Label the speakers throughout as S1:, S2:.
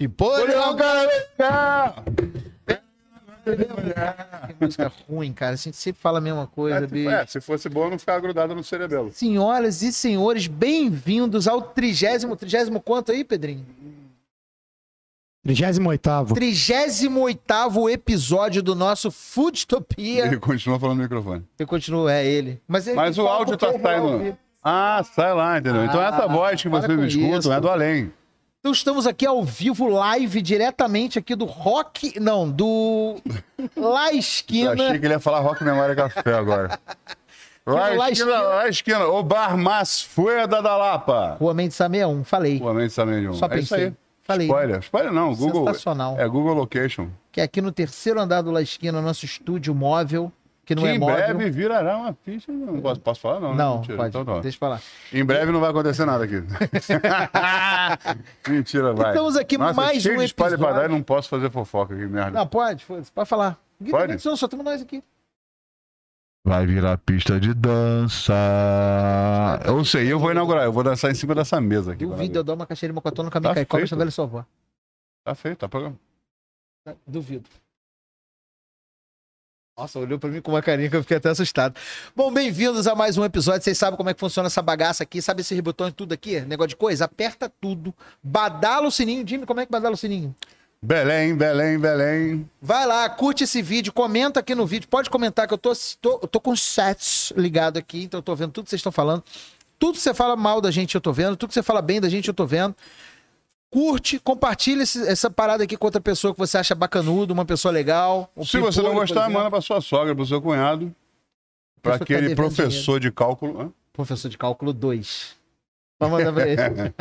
S1: E porão, cara.
S2: Que música é ruim, cara. A gente sempre fala a mesma coisa, bicho.
S3: É, se fosse boa, não ficava grudada no cerebelo.
S2: Senhoras e senhores, bem-vindos ao trigésimo, trigésimo quanto aí, Pedrinho?
S1: 38
S2: Trigésimo oitavo episódio do nosso Foodtopia.
S3: Ele continua falando no microfone.
S2: Eu continuo, é ele. Mas, ele
S3: Mas o
S2: fala
S3: áudio
S2: porque
S3: tá
S2: eu vou
S3: saindo.
S2: ouvir.
S3: Ah, sai lá, entendeu? então
S2: Ah,
S3: essa voz que
S2: para
S3: você
S2: com
S3: me escuta
S2: isso.
S3: não é do além.
S2: Então estamos aqui ao vivo, live, diretamente aqui do Rock... Não, do... La
S3: Eu
S2: Esquina.
S3: achei que ele ia falar Rock Memória Café agora. Lá
S2: Lá
S3: esquina,
S2: esquina.
S3: lá esquina. O Bar Mas Fueda da Lapa.
S2: Rua Mendes 61, falei.
S3: O Amém Samir de um.
S2: Só
S3: É isso
S2: pensei.
S3: aí.
S2: Falei. né?
S3: Spoiler. Spoiler não. Google.
S2: Sensacional.
S3: É Google Location.
S2: Que é aqui no terceiro andar do La Esquina, nosso estúdio móvel, que não
S3: que
S2: é
S3: em
S2: móvel.
S3: breve virará uma ficha. Não posso, posso falar, não. né?
S2: Não,
S3: Mentira.
S2: pode.
S3: Então tá.
S2: Deixa eu falar.
S3: Em breve não vai acontecer nada aqui. Mentira, vai.
S2: Estamos aqui
S3: Nossa,
S2: mais
S3: cheio
S2: um
S3: de spoiler
S2: episódio.
S3: pra dar e não posso fazer fofoca, que merda.
S2: Não, pode, foda-se, pode falar. Ninguém tá
S3: Pode?
S2: vendo isso, não, só estamos nós aqui.
S3: Vai virar pista de dança. Eu sei, eu vou inaugurar, eu vou dançar em cima dessa mesa aqui.
S2: Duvido, eu dou uma caixinha de mocotó no
S3: Tá
S2: caminho caicó,
S3: feito.
S2: mas velho sua avó.
S3: Tá feito, tá pagando.
S2: Duvido. Nossa, olhou pra mim com uma carinha que eu fiquei até assustado. Bom, bem-vindos a mais um episódio. Vocês sabem como é que funciona essa bagaça aqui. Sabe esses botões tudo aqui? Negócio de coisa? Aperta tudo. Badala o sininho. Jimmy, como é que badala o sininho?
S3: Belém, Belém, Belém.
S2: Vai lá, curte esse vídeo, comenta aqui no vídeo. Pode comentar que eu tô, tô, eu tô com os chats ligado aqui, então eu tô vendo tudo que vocês estão falando. Tudo que você fala mal da gente, eu tô vendo. Tudo que você fala bem da gente, eu tô vendo. Curte, compartilha esse- essa parada aqui com outra pessoa que você acha bacanudo, uma pessoa legal. O
S3: Se você
S2: Pimpolho,
S3: não
S2: por
S3: gostar,
S2: exemplo.
S3: manda pra sua sogra, pro seu cunhado, pra
S2: Pessoa que tá
S3: aquele
S2: devendo
S3: professor de cálculo. né? Hã?
S2: Professor de cálculo 2. Vai mandar pra ele.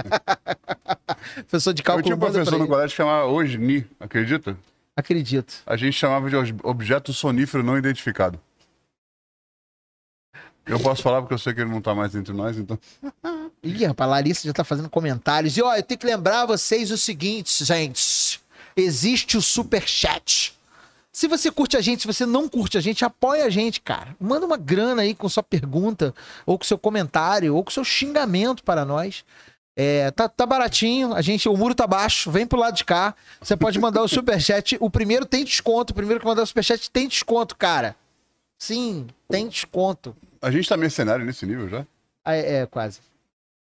S2: professor de
S3: Eu
S2: cálculo
S3: tinha um
S2: 2.
S3: É, professor no colégio que chamava Osni, acredita?
S2: Acredito.
S3: A gente chamava de os- objeto sonífero não identificado. Eu posso falar porque eu sei que ele não tá mais entre nós, então.
S2: Ih, rapaz, a Larissa já tá fazendo comentários. E ó, eu tenho que lembrar vocês o seguinte, gente. Existe o Superchat. Se você curte a gente, se você não curte a gente, apoia a gente, cara. Manda uma grana aí com sua pergunta, ou com seu comentário, ou com seu xingamento para nós. É, tá, tá baratinho, a gente, o muro tá baixo, vem pro lado de cá. Você pode mandar o superchat. O primeiro tem desconto. O primeiro que mandar o superchat tem desconto, cara. Sim, tem desconto.
S3: A gente tá mercenário nesse nível já?
S2: Ah, É, é quase.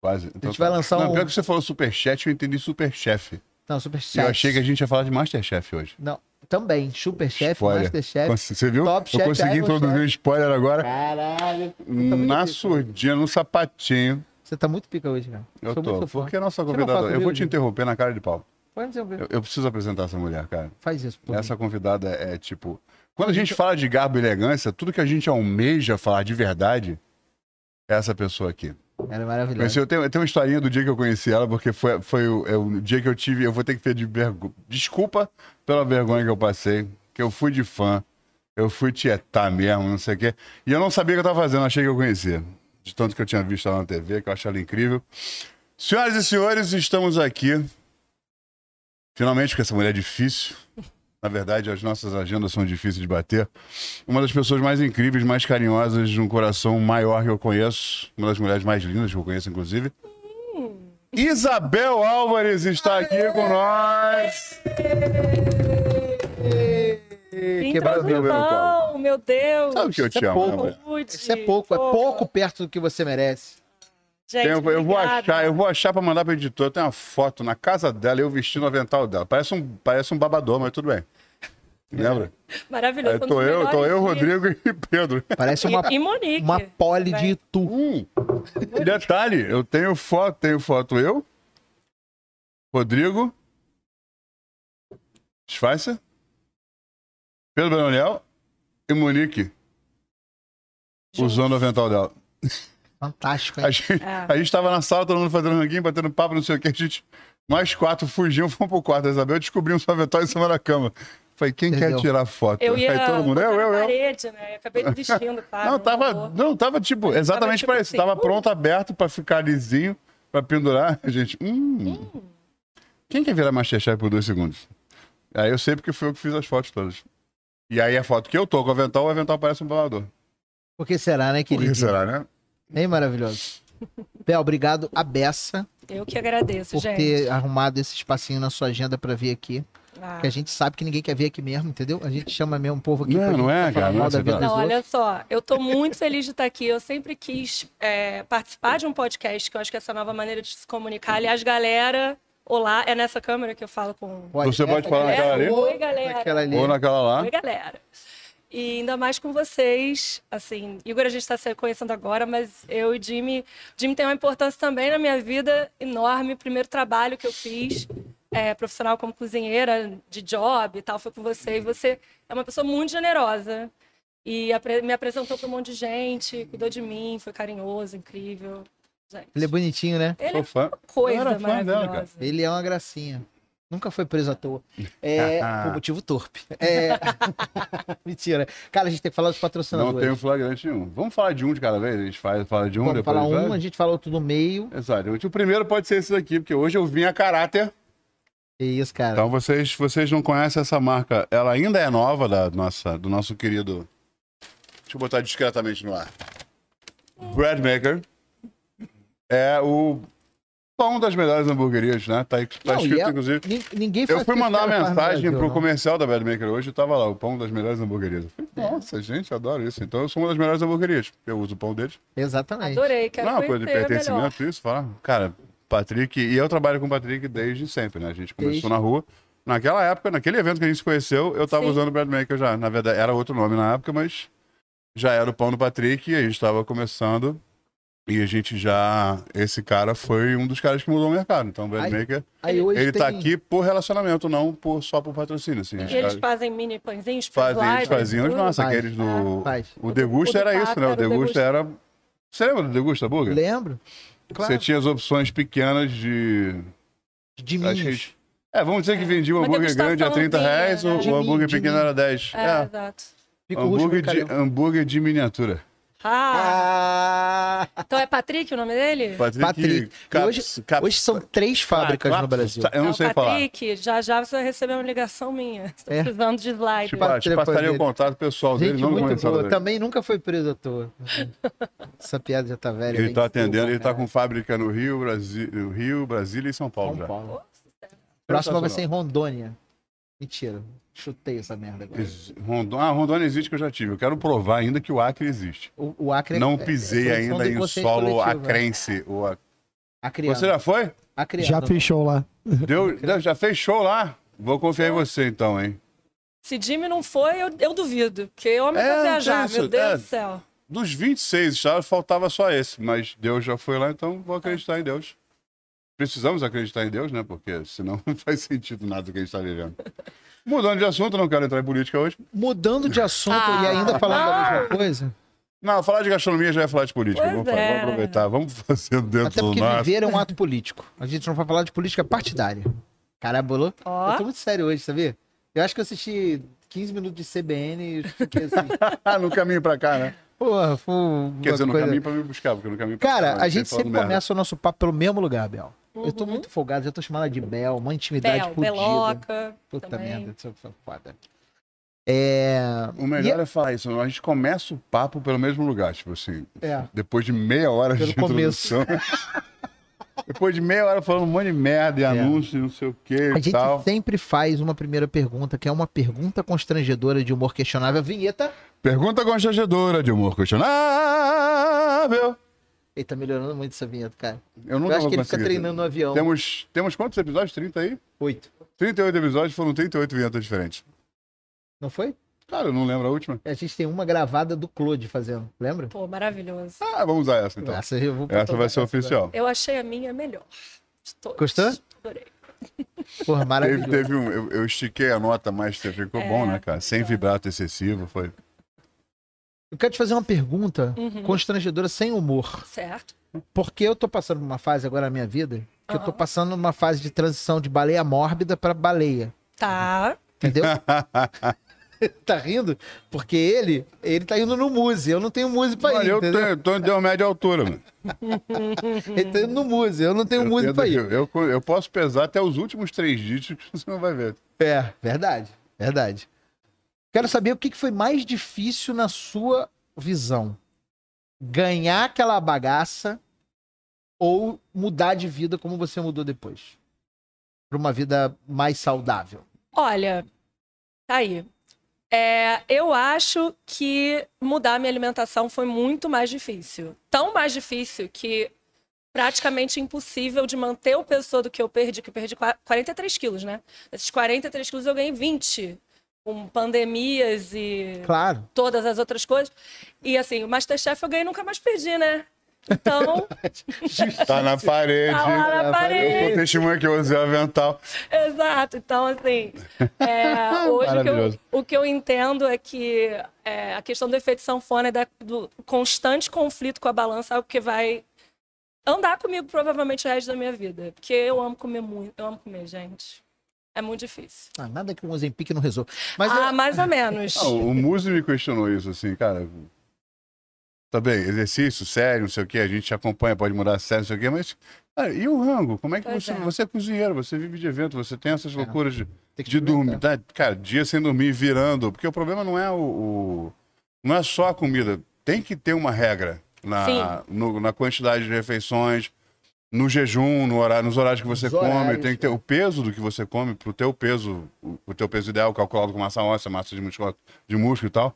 S3: Quase. Então tá.
S2: A gente vai lançar
S3: não,
S2: um-
S3: Pior que você falou superchat, eu entendi superchefe.
S2: Não,
S3: E
S2: superchat.
S3: eu achei que a gente ia falar de Masterchef hoje.
S2: Não, também. Superchef,
S3: Spoiler.
S2: Masterchef.
S3: Cons- Você viu?
S2: Top
S3: eu
S2: Chef,
S3: consegui
S2: Iron
S3: introduzir
S2: Chef.
S3: um spoiler agora.
S2: Caralho.
S3: na
S2: tá difícil.
S3: surdinha, no sapatinho.
S2: Você tá muito pica hoje, cara.
S3: Eu
S2: Sou
S3: tô.
S2: muito fã.
S3: Porque a
S2: Você
S3: nossa
S2: não
S3: convidada.
S2: faz
S3: Eu vou
S2: humilde?
S3: te interromper na cara de pau.
S2: Pode desenvolver.
S3: Eu, eu preciso apresentar essa mulher, cara.
S2: Faz isso. Por
S3: Essa convidada é tipo. Quando a gente fala de garbo e elegância, tudo que a gente almeja falar de verdade é essa pessoa aqui.
S2: mim. Ela é maravilhosa.
S3: Conheci, eu, tenho, eu tenho uma historinha do dia que eu conheci ela, porque foi, foi o, é o dia que eu tive. Eu vou ter que pedir vergo- desculpa pela vergonha que eu passei, que eu fui de fã, eu fui tietar mesmo, não sei o quê. E eu não sabia o que eu estava fazendo, achei que eu conhecia. De tanto que eu tinha visto ela na TV, que eu achei ela incrível. Senhoras e senhores, estamos aqui. Finalmente, porque essa mulher é difícil. Na verdade, as nossas agendas são difíceis de bater. Uma das pessoas mais incríveis, mais carinhosas, de um coração maior que eu conheço. Uma das mulheres mais lindas que eu conheço, inclusive. Isabel Álvares está aqui com nós.
S2: Ih, Quebrou meu.
S3: meu
S4: Introdução, Então, meu Deus.
S3: Sabe que eu te
S2: Isso é
S3: amo, né,
S2: pouco.
S3: mulher?
S4: Saúde.
S2: Isso é pouco, é pouco perto do que você merece.
S4: Gente,
S3: Tem- um- eu vou
S4: obrigada.
S3: achar, eu vou achar pra mandar pra editora. Tem uma foto na casa dela, eu vestindo o avental dela. Parece um, parece um babador, mas tudo bem. Lembra?
S4: Maravilhoso. um
S3: Aí É, tô eu, tô eu, Rodrigo e Pedro.
S2: Parece uma,
S4: E, e Monique.
S2: uma pole de Itu.
S3: Hum. Detalhe, eu tenho foto, tenho foto eu, Rodrigo, Schweitzer, Pedro Benoniel e Monique
S4: Juntos.
S3: usando o avental dela.
S2: Fantástico, hein?
S3: A gente,
S4: É.
S3: a gente tava na sala, todo mundo fazendo ranguinho, batendo papo, não sei o que. A gente, nós quatro fugimos, fomos pro quarto da Isabel, descobrimos o avental em cima da cama. Falei, quem
S2: Entendeu?
S3: quer tirar foto?
S4: Eu ia
S3: Aí todo mundo,
S4: botar
S3: eu,
S4: na
S3: eu, eu.
S4: parede, né? Eu acabei desistindo, tá?
S3: Não, tava,
S4: rolou.
S3: não, tava tipo, exatamente
S4: tipo
S3: pra isso.
S4: assim,
S3: Tava
S4: uh.
S3: pronto, aberto pra ficar lisinho, pra pendurar. A gente, hum. Quem quer virar Masterchef por dois segundos? Aí eu sei porque fui eu que fiz as fotos todas. E aí a foto que eu tô com o avental, o avental parece um balador.
S2: Por que será, né,
S3: Por que
S2: querido?
S3: será, né?
S2: Bem maravilhoso. Bel, obrigado a Beça
S4: Eu que agradeço,
S2: por
S4: gente.
S2: ter arrumado esse espacinho na sua agenda pra vir aqui.
S4: Ah.
S2: Que a gente sabe que ninguém quer vir aqui mesmo, entendeu? A gente chama mesmo o povo aqui
S3: Não,
S2: pra gente
S3: não é,
S2: falar
S3: cara,
S2: mal
S3: não,
S2: da
S3: você
S2: vida
S3: tá-
S2: dos
S4: Não,
S2: outros.
S4: olha só, eu tô muito feliz de estar aqui. Eu sempre quis é, participar de um podcast, que eu acho que é essa nova maneira de se comunicar. Aliás, galera, olá, é nessa câmera que eu falo com.
S3: Você pode falar
S4: É,
S3: naquela ali?
S4: oi, galera.
S2: Aquela ali.
S3: Ou naquela lá.
S4: Oi, galera. E ainda mais com vocês, assim, Igor a gente está se conhecendo agora, mas eu e Jimmy, Jimmy tem uma importância também na minha vida enorme. O primeiro trabalho que eu fiz, é, profissional como cozinheira, de job e tal, foi com você. E você é uma pessoa muito generosa e apre- me apresentou para um monte de gente, cuidou de mim, foi carinhoso, incrível. Gente,
S2: Ele é bonitinho, né?
S4: ele
S3: Sou
S4: é
S3: fã. Eu
S4: coisa
S3: era fã dela, cara.
S4: maravilhosa.
S2: Ele é uma gracinha. Nunca foi preso à toa. É, por motivo torpe. É... Mentira. Cara, a gente tem que falar dos
S3: Não um
S2: patrocinadores.
S3: tenho flagrante nenhum. Vamos falar de um de cada vez? A gente faz, fala de um,
S2: Vamos
S3: depois
S2: falar
S3: vai?
S2: um, a gente fala outro no meio.
S3: Exato. O primeiro pode ser esse daqui, porque hoje eu vim a caráter.
S2: É isso, cara.
S3: Então vocês, vocês não conhecem essa marca. Ela ainda é nova da nossa, do nosso querido. Deixa eu botar discretamente no ar. Bread Maker. É o pão das melhores hamburguerias, né? Tá, tá
S2: Não, e
S3: escrito,
S2: é-
S3: inclusive.
S2: nin- Ninguém
S3: Eu
S2: faz
S3: fui
S2: o que
S3: mandar
S2: esse cara
S3: uma
S2: faz no
S3: mensagem
S2: Brasil, né?
S3: pro
S2: não.
S3: comercial da Bad Maker hoje, tava lá, o pão das melhores hamburguerias. Eu falei, nossa, gente, eu adoro isso. Então eu sou uma das melhores hamburguerias. Eu uso o pão deles.
S2: Exatamente.
S4: Adorei, quero
S3: Não, é uma coisa de
S4: conhecer melhor.
S3: pertencimento, isso, fala. Cara, Patrick, e eu trabalho com o Patrick desde sempre, né? A gente começou
S2: Desde.
S3: na rua. Naquela época, naquele evento que a gente se conheceu, eu tava
S4: Sim.
S3: usando o Bad Maker já. Na verdade, era outro nome na época, mas já era o pão do Patrick, e a gente tava começando. E a gente já. Esse cara foi um dos caras que mudou o mercado. Então o Bad
S2: Ai,
S3: Maker.
S2: Aí hoje
S3: Ele tá
S2: tem-
S3: aqui por relacionamento, não por, só por patrocínio. Assim, os
S4: E eles
S3: caras
S4: fazem mini pãezinhos,
S3: fazem, eles
S4: live,
S3: faziam os
S4: tudo.
S3: nossos,
S2: Faz.
S3: aqueles do.
S2: Faz.
S3: O Degusta
S4: O do
S3: era isso, né? O
S4: Pássaro, o
S3: Degusta
S4: Degusta.
S3: era. Você lembra do Degusta Burger?
S2: Lembro? Claro.
S3: Você tinha as opções pequenas de.
S2: De
S3: acho que
S2: mim.
S3: eles- É, vamos dizer que vendia um
S4: Uma
S3: hambúrguer grande a 30 reais,
S4: degustaçãozinha,
S3: o,
S4: né?
S2: De
S3: o
S2: mim,
S3: hambúrguer
S2: de
S3: pequeno
S2: mim.
S3: era 10.
S4: É,
S3: É.
S4: exato.
S2: Fico
S3: Hambúrguer
S2: rústico,
S3: de,
S2: cara.
S3: hambúrguer de miniatura.
S4: Ah,
S2: Ah!
S4: então é Patrick o nome dele?
S3: Patrick.
S2: Patrick.
S3: Caps-
S2: hoje,
S3: Caps-
S2: hoje são três
S3: tá
S2: fábricas
S3: Caps-
S2: no Brasil.
S3: Eu não
S4: Então,
S3: sei falar.
S4: Patrick, já já você vai receber uma ligação minha. Estou
S2: É.
S4: precisando de slide.
S3: Tipo, ah, te
S2: telefone
S3: passaria o
S2: dele.
S3: contato pessoal dele,
S2: Gente
S3: não
S2: muito
S3: conversado
S2: boa.
S3: dele.
S2: Também nunca foi preso à toa. Essa piada já tá velha.
S3: Ele
S2: nem
S3: tá
S2: desculpa,
S3: atendendo, ele tá
S2: cara.
S3: com fábrica no Rio, Brasi- no Rio, Brasília e São Paulo já.
S2: né? São Paulo. Próxima vai ser em Rondônia. Mentira. Chutei essa merda agora.
S3: Ex- Rondô- Ah, Rondônia existe que eu já tive. Eu quero provar ainda que o Acre existe.
S2: O, o Acre é-
S3: Não
S2: é- é
S3: pisei
S2: produção
S3: ainda
S2: do
S3: em
S2: inconsciente
S3: solo
S2: coletivo, né?
S3: acrense. ou a-
S2: Acreano.
S3: Você já foi?
S2: Acreano.
S1: Já fechou lá.
S3: Deu, deu- já fez show lá? Vou confiar em você então, hein?
S4: Se Jimmy não foi, eu, eu duvido. Porque homem
S3: É,
S4: pra
S3: não tem
S4: viajar,
S3: isso,
S4: meu Deus
S3: é.
S4: do céu.
S3: Dos 26 estados, faltava só esse. Mas Deus já foi lá, então vou acreditar em Deus. Precisamos acreditar em Deus, né? Porque senão não faz sentido nada do que a gente está vivendo. Mudando de assunto, não quero entrar em política hoje.
S2: Mudando de assunto
S4: Ah.
S2: e ainda falando a
S3: Ah.
S2: mesma coisa.
S3: Não, falar de gastronomia já é falar de política.
S4: Pois
S3: Vamos, fa-
S4: é.
S3: vamos aproveitar, vamos fazer dentro
S2: Até
S3: do
S2: porque
S3: nosso.
S2: viver é um ato político. A gente não vai falar de política partidária. Caralho, bolou?
S4: Ó.
S2: Eu tô muito sério hoje, sabia? Eu acho que eu assisti 15 minutos de CBN e fiquei assim.
S3: Ah, no caminho pra cá, né?
S2: Porra, foi uma
S3: Quer dizer, no
S2: coisa-
S3: caminho pra me buscar, porque no caminho pra cá,
S2: Cara,
S3: mas
S2: a gente
S3: falando
S2: sempre
S3: merda.
S2: começa o nosso papo pelo mesmo lugar, Bel. Eu tô
S4: Uhum.
S2: muito folgado, já tô chamando ela de Bel, uma intimidade
S4: Bel,
S2: fodida.
S4: Beloca.
S2: Puta
S4: também.
S2: merda, isso é foda. É.
S3: O melhor é falar isso, a gente começa o papo pelo mesmo lugar, tipo assim,
S2: É.
S3: depois de meia hora
S2: Pelo
S3: de introdução. depois de meia hora falando um monte de merda e anúncio, e não sei o que
S2: É. A
S3: e
S2: gente
S3: tal.
S2: sempre faz uma primeira pergunta, que é uma pergunta constrangedora de humor questionável. Vinheta.
S3: Pergunta constrangedora de humor questionável.
S2: Ele tá melhorando muito essa vinheta, cara.
S3: Eu
S2: Eu
S3: nunca
S2: acho
S3: vou
S2: que ele fica
S3: conseguir. um
S2: treinando no avião.
S3: Temos, temos quantos episódios? 30 aí?
S2: Oito.
S3: 38 episódios, foram 38 vinhetas diferentes.
S2: Não foi?
S3: Cara, eu não lembro a última.
S2: A gente tem uma gravada do Claude fazendo, lembra?
S4: Pô, maravilhoso.
S3: Ah, vamos usar essa então.
S2: Essa, eu vou
S3: Essa vai ser
S2: agora.
S3: oficial.
S4: Eu achei a minha melhor. de todas.
S2: Gostou?
S4: Adorei.
S2: Porra,
S3: Teve,
S2: maravilhoso.
S3: teve um, eu, eu estiquei a nota, mas ficou
S4: É,
S3: bom, né, cara? Sem
S4: exato.
S3: vibrato excessivo, foi.
S2: Eu quero te fazer uma pergunta
S4: Uhum.
S2: constrangedora sem humor.
S4: Certo.
S2: Porque eu tô passando por uma fase agora na minha vida que eu tô
S4: Aham.
S2: passando uma fase de transição de baleia mórbida pra baleia.
S4: Tá.
S2: Entendeu? tá rindo? Porque ele, ele tá indo no Muse. Eu não tenho Muse pra
S3: Olha,
S2: ir,
S3: eu
S2: entendeu?
S3: tenho, tô, deu média altura, mano.
S2: Ele tá indo no Muse. Eu não tenho
S3: Eu
S2: Muse
S3: tento
S2: pra
S3: aqui,
S2: ir.
S3: Eu, eu posso pesar até os últimos três dígitos que você não vai ver.
S2: É, verdade. Verdade. Quero saber o que que foi mais difícil na sua visão. Ganhar aquela bagaça ou mudar de vida como você mudou depois? Pra uma vida mais saudável.
S4: Olha, tá aí. É, eu acho que mudar minha alimentação foi muito mais difícil. Tão mais difícil que praticamente impossível de manter o peso todo que eu perdi, que eu perdi qua- 43 quilos, né? Esses 43 quilos eu ganhei 20 com pandemias e
S2: Claro.
S4: todas as outras coisas. E assim, o Masterchef eu ganhei e nunca mais perdi, né? Então,
S3: Tá na parede.
S4: tá lá na parede.
S3: Eu sou testemunha que eu usei o avental.
S4: Exato. Então, assim, é, hoje o que,
S3: Maravilhoso.
S4: eu, o que eu entendo é que é, a questão do efeito sanfona e da- do constante conflito com a balança é algo que vai andar comigo provavelmente o resto da minha vida. Porque eu amo comer muito, eu amo comer, gente. É muito difícil.
S2: Ah, nada que um Ozempic não resolva. Mas
S4: ah,
S2: eu-
S4: mais ou menos.
S3: Ah, o Muso me questionou isso, assim, cara. Tá bem, exercício, sério, não sei o quê, a gente te acompanha, pode mudar sério, não sei o quê, mas. Cara, e o rango? Como é que
S4: Pois
S3: você.
S4: é.
S3: Você é cozinheiro, você vive de evento, você tem essas loucuras de,
S2: tem que
S3: de dormir.
S2: experimentar.
S3: Tá, cara, dia sem dormir, virando. Porque o problema não é o. o- não é só a comida. Tem que ter uma regra na, no- na quantidade de refeições, no jejum, no horário, nos horários que você
S2: Nos
S3: come.
S2: horários, é.
S3: Tem que ter o peso do que você come pro teu peso, o, o teu peso ideal, calculado com massa óssea, massa de músculo, de músculo e tal.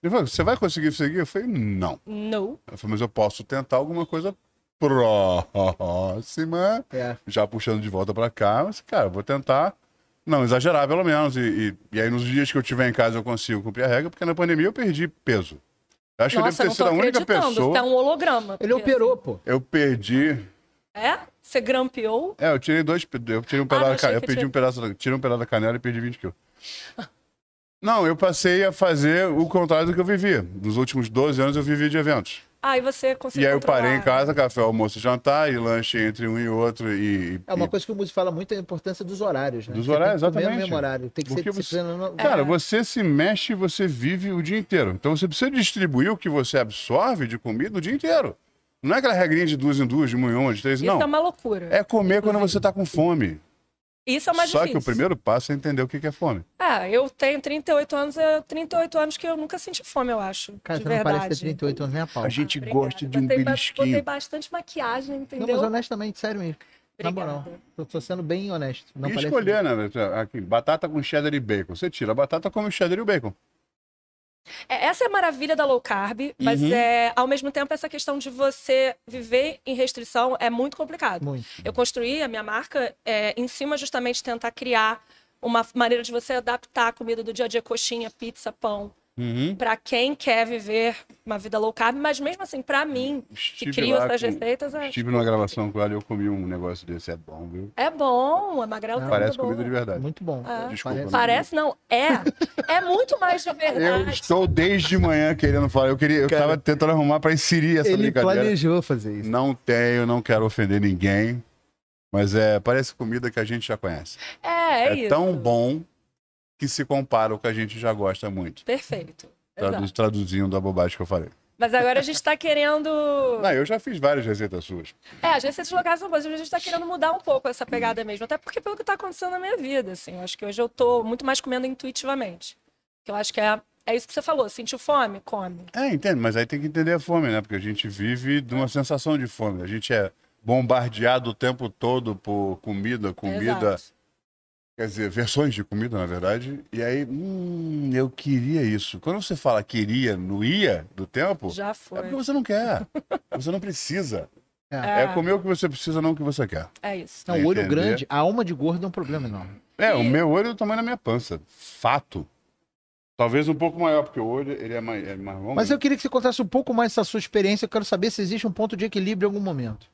S3: Ele falou, você vai conseguir seguir? Eu falei, não.
S4: Não.
S3: Eu falei, mas eu posso tentar alguma coisa próxima
S2: É.
S3: já puxando de volta pra cá, mas, cara, vou tentar não exagerar pelo menos. E, e, e aí nos dias que eu tiver em casa eu consigo cumprir a regra, porque na pandemia eu perdi peso. Acho que
S4: Nossa,
S3: eu devo ter
S4: eu não tô
S3: sido a única
S4: acreditando. Você tá
S3: pessoa.
S4: um holograma.
S2: Ele
S4: porque,
S2: operou, pô.
S3: Eu perdi.
S4: assim, É? Você grampeou?
S3: É, eu tirei dois. pe- Eu tirei um
S4: não,
S3: pedaço da
S4: Ah, achei
S3: canela. Eu
S4: que
S3: perdi
S4: tinha-
S3: um pedaço da, tirei um pedaço da canela e perdi 20 quilos. Não, eu passei a fazer o contrário do que eu vivia. Nos últimos 12 anos eu vivi de eventos.
S4: Aí você conseguiu
S3: e aí eu parei em
S4: controlar.
S3: casa, café, almoço, jantar e lanche entre um e outro. E,
S2: É uma
S3: e-
S2: coisa que o Muzi fala muito é a importância dos horários, né?
S3: Dos
S2: Você tem
S3: horários,
S2: que comer
S3: exatamente.
S2: no mesmo horário. Tem que
S3: Porque
S2: ser
S3: você-
S2: disciplina.
S4: É,
S2: no-
S3: Cara, você se mexe e você vive o dia inteiro. Então você precisa distribuir o que você absorve de comida o dia inteiro. Não é aquela regrinha de duas em duas, de uma em uma, de três,
S4: Isso
S3: não.
S4: é uma loucura.
S3: É comer quando você tá com fome.
S4: Isso é mais
S3: Só
S4: difícil.
S3: que o primeiro passo é entender o que que é fome.
S4: Ah, eu tenho 38 anos, é 38 anos que eu nunca senti fome, eu acho.
S2: Cara,
S4: de
S2: você não
S4: verdade.
S2: parece ter 38 anos nem a pau.
S3: A gente
S4: Obrigada.
S3: gosta de um
S4: Botei ba- Botei
S3: belisquinho.
S4: bastante maquiagem,
S2: Não,
S4: entendeu?
S2: mas honestamente, sério mesmo. Na
S4: Obrigada.
S2: moral. Eu tô sendo bem honesto. Não
S3: e
S2: parece-
S3: escolher, né? Aqui, batata com cheddar e bacon. Você tira a batata, come o cheddar e o bacon.
S4: É, essa é a maravilha da low carb, mas
S3: Uhum.
S4: é, ao mesmo tempo essa questão de você viver em restrição é muito complicado.
S2: Muito.
S4: Eu construí a minha marca é, em cima justamente de tentar criar uma maneira de você adaptar a comida do dia a dia, coxinha, pizza, pão,
S3: Uhum.
S4: Pra quem quer viver uma vida low carb, mas mesmo assim, pra mim, que
S3: Estive
S4: crio
S3: lá
S4: essas
S3: com-
S4: receitas, é,
S3: Estive numa gravação com ela e eu comi um negócio desse. É bom, viu?
S4: é bom, a magrela
S2: Não,
S4: tá
S3: Parece
S4: muito boa.
S3: comida de verdade.
S2: Muito bom.
S4: Ah.
S3: Desculpa, né?
S4: Parece não, é. É muito mais de
S3: Eu
S4: verdade.
S3: estou desde manhã querendo falar. Eu queria, eu
S2: Cara,
S3: tava tentando arrumar para inserir essa
S2: Ele
S3: brincadeira.
S2: planejou fazer isso.
S3: Não tenho, não quero ofender ninguém. Mas é, parece comida que a gente já conhece.
S4: É, é, isso.
S3: tão bom que se compara o que a gente já gosta muito.
S4: Perfeito.
S3: Tradu-
S4: Exato.
S3: traduzindo a bobagem que eu falei.
S4: Mas agora a gente tá querendo.
S3: Não, eu já fiz várias receitas suas.
S4: É, as receitas locais são boas, mas a gente tá querendo mudar um pouco essa pegada mesmo. Até porque pelo que tá acontecendo na minha vida, assim. Eu acho que hoje eu tô muito mais comendo intuitivamente. Que eu acho que é, é isso que você falou. Sentiu fome? Come.
S3: É, entendo, mas aí tem que entender a fome, né? Porque a gente vive de uma sensação de fome. A gente é bombardeado o tempo todo por comida, comida,
S4: Exato.
S3: Quer dizer, versões de comida, na verdade. E aí, hum, eu queria isso. Quando você fala queria no ia do tempo,
S4: Já
S3: é porque
S4: foi.
S3: você não quer. Você não precisa.
S4: É,
S3: É. comer o que você precisa, não o que você quer.
S4: é isso.
S2: Não, o olho
S3: Entender.
S2: grande, a alma de gordo é um problema enorme.
S3: É, o meu olho é do tamanho da minha pança. Fato. Talvez um pouco maior, porque o olho ele é mais, é mais longo.
S2: Mas eu queria que você contasse um pouco mais dessa sua experiência. Eu quero saber se existe um ponto de equilíbrio em algum momento.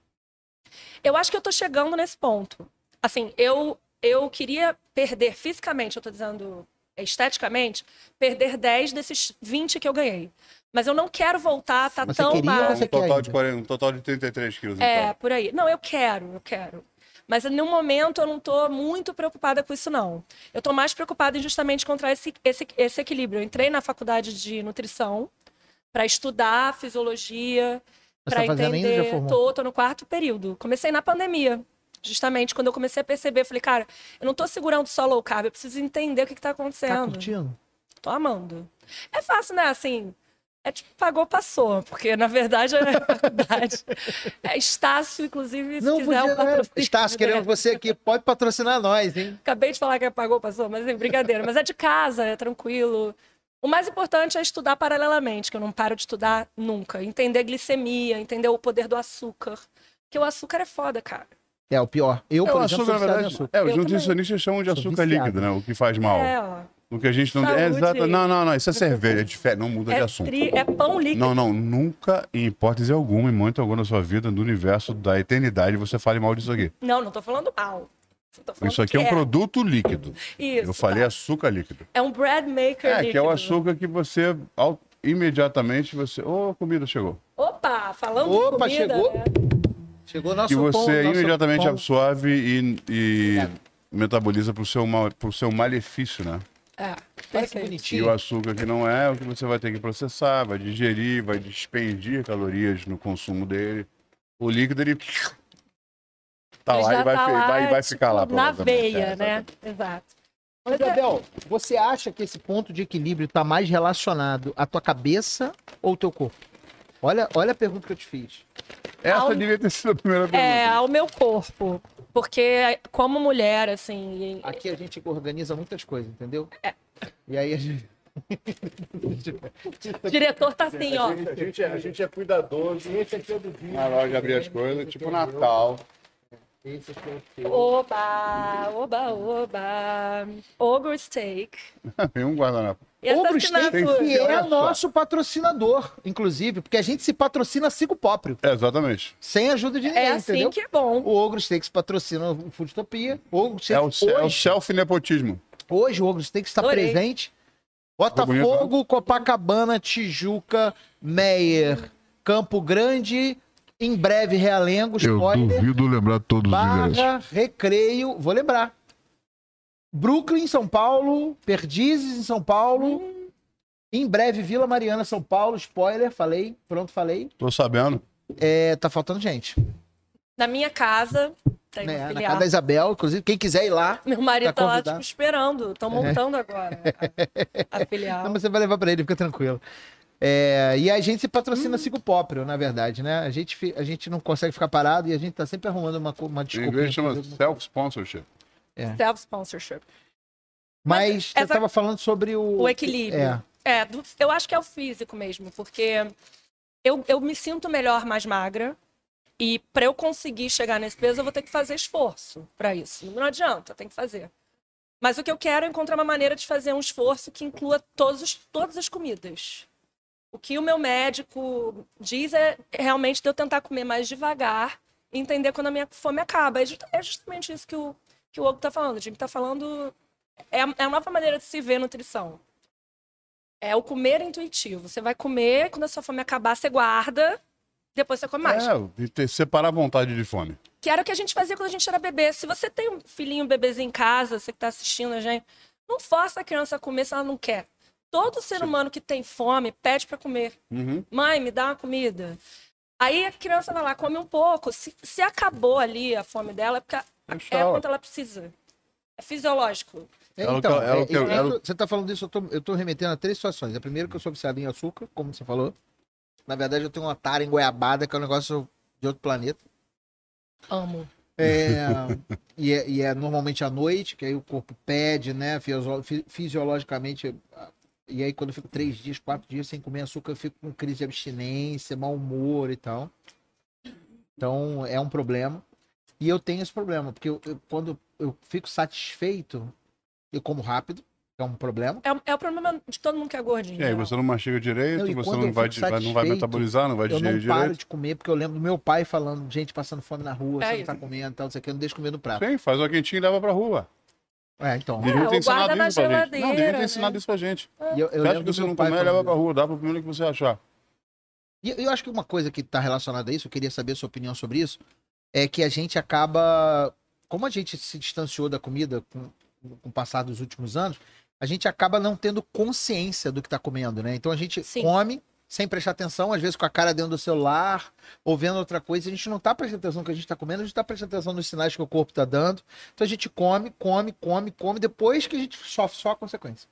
S4: Eu acho que eu tô chegando nesse ponto. Assim, eu eu queria perder fisicamente, eu tô dizendo esteticamente, perder 10 desses 20 que eu ganhei. Mas eu não quero voltar a tá
S2: Mas você
S4: tão
S2: queria
S4: magro.
S2: ou você quer
S3: um, total de
S2: é ainda?
S3: 40, um total de 33 quilos.
S4: É,
S3: então.
S4: por aí. Não, eu quero, eu quero. Mas no momento eu não tô muito preocupada com isso, não. Eu tô mais preocupada em justamente encontrar esse, esse, esse equilíbrio. Eu entrei na faculdade de nutrição para estudar fisiologia,
S2: Você
S4: para
S2: tá fazendo ainda, já
S4: entender.
S2: formou?
S4: tô, tô no quarto período. Comecei na pandemia. Justamente quando eu comecei a perceber, eu falei, cara, eu não tô segurando só low carb, eu preciso entender o que, que tá
S2: Tá
S4: acontecendo.
S2: curtindo?
S4: tô amando. É fácil, né? Assim, É tipo, pagou, passou, porque na verdade é faculdade. É Estácio, inclusive, se
S2: Não
S4: quiser um
S2: podia,
S4: patrocínio.
S2: é, Estácio, queremos
S4: né?
S2: você aqui. Pode patrocinar nós, hein?
S4: Acabei de falar que é pagou, passou, mas é brincadeira. Mas é de casa, é tranquilo. O mais importante é estudar paralelamente, que eu não paro de estudar nunca. Entender glicemia, entender o poder do açúcar. Porque o açúcar é foda, cara.
S2: É o pior. Eu,
S3: É o
S2: por exemplo,
S3: açúcar, na
S2: sou viciado em
S3: verdade.
S2: açúcar.
S3: É, os
S4: Eu também.
S3: nutricionistas chamam de
S2: Sou
S3: açúcar
S2: viciado.
S3: líquido, né? O que faz mal.
S4: É, ó.
S3: O que a gente não.
S4: Saúde.
S3: É exato. Não, não, não. Isso é cerveja, é diferente. Não muda de
S4: É,
S3: assunto.
S4: tri- é pão líquido.
S3: Não, não. Nunca, em hipótese alguma, em momento algum na sua vida, no universo da eternidade, você fale mal disso aqui.
S4: Não, não tô falando mal. Só tô falando
S3: Isso aqui
S4: que
S3: é um produto líquido.
S4: Isso,
S3: Eu falei
S4: tá.
S3: açúcar líquido.
S4: É um bread maker
S3: É,
S4: líquido. né?
S3: que é o açúcar que você au- imediatamente você. Ô, a comida chegou.
S4: Opa, falando
S2: Opa,
S4: de comida,
S2: chegou.
S4: né?
S2: é, Chegou nosso
S3: Que você
S2: pão, nosso
S3: imediatamente
S2: pão.
S3: absorve e, e metaboliza pro seu, mal- pro seu malefício, né?
S4: É,
S2: Olha que
S4: perfeito.
S3: E o
S2: bonitinho.
S3: açúcar que não é o que você vai ter que processar, vai digerir, vai despendir calorias no consumo dele. O líquido, ele. Tá
S4: Ele
S3: lá
S4: já
S3: e vai,
S4: tá
S3: fe-
S4: lá,
S3: vai, vai
S4: tipo,
S3: ficar lá.
S4: Na
S3: provavelmente.
S4: veia,
S3: É,
S4: né?
S3: exatamente.
S4: Exato. é,
S2: Mas, é Abel, você acha que esse ponto de equilíbrio está mais relacionado à tua cabeça ou ao teu corpo? Olha, olha a pergunta que eu te fiz.
S3: Essa
S4: Ao-
S3: devia ter sido a primeira pergunta.
S4: É, ao meu corpo. Porque, como mulher, assim. e-
S2: Aqui a gente organiza muitas coisas, entendeu? E aí a gente.
S4: O diretor tá assim, ó.
S3: A gente, é- a gente é cuidadoso. Na hora de abrir as coisas, tipo Natal.
S2: Esse aqui é o teu.
S4: Oba, oba, oba. Ogre steak.
S3: Vem um guardanapo.
S4: E essa
S2: Ogro Steak,
S4: assinatura.
S2: que é
S3: Olha só.
S2: nosso patrocinador, inclusive, porque a gente se patrocina sigo próprio,
S3: É, exatamente.
S2: sem ajuda de ninguém,
S4: É assim
S2: entendeu?
S4: que é bom.
S2: O Ogro Steaks patrocina o Foodtopia. O Ogro
S3: É o,
S2: Steaks,
S3: se- é o
S2: hoje,
S3: self-nepotismo.
S2: hoje o Ogro Steaks está
S4: Adorei.
S2: presente.
S3: Ficou
S2: Botafogo, Copacabana, Tijuca, Meyer, Campo Grande, em breve Realengo, spoiler,
S3: lembrar todos
S2: Barra, Recreio, vou lembrar. Brooklyn, São Paulo, Perdizes, em São Paulo. Em breve, Vila Mariana, São Paulo, spoiler, falei, pronto, falei.
S3: Tô sabendo.
S2: É, tá faltando gente.
S4: Na minha casa, tem
S2: né?
S4: uma
S2: Na
S4: Tá filial.
S2: casa da Isabel, inclusive, quem quiser ir lá.
S4: Meu marido
S2: Tá
S4: tá, lá,
S2: convidado.
S4: tipo, esperando. Estão montando agora né, a, a filial.
S2: É. Não, mas você vai levar pra ele, fica tranquilo. É, e a gente se patrocina sigo próprio, na verdade, né? A gente, fi- a gente não consegue ficar parado e a gente tá sempre arrumando uma, co- uma
S3: Em
S2: desculpa.
S3: inglês chama self-sponsorship.
S4: Self-sponsorship.
S2: Mas você
S4: essa-
S2: tava falando sobre o...
S4: O equilíbrio.
S2: É.
S4: É, do- eu acho que é o físico mesmo, porque eu, eu me sinto melhor mais magra. E para eu conseguir chegar nesse peso, eu vou ter que fazer esforço para isso. Não adianta, tem que fazer. Mas o que eu quero é encontrar uma maneira de fazer um esforço que inclua todos os- todas as comidas. O que o meu médico diz é realmente de eu tentar comer mais devagar e entender quando a minha fome acaba. É ju- é justamente isso que o, que o Hugo tá falando. O Jimmy tá falando. É a, é a nova maneira de se ver nutrição. É o comer intuitivo. Você vai comer, quando a sua fome acabar, você guarda, depois você come mais.
S3: É, de ter- separar a vontade de fome.
S4: Que era o que a gente fazia quando a gente era bebê. Se você tem um filhinho, um bebezinho em casa, você que tá assistindo a gente, não força a criança a comer se ela não quer. Todo ser humano que tem fome pede para comer.
S3: Uhum.
S4: Mãe, me dá uma comida. Aí a criança vai lá, come um pouco. Se, se acabou ali a fome dela, é porque a- é
S3: Deixa
S4: quanto ela precisa. É fisiológico.
S2: É,
S3: Ela-
S2: Então,
S3: ela-
S2: é,
S3: ela-
S2: é,
S3: ela-
S2: você tá falando isso, eu tô, eu tô remetendo a três situações. A primeira é que eu sou viciado em açúcar, como você falou. Na verdade, eu tenho uma tara em goiabada, que é um negócio de outro planeta.
S4: Amo.
S2: É, e, é, e é normalmente à noite, que aí o corpo pede, né? fisio- fi- Fisiologicamente. ah, E aí, quando eu fico três dias, quatro dias sem comer açúcar, eu fico com crise de abstinência, mau humor e tal. Então, é um problema. E eu tenho esse problema, porque eu- eu- quando eu fico satisfeito, eu como rápido, que é um problema.
S4: É, o- é o problema de todo mundo que é gordinho.
S3: E aí,
S4: né?
S3: você não mastiga direito,
S2: Não, e
S3: você
S2: quando
S3: não
S2: eu
S3: vai,
S2: fico
S3: di- vai- não vai
S2: satisfeito,
S3: metabolizar, não vai
S2: Eu não
S3: digerir
S2: paro
S3: direito.
S2: de comer, porque eu lembro do meu pai falando, gente passando fome na rua,
S4: É
S2: você não
S4: isso.
S2: tá comendo, tal, não sei o que, não deixa comer no prato.
S3: Sim, faz uma quentinha e leva pra rua.
S2: É, então.
S4: É,
S3: Devia
S4: ou
S3: ter ensinado
S4: guarda na
S3: isso pra gente. Não, devia
S4: geladeira,
S3: ter
S4: né?
S3: ensinado isso pra gente.
S2: E eu, eu
S3: Você acha
S2: lembro
S3: que
S2: do
S3: você
S2: meu
S3: não
S2: pai
S3: comer,
S2: falando
S3: leva
S2: isso.
S3: pra rua, dá pro primeiro que você achar.
S2: E eu acho que uma coisa que está relacionada a isso, eu queria saber a sua opinião sobre isso, é que a gente acaba. Como a gente se distanciou da comida com, com o passar dos últimos anos, a gente acaba não tendo consciência do que está comendo, né? Então a gente
S4: Sim.
S2: come sem prestar atenção, às vezes com a cara dentro do celular, ou vendo outra coisa, a gente não tá prestando atenção no que a gente tá comendo, a gente tá prestando atenção nos sinais que o corpo tá dando. Então a gente come, come, come, come, depois que a gente sofre só a consequência.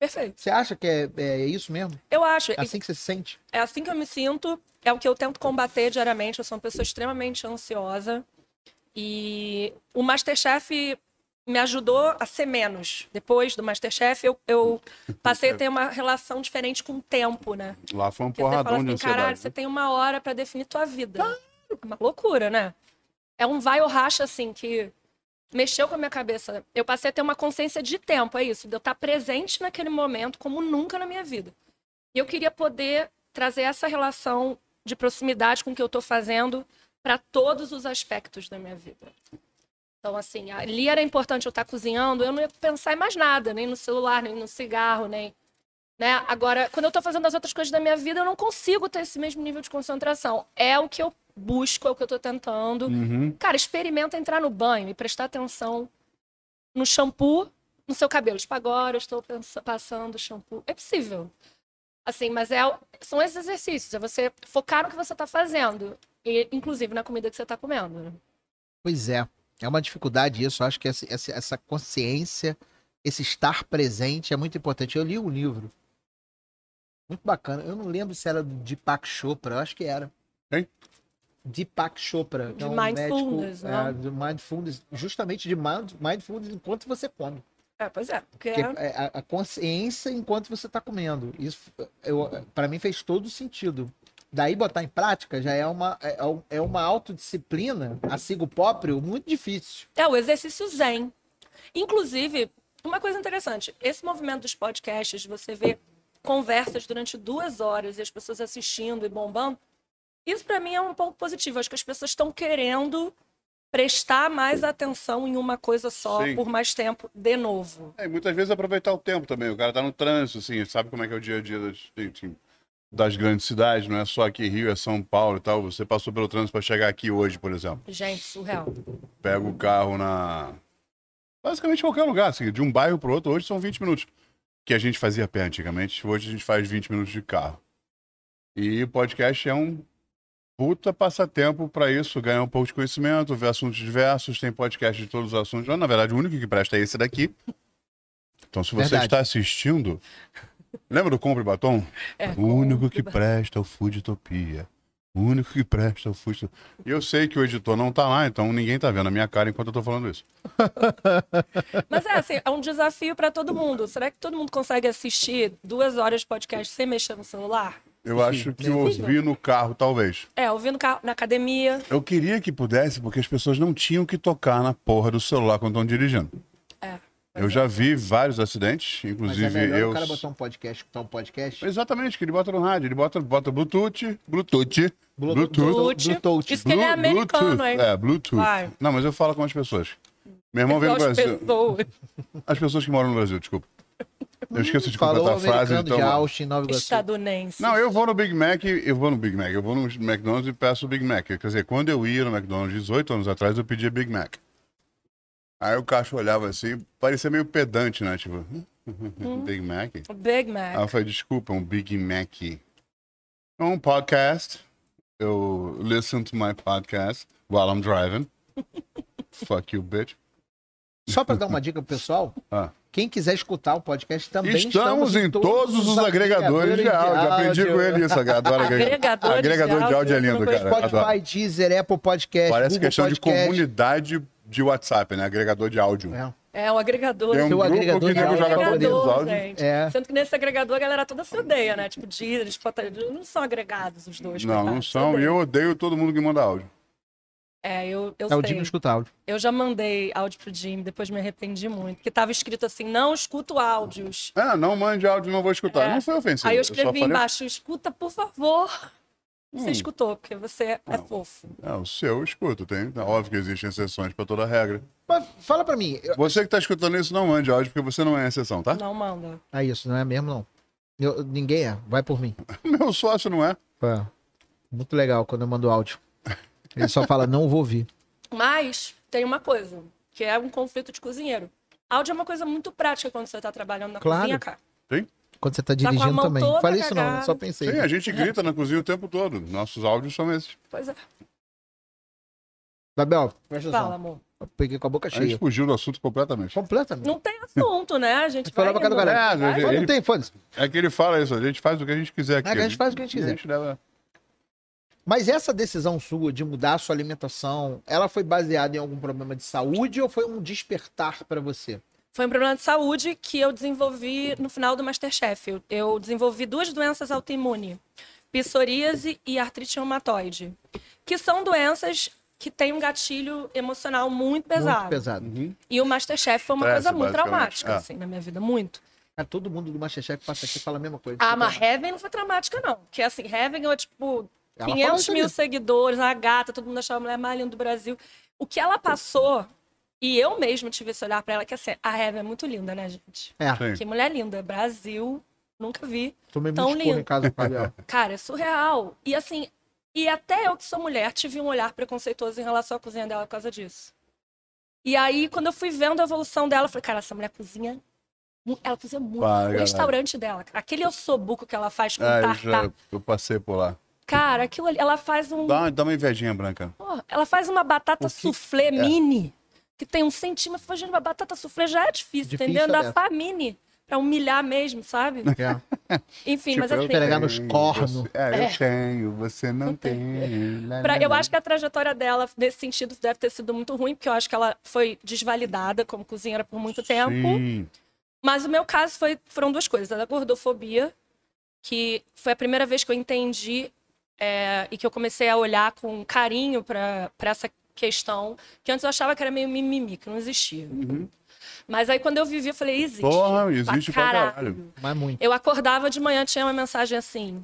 S4: Perfeito.
S2: Você acha que é, é isso mesmo?
S4: Eu acho.
S2: É assim que você se sente?
S4: É assim que eu me sinto. É o que eu tento combater diariamente. Eu sou uma pessoa extremamente ansiosa. E o Masterchef me ajudou a ser menos. Depois do Masterchef, eu, eu passei a ter uma relação diferente com o tempo, né?
S3: Lá foi um
S4: Porque você fala
S3: porradão de
S4: assim, caralho,
S3: ansiedade. né?"
S4: você tem uma hora pra definir tua vida. É uma loucura, né? É um vai ou racha, assim, que mexeu com a minha cabeça. Eu passei a ter uma consciência de tempo, é isso. De eu estar presente naquele momento como nunca na minha vida. E eu queria poder trazer essa relação de proximidade com o que eu tô fazendo para todos os aspectos da minha vida. Então, assim, ali era importante eu estar cozinhando, eu não ia pensar em mais nada, nem no celular, nem no cigarro, nem né? Agora, quando eu tô fazendo as outras coisas da minha vida, eu não consigo ter esse mesmo nível de concentração. É o que eu busco, é o que eu tô tentando.
S3: Uhum.
S4: Cara, experimenta entrar no banho e prestar atenção no shampoo, no seu cabelo. Tipo, agora eu estou pensa- passando shampoo. É possível. Assim, mas é, o- são esses exercícios. É você focar no que você tá fazendo. E, inclusive na comida que você tá comendo.
S2: Pois é. É uma dificuldade isso. Eu acho que essa, essa- essa consciência, esse estar presente é muito importante. Eu li um livro. Muito bacana. Eu não lembro se era do Deepak Chopra. Eu acho que era.
S3: Quem?
S2: Deepak Chopra. que
S4: De
S2: é um
S4: mindfulness,
S2: médico,
S4: né?
S2: é, de mindfulness. Justamente de mind- mindfulness enquanto você come.
S4: É, pois é. Porque
S2: Porque é a, a consciência enquanto você está comendo. Isso, eu, para mim, fez todo sentido. Daí botar em prática já é uma, é, é uma autodisciplina, a sigo próprio, muito difícil.
S4: É o exercício zen. Inclusive, uma coisa interessante, esse movimento dos podcasts, você vê conversas durante duas horas e as pessoas assistindo e bombando, isso pra mim é um ponto positivo. Acho que as pessoas estão querendo prestar mais atenção em uma coisa só
S3: Sim.
S4: por mais tempo, de novo.
S3: É, e muitas vezes aproveitar o tempo também. O cara tá no trânsito, assim, sabe como é que é o dia a dia das, enfim, das grandes cidades, não é só aqui Rio, é São Paulo e tal. Você passou pelo trânsito para chegar aqui hoje, por exemplo.
S4: Gente, surreal.
S3: Pega o carro na. Basicamente qualquer lugar, assim, de um bairro pro outro, hoje são 20 minutos. Que a gente fazia a pé antigamente, hoje a gente faz 20 minutos de carro. E o podcast é um puta passatempo pra isso, ganhar um pouco de conhecimento, ver assuntos diversos, tem podcast de todos os assuntos. Na verdade, o único que presta é esse daqui. Então, se você
S2: Verdade.
S3: está assistindo, lembra do Compre Batom?
S4: É,
S3: O único que presta é o Food Utopia. O único que presta é o Food Utopia. E eu sei que o editor não tá lá, então ninguém tá vendo a minha cara enquanto eu tô falando isso.
S4: Mas é assim, é um desafio pra todo mundo. Será que todo mundo consegue assistir duas horas de podcast sem mexer no celular?
S3: Eu acho que eu ouvi no carro, talvez.
S4: É, ouvindo ca- na academia.
S3: Eu queria que pudesse, porque as pessoas não tinham que tocar na porra do celular quando estão dirigindo.
S4: É.
S3: Eu já vi vários acidentes,
S2: Mas é
S3: inclusive
S2: melhor
S3: eu. é,
S2: o cara botar um podcast, escutar um podcast.
S3: Exatamente, que ele bota no rádio, ele bota, bota Bluetooth, Bluetooth,
S2: Bluetooth. Bluetooth.
S4: Isso que ele é
S3: Blu-
S4: americano,
S3: Bluetooth.
S4: hein?
S3: É, Bluetooth.
S4: Vai.
S3: Não, mas eu falo com as pessoas. Meu irmão vem no
S4: Igual as
S3: Brasil.
S4: pessoas.
S3: As pessoas que moram no Brasil, desculpa. Eu esqueço de
S2: Falou
S3: completar
S2: o
S3: a frase,
S2: americano
S3: então.
S2: de Austin, Nova Iguaçu.
S4: Estadunense.
S3: Não, eu vou no Big Mac, eu vou no Big Mac, eu vou no McDonald's e peço o Big Mac. Quer dizer, quando eu ia no McDonald's 18 anos atrás, eu pedia Big Mac. Aí o caixa olhava assim, parecia meio pedante, né? Tipo, Big Mac.
S4: O Big
S3: Aí
S4: Mac.
S3: eu falei, desculpa, um Big Mac. É um podcast. Eu listen to my podcast while I'm driving. Fuck you, bitch.
S2: Só para dar uma dica pro pessoal,
S3: Ah.
S2: quem quiser escutar o podcast também
S3: Estamos, em todos, os agregadores de áudio. Aprendi com ele isso. Adoro agregador,
S4: Agregadores
S3: agregador de áudio é lindo, cara. Adoro.
S2: Spotify, Deezer, Apple Podcast,
S3: Parece
S2: Google
S3: questão de
S2: Podcast.
S3: comunidade de WhatsApp, né? Agregador de áudio.
S2: É.
S4: É um agregador. é
S3: Tem um
S2: Seu
S3: grupo
S2: agregador
S3: que
S2: de
S3: nego
S2: áudio
S3: joga
S2: favorito.
S3: todos os
S4: agregador,
S3: áudios.
S4: gente.
S2: É.
S4: Sendo que nesse agregador a galera toda se odeia, né? Tipo, Deezer, Spotify, não são agregados os dois.
S3: Não, não
S4: coitados, se
S3: são. E
S4: odeiam.
S3: eu odeio todo mundo que manda áudio.
S4: É, eu, eu
S2: É o
S4: sei.
S2: Dino escutar áudio.
S4: Eu já mandei áudio pro Jimmy, depois me arrependi muito. Porque tava escrito assim, não escuto áudios.
S3: Ah, não mande áudio, não vou escutar.
S4: É.
S3: Não foi ofensivo.
S4: Aí eu
S3: só
S4: escrevi
S3: falei-
S4: embaixo, escuta, por favor. Você
S3: Hum.
S4: escutou, porque você é fofo.
S3: É, o seu eu escuto. Tem... tá Óbvio que existem exceções pra toda regra.
S2: Mas fala pra mim. eu-
S3: Você que tá escutando isso, não mande áudio, porque você não é exceção, tá?
S4: Não manda.
S2: É isso, não é mesmo, não. Eu- ninguém é. Vai por mim.
S3: Meu sócio não é.
S2: É. Muito legal quando eu mando áudio. Ele só fala, não vou ouvir.
S4: Mas tem uma coisa, que é um conflito de cozinheiro. Áudio é uma coisa muito prática quando você tá trabalhando na
S2: Claro.
S4: cozinha, cara.
S2: Quando você tá
S4: com a
S2: dirigindo
S4: mão
S2: também.
S4: toda
S2: Fala isso não, eu
S4: cagada.
S2: só pensei.
S4: é.
S3: Sim, a gente grita na cozinha o tempo todo. Nossos áudios são esses.
S4: Pois é.
S2: Gabriel, presta atenção.
S4: Fala, amor.
S2: Eu peguei com a boca
S3: A gente
S2: cheia.
S3: fugiu do assunto completamente.
S2: Completamente.
S4: Não tem assunto, né? A gente
S2: Foi
S4: vai...
S2: lá pra cada
S4: indo.
S2: galera.
S3: É,
S4: Vai,
S2: Mas
S3: ele-
S2: não tem, foda-se.
S3: É que ele fala isso, a gente faz o que a gente quiser aqui.
S2: É que a gente faz o que a gente quiser.
S3: leva-
S2: Mas essa decisão sua de mudar a sua alimentação, ela foi baseada em algum problema de saúde ou foi um despertar pra você?
S4: Foi um problema de saúde que eu desenvolvi no final do Masterchef. Eu, eu desenvolvi duas doenças autoimunes, psoríase e artrite reumatoide, que são doenças que têm um gatilho emocional muito pesado.
S2: Muito pesado.
S4: E o Masterchef foi uma
S3: Estresse,
S4: coisa muito
S3: basicamente.
S4: traumática,
S3: Ah.
S4: assim, na minha vida, muito.
S2: Cara, É, todo mundo do Masterchef passa aqui e fala a mesma coisa.
S3: Então,
S4: Ah, mas Heaven não foi traumática, não. Porque, assim, Heaven é, tipo,
S2: Ela falou
S4: 500
S2: isso
S4: mil
S2: ali.
S4: seguidores, uma gata, todo mundo achava a mulher mais linda do Brasil. O que ela passou, e eu mesmo tive esse olhar pra ela, que, assim, a Heaven é muito linda, né, gente?
S2: É,
S3: Sim.
S4: Que mulher linda. Brasil, nunca vi.
S2: tomei
S4: Tão
S2: muito esporro
S4: lindo.
S2: em casa com a Gabriel.
S4: Cara, é surreal. E, assim, e até eu que sou mulher tive um olhar preconceituoso em relação à cozinha dela por causa disso. E aí, quando eu fui vendo a evolução dela, eu falei, cara, essa mulher cozinha. mu- Ela cozinha muito.
S3: Para,
S4: o
S3: galera.
S4: um restaurante dela, aquele ossobuco que ela faz com
S3: Ah, eu,
S4: tartar.
S3: já, eu passei por lá.
S4: Cara, aquilo ali, ela faz um.
S3: Dá, dá uma invejinha branca.
S4: Porra, ela faz uma batata soufflé
S3: é?
S4: mini, que tem um centímetro. Fazendo uma batata soufflé já é difícil,
S2: Difícil
S4: entendeu?
S2: é
S4: Da
S2: dessa.
S4: fa mini, pra humilhar mesmo, sabe?
S2: É.
S4: Enfim,
S3: Tipo,
S4: mas
S3: eu
S4: assim.
S2: pegar nos
S3: tenho,
S2: cornos.
S3: você- É, eu tenho, você não tem. Lá,
S4: pra-
S3: lá,
S4: eu
S3: lá.
S4: acho que a trajetória dela, nesse sentido, deve ter sido muito ruim, porque eu acho que ela foi desvalidada como cozinheira por é muito tempo.
S3: Sim.
S4: Mas o meu caso foi, foram duas coisas. A da gordofobia, que foi a primeira vez que eu entendi é, e que eu comecei a olhar com carinho para essa questão, que antes eu achava que era meio mimimi, que não existia. Mas aí quando eu vivi, eu falei, existe.
S3: Porra, existe pra
S4: caralho.
S3: caralho.
S2: Mas é muito.
S4: Eu acordava de manhã, tinha uma mensagem assim,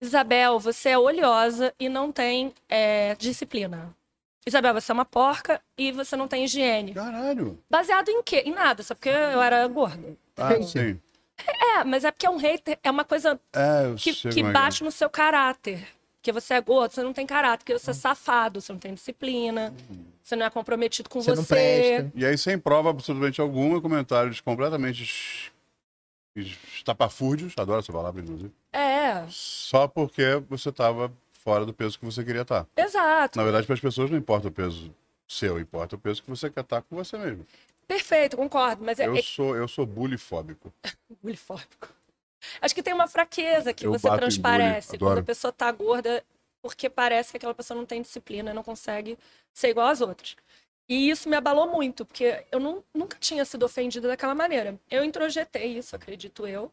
S4: Isabel, você é oleosa e não tem é, disciplina. Isabel, você é uma porca e você não tem higiene.
S3: Caralho.
S4: Baseado em quê? Em nada, só porque eu era gorda.
S3: Ah, sim.
S4: É, mas é porque é um hater, é uma coisa
S3: É, eu
S4: que,
S3: sei
S4: que
S3: como é
S4: bate no seu caráter. Porque você é gordo, você não tem caráter, porque você é safado, você não tem disciplina, você não é comprometido com
S2: Você
S4: você.
S2: não presta.
S3: E aí, sem prova absolutamente alguma, comentários completamente es- estapafúrdios, adoro essa palavra, inclusive,
S4: É,
S3: só porque você tava fora do peso que você queria estar.
S4: exato.
S3: Na verdade, para as pessoas não importa o peso seu, importa o peso que você quer estar com você mesmo.
S4: Perfeito, concordo, mas é,
S3: Eu
S4: é
S3: sou, eu sou bulifóbico.
S4: bulifóbico. Acho que tem uma fraqueza que
S3: Eu
S4: você
S3: bato em
S4: transparece
S3: bullying,
S4: quando a
S3: adoro.
S4: pessoa tá gorda, porque parece que aquela pessoa não tem disciplina, não consegue ser igual às outras. E isso me abalou muito, porque eu não- nunca tinha sido ofendida daquela maneira. Eu introjetei isso, acredito eu,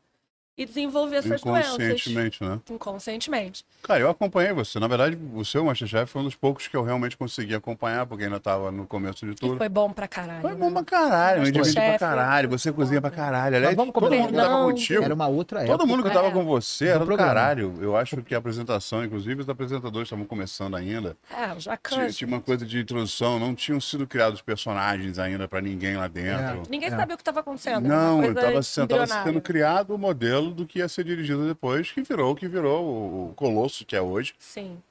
S4: e desenvolvi essas doenças.
S3: Inconscientemente, né?
S4: Inconscientemente.
S3: Cara, eu acompanhei você. Na verdade, o seu Masterchef foi um dos poucos que eu realmente consegui acompanhar, porque ainda tava no começo de
S4: E
S3: tudo.
S4: foi bom pra caralho.
S3: Foi
S4: né?
S3: bom pra caralho, me diverti pra
S4: Masterchef,
S3: caralho, você cozinha pra caralho. Aliás,
S2: vamos
S3: todo
S2: combinar.
S3: mundo que tava
S4: Fernando.
S3: contigo.
S2: Era uma outra época.
S3: Todo mundo que tava
S4: É.
S3: com você era do
S2: programa.
S3: caralho. Eu acho que a apresentação, inclusive os apresentadores estavam começando ainda.
S4: É, o Jacan.
S3: Tinha, tinha uma coisa de introdução, não tinham sido criados personagens ainda pra ninguém lá dentro.
S4: Ninguém
S2: É.
S4: sabia o que estava acontecendo. né?
S3: Não,
S4: uma
S3: eu
S4: coisa
S3: tava, sendo- tava
S4: embrionária.
S3: sendo criado o modelo do que ia ser dirigido depois, que virou o que virou o, o colosso que é hoje.
S4: Sim.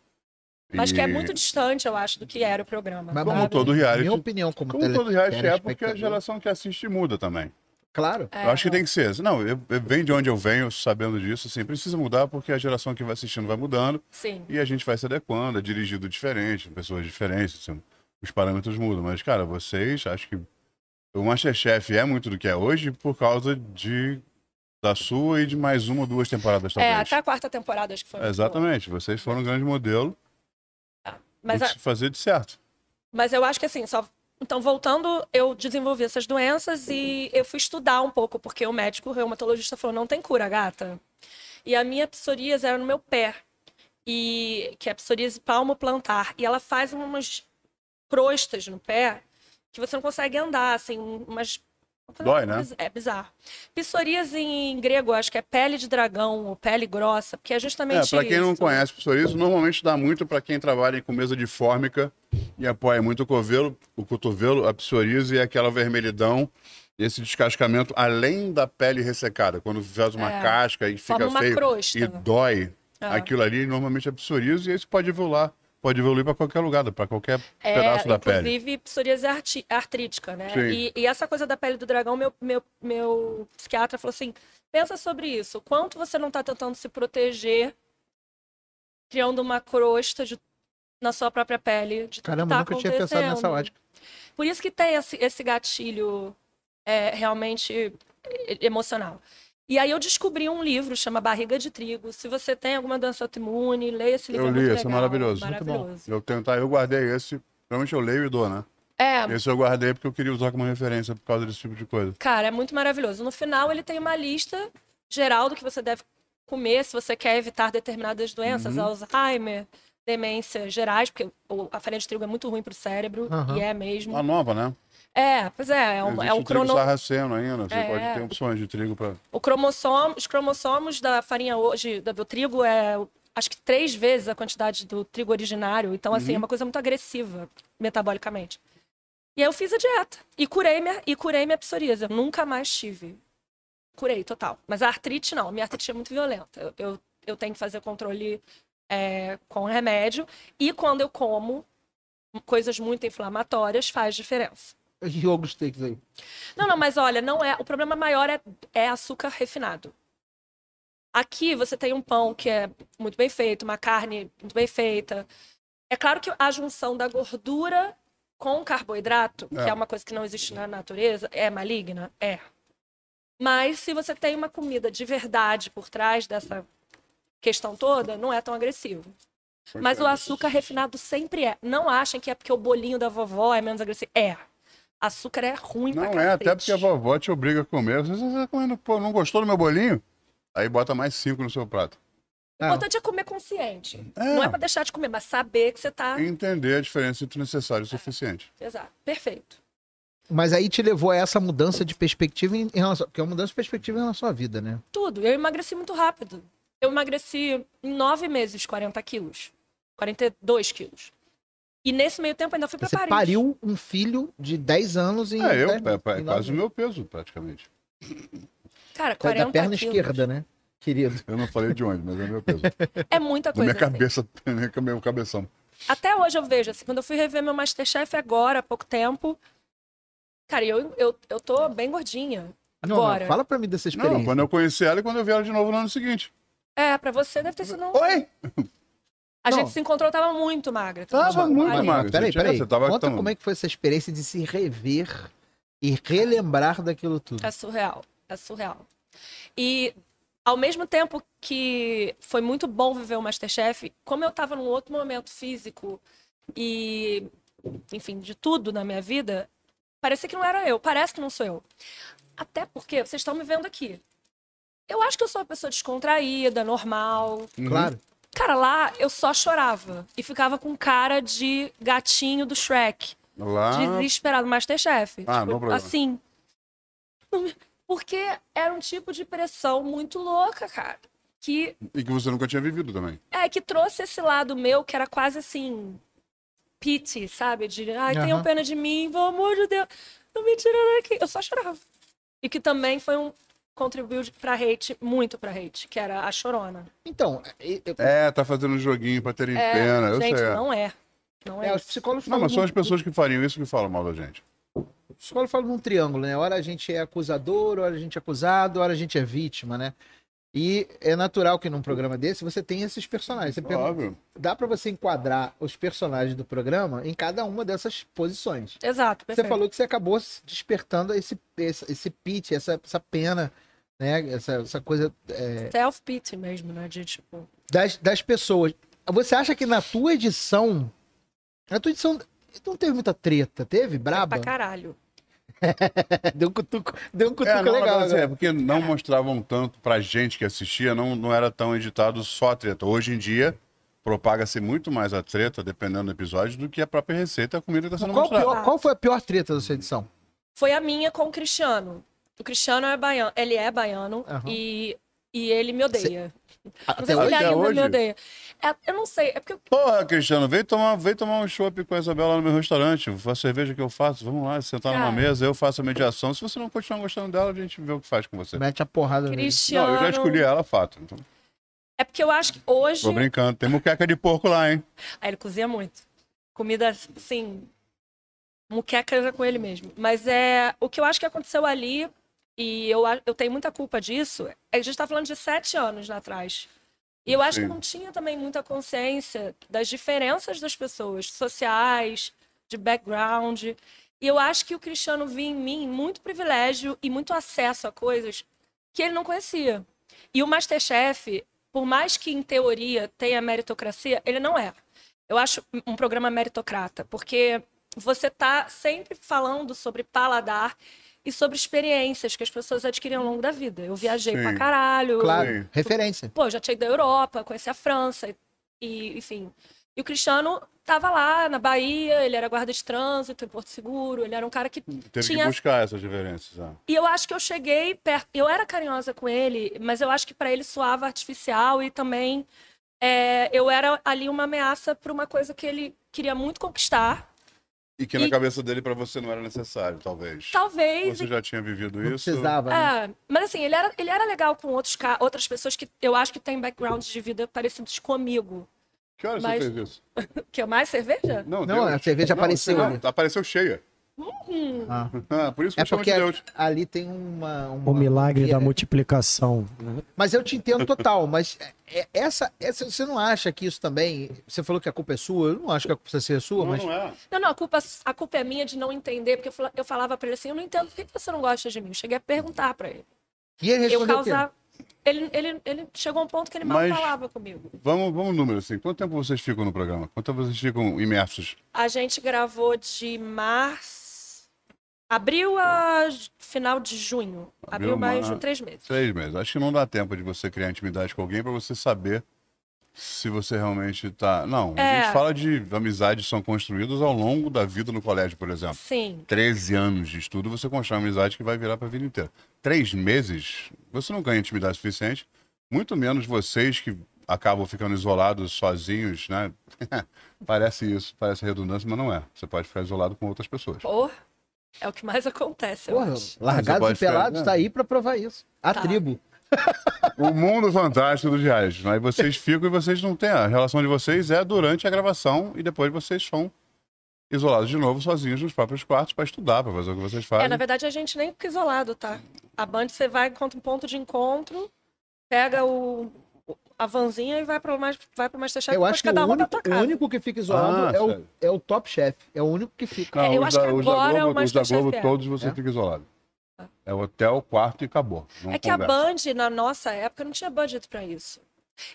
S4: Mas que é muito distante, eu acho, do que era o programa.
S2: Mas
S3: Como
S2: sabe?
S3: todo reality.
S2: Minha opinião como,
S3: Como
S2: tele-
S3: todo reality é, porque a
S2: telespectador.
S3: geração que assiste muda também.
S2: Claro.
S4: É,
S3: eu acho que tem que ser. Não, eu, eu venho de onde eu venho, sabendo disso, assim, precisa mudar porque a geração que vai assistindo vai mudando
S4: É, Sim.
S3: e a gente vai se adequando, é dirigido diferente, pessoas diferentes, assim, os parâmetros mudam. Mas, cara, vocês, acho que o Masterchef é muito do que é hoje por causa de da sua e de mais uma ou duas temporadas,
S4: É,
S3: talvez.
S4: até a quarta temporada acho que foi. muito
S3: Exatamente, vocês foram um grande modelo
S4: boa. Mas,
S3: do
S4: a-
S3: que se fazer de certo.
S4: mas eu acho que assim, só. Então, voltando, eu desenvolvi essas doenças e eu fui estudar um pouco, porque o médico o reumatologista falou: não tem cura, gata. E a minha psoríase era no meu pé, e que é a psoríase palmo-plantar. E ela faz umas crostas no pé que você não consegue andar, assim, umas.
S3: Dói, né?
S4: É bizarro. Psoríase em grego, acho que é pele de dragão ou pele grossa, porque é justamente.
S3: É, para quem não
S4: isso.
S3: conhece o psoríase, normalmente dá muito para quem trabalha com mesa de fórmica e apoia muito o covelo, o cotovelo, a psoríase e aquela vermelhidão, esse descascamento além da pele ressecada, quando faz uma
S4: É.
S3: casca e
S4: Forma
S3: fica
S4: uma
S3: feio
S4: crosta. né?
S3: e dói,
S4: É.
S3: aquilo ali normalmente é psoríase e isso pode evoluir, pode evoluir para qualquer lugar, para qualquer
S4: É,
S3: pedaço da pele.
S4: inclusive psoríase arti- artrítica, né?
S3: Sim.
S4: E, e essa coisa da pele do dragão, meu, meu, meu psiquiatra falou assim: pensa sobre isso. tá Quanto você não está tentando se proteger, criando uma crosta de na sua própria pele de tudo
S2: Caramba,
S4: que tá
S2: nunca tinha pensado nessa
S4: acontecendo.
S2: ótica.
S4: Por isso que tem esse, esse gatilho é, realmente e- emocional. E aí eu descobri um livro, chama Barriga de Trigo. Se você tem alguma doença autoimune, leia esse livro.
S3: Eu li,
S4: muito
S3: esse é
S4: legal,
S3: maravilhoso. Muito
S2: bom.
S4: maravilhoso.
S3: Eu tentar, eu guardei esse. Realmente eu leio e dou, né?
S4: É,
S3: Esse eu guardei porque eu queria usar como referência por causa desse tipo de coisa.
S4: Cara, é muito maravilhoso. No final, ele tem uma lista geral do que você deve comer se você quer evitar determinadas doenças, Alzheimer, demências gerais, porque o- a farinha de trigo é muito ruim para o cérebro,
S2: Aham.
S4: e é mesmo.
S3: Uma nova, né?
S4: É, pois é, é um,
S3: Existe
S4: é um
S3: o trigo
S4: crono-
S3: sarraceno ainda. Você
S4: É.
S3: pode ter opções de trigo pra...
S4: o cromossomo, os cromossomos da farinha hoje, da- do trigo, é acho que três vezes a quantidade do trigo originário. Então, assim, é uma coisa muito agressiva metabolicamente. E aí eu fiz a dieta. E curei minha, e curei minha psoríase. Eu nunca mais tive. Curei, total. Mas a artrite, não. Minha artrite é muito violenta. Eu, eu, eu tenho que fazer controle é, com remédio. E quando eu como coisas muito inflamatórios, faz diferença.
S2: E alguns takes aí.
S4: Não, não, mas olha, não é. O problema maior é, é açúcar refinado. Aqui você tem um pão que é muito bem feito, uma carne muito bem feita. É claro que a junção da gordura com o carboidrato, que
S3: É.
S4: é uma coisa que não existe na natureza, é maligna? É. Mas se você tem uma comida de verdade por trás dessa questão toda, não é tão agressivo. Mas o açúcar refinado sempre é. Não achem que é porque o bolinho da vovó é menos agressivo. É. Açúcar é ruim pra
S3: Não é, até
S4: cacete.
S3: porque a vovó te obriga a comer. Você você tá comendo, pô, não gostou do meu bolinho? Aí bota mais cinco no seu prato.
S2: Ah.
S4: O importante é comer consciente.
S3: É.
S4: Não é pra deixar de comer, mas saber que você tá.
S3: E entender a diferença entre o necessário
S4: É.
S3: e o suficiente.
S4: Exato. Perfeito.
S2: Mas aí te levou a essa mudança de perspectiva em em relação. Porque é uma mudança de perspectiva em relação à vida, né?
S4: Tudo. Eu emagreci muito rápido. Eu emagreci em nove meses 40 quilos. 42 quilos. E nesse meio tempo ainda fui pra
S2: Você
S4: Paris.
S2: pariu um filho de 10 anos em.
S4: né?
S3: É, eu,
S2: dez-
S3: é, é
S2: em
S3: quase o
S2: nove-
S3: meu peso, praticamente.
S4: Cara,
S2: da-
S4: 40
S2: Da perna
S4: quilos.
S2: esquerda, né? Querido.
S3: Eu não falei de onde, mas é o meu peso.
S4: É muita
S3: Da
S4: coisa.
S3: minha
S4: assim.
S3: cabeça, da minha cabeção.
S4: Até hoje eu vejo, assim, quando eu fui rever meu Masterchef agora, há pouco tempo. Cara, eu, eu, eu tô bem gordinha.
S2: Não, não,
S4: Agora.
S2: fala pra mim dessa
S3: Não,
S2: experiência.
S3: quando eu conheci ela e quando eu vi ela de novo no ano seguinte.
S4: É, pra você deve ter sido. um-
S3: Oi!
S4: A
S2: Não.
S4: gente se encontrou, eu tava muito magra.
S3: Tava muito
S4: Aí-
S2: Não,
S3: magra.
S2: peraí,
S3: você tinha-
S2: peraí.
S3: você tava
S2: Conta
S3: tão-
S2: como é que foi essa experiência de se rever e relembrar daquilo tudo.
S4: É surreal, é surreal. E ao mesmo tempo que foi muito bom viver o Masterchef, como eu estava num outro momento físico e, enfim, de tudo na minha vida, parecia que não era eu, parece que não sou eu. Até porque vocês estão me vendo aqui. Eu acho que eu sou uma pessoa descontraída, normal.
S3: Uhum.
S2: Claro.
S4: Cara, lá eu só chorava e ficava com cara de gatinho do Shrek
S3: Lá.
S4: desesperado Masterchef.
S3: Ah, não problema.
S4: Assim. Porque era um tipo de pressão muito louca, cara. Que
S3: E que você nunca tinha vivido também.
S4: é que trouxe esse lado meu que era quase assim. Pity, sabe? De ai,
S2: Aham.
S4: tenham pena de mim, pelo amor de Deus. Não me tira daqui. Eu só chorava. E que também foi um. Contribuiu de- pra hate, muito pra hate, que era a chorona.
S2: Então, e- e-
S3: É, tá fazendo um joguinho pra terem
S4: É,
S3: pena. Eu
S4: gente,
S3: sei. é.
S4: não é. Não é.
S2: é, os
S4: isso.
S2: psicólogos
S3: Não,
S2: falam
S3: mas são
S2: num-
S3: as pessoas que fariam isso que falam mal da gente.
S2: os psicólogos falam num triângulo, né? Hora a gente é acusador, hora a gente é acusado, hora a gente é vítima, né? E é natural que num programa desse você tenha esses personagens. Você pergunta,
S3: Óbvio.
S2: dá pra você enquadrar os personagens do programa em cada uma dessas posições.
S4: Exato,
S2: Você
S4: perfeito.
S2: falou que você acabou se despertando esse, esse, esse pit, essa, essa pena, né? Essa, essa coisa é,
S4: Self-pity mesmo, né? De tipo.
S2: das, das pessoas. Você acha que na tua edição. Na tua edição. Não teve muita treta, teve? Braba?
S4: Pra caralho.
S2: deu um cutuco, deu um cutuco
S3: É, não, na
S2: legal.
S3: verdade,
S2: né?
S3: é, porque não mostravam tanto pra gente que assistia, não, não era tão editado só a treta. Hoje em dia, propaga-se muito mais a treta, dependendo do episódio, do que a própria receita, a comida tá sendo
S2: Qual, é o
S3: mostrada.
S2: pior- qual foi a pior treta da sua edição?
S4: foi a minha com o Cristiano. O Cristiano é baiano, ele é baiano
S2: Aham.
S4: e, e ele me odeia. Não sei
S2: Até
S4: se
S2: hoje?
S4: ele
S3: Até
S4: ainda
S3: hoje?
S4: me odeia. É, eu não sei, é porque eu-
S3: Porra, Cristiano, vem tomar, vem tomar um chopp com a Isabela no meu restaurante. A cerveja que eu faço, vamos lá, sentar numa
S4: Cara.
S3: mesa, eu faço a mediação. Se você não continuar gostando dela, a gente vê o que faz com você.
S2: Mete a porrada nele.
S4: Cristiano.
S3: Não, eu já escolhi ela, fato. Então,
S4: É porque eu acho que hoje.
S3: tô brincando. Tem muqueca de porco lá, hein?
S4: Ah, ele cozinha muito. Comida, assim, muqueca já com ele mesmo. Mas é o que eu acho que aconteceu ali, e eu, a- eu tenho muita culpa disso, é que a gente tá falando de sete anos lá atrás. E eu acho
S3: Sim.
S4: que não tinha também muita consciência das diferenças das pessoas, sociais, de background. E eu acho que o Cristiano via em mim muito privilégio e muito acesso a coisas que ele não conhecia. E o Masterchef, por mais que em teoria tenha meritocracia, ele não é. Eu acho um programa meritocrata, porque você tá sempre falando sobre paladar e sobre experiências que as pessoas adquirem ao longo da vida. Eu viajei
S3: Sim.
S4: pra caralho.
S2: Claro,
S3: Sim.
S2: referência.
S4: Pô, eu já tinha ido da Europa, conheci a França, e, enfim. E o Cristiano tava lá na Bahia, ele era guarda de trânsito em Porto Seguro, ele era um cara que
S3: Teve
S4: tinha
S3: que buscar essas diferenças. né?
S4: e eu acho que eu cheguei perto. Eu era carinhosa com ele, mas eu acho que para ele soava artificial e também é, eu era ali uma ameaça para uma coisa que ele queria muito conquistar.
S3: E que na
S4: E-
S3: cabeça dele pra você não era necessário, talvez.
S4: Talvez.
S3: Você já tinha vivido
S2: Não
S3: isso.
S2: precisava. né?
S4: É, mas assim, ele era, ele era legal com outros, ca- outras pessoas que eu acho que têm backgrounds de vida parecidos comigo.
S3: Que horas
S4: Mas-
S3: você fez isso?
S4: Que é mais cerveja?
S3: Não,
S2: Não, a cerveja apareceu
S3: sei lá,
S2: ali.
S3: apareceu cheia.
S2: Ah.
S3: Ah, por isso que
S2: É
S3: eu chamo
S2: porque
S3: de Deus.
S2: ali tem uma. uma
S5: O milagre
S2: que
S5: da
S2: é-
S5: multiplicação. né?
S2: Mas eu te entendo total, mas é- essa, essa. Você não acha que isso também. Você falou que a culpa é sua, eu não acho que a culpa seja sua,
S3: Não,
S2: mas.
S3: não é.
S4: Não, não, a culpa, a culpa é minha de não entender, porque eu fala- eu falava para ele assim: eu não entendo por que que você não gosta de mim. Eu cheguei a perguntar para ele.
S2: E ele
S4: Eu
S2: respondeu o quê?
S4: causava. Ele, ele, ele chegou a um ponto que ele mal
S3: Mas-
S4: falava comigo.
S3: Vamos, vamos número assim. Quanto tempo vocês ficam no programa? Quanto tempo vocês ficam imersos?
S4: A gente gravou de março. Abril a j- final de junho.
S3: Abril,
S4: Abril, maio,
S3: mar-
S4: junho, três meses.
S3: Três meses. Acho que não dá tempo de você criar intimidade com alguém pra você saber se você realmente tá. Não, a
S4: É.
S3: gente fala de amizades que são construídas ao longo da vida no colégio, por exemplo.
S4: Sim.
S3: 13 anos de estudo, você constrói uma amizade que vai virar pra vida inteira. Três meses, você não ganha intimidade suficiente, muito menos vocês que acabam ficando isolados sozinhos, né? parece isso, parece redundância, mas não é. Você pode ficar isolado com outras pessoas.
S4: Pô, é o que mais acontece, eu
S2: Porra,
S4: acho.
S2: largados
S3: Mas
S2: e
S3: eu posso
S2: pelados
S3: ficar-
S2: tá aí pra provar isso. A
S4: Tá.
S2: tribo.
S3: O mundo fantástico dos reais. Aí vocês ficam e vocês não têm. A relação de vocês é durante a gravação e depois vocês são isolados de novo, sozinhos nos próprios quartos pra estudar, pra fazer o que vocês
S4: É,
S3: fazem.
S4: na verdade, a gente nem fica isolado, tá? A Band, você vai, encontra um ponto de encontro, pega o, o- a vanzinha e vai pro, mais, vai pro Masterchef.
S2: Eu
S4: depois
S2: acho que
S4: cada
S2: o
S4: um vai pra
S2: único,
S4: tua
S2: o
S4: casa.
S2: único que fica isolado
S3: Ah,
S2: é, o,
S3: sério. Ah,
S2: é o top chef. É o único que fica.
S4: É, eu
S3: os
S4: acho que
S3: os da
S4: agora é o
S3: Globo- os da
S4: Masterchef
S3: Globo
S4: é.
S3: todos você
S2: É?
S3: fica isolado. É hotel, quarto e acabou. Não
S4: É que a
S3: conversa.
S4: Band, na nossa época, não tinha budget para isso.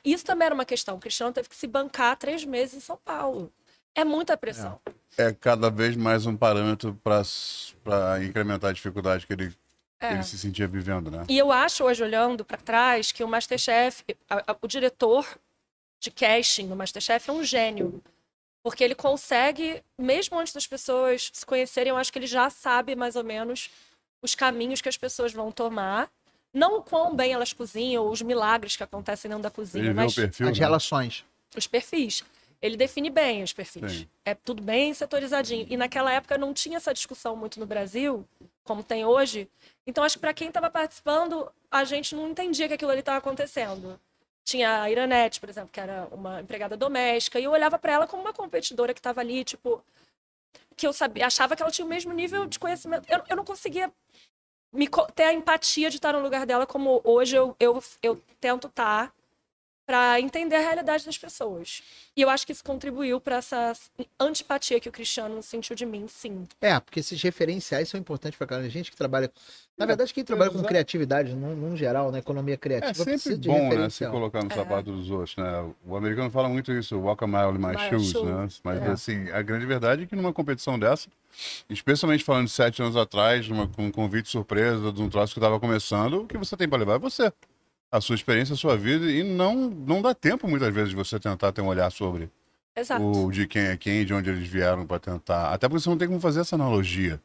S4: Isso também era uma questão. O Cristiano teve que se bancar três meses em São Paulo. É muita pressão.
S3: É cada vez mais um parâmetro para incrementar a dificuldade que ele,
S4: É.
S3: ele se sentia vivendo, né?
S4: E eu acho, hoje, olhando para trás, que o Masterchef, a- a- o diretor de casting do Masterchef é um gênio. Porque ele consegue, mesmo antes das pessoas se conhecerem, eu acho que ele já sabe mais ou menos os caminhos que as pessoas vão tomar. Não o quão bem elas cozinham, ou os milagres que acontecem dentro da cozinha,
S3: Ele vê o
S4: mas
S3: perfil.
S2: As
S3: né?
S2: relações.
S4: os perfis. Ele define bem os perfis.
S3: Sim.
S4: É tudo bem setorizadinho. E naquela época não tinha essa discussão muito no Brasil, como tem hoje. Então acho que para quem estava participando, a gente não entendia que aquilo ali estava acontecendo. Tinha a Iranete, por exemplo, que era uma empregada doméstica, e eu olhava para ela como uma competidora que estava ali, tipo, que eu sabia, achava que ela tinha o mesmo nível de conhecimento. Eu, eu não conseguia me co- ter a empatia de estar no lugar dela como hoje eu, eu, eu tento estar para entender a realidade das pessoas. E eu acho que isso contribuiu para essa antipatia que o Cristiano sentiu de mim, sim.
S2: É, porque esses referenciais são importantes pra caralho. A gente que trabalha. Na verdade, quem trabalha com
S3: É, exato.
S2: criatividade, num, num geral, na economia
S3: É
S2: criativa,
S3: sempre
S2: precisa de
S3: bom, né, se
S2: referencial.
S3: colocar
S4: É.
S3: no sapato dos outros, né? O americano fala muito isso, walk a mile in my,
S4: My
S3: shoes,
S4: shoes,
S3: né? Mas,
S4: é.
S3: assim, a grande verdade é que numa competição dessa, especialmente falando de sete anos atrás, numa, com um convite surpresa de um troço que estava começando, o que você tem para levar é você. A sua experiência, a sua vida, e não, não dá tempo, muitas vezes, de você tentar ter um olhar sobre
S4: Exato.
S3: o de quem é quem, de onde eles vieram para tentar. Até porque você não tem como fazer essa analogia.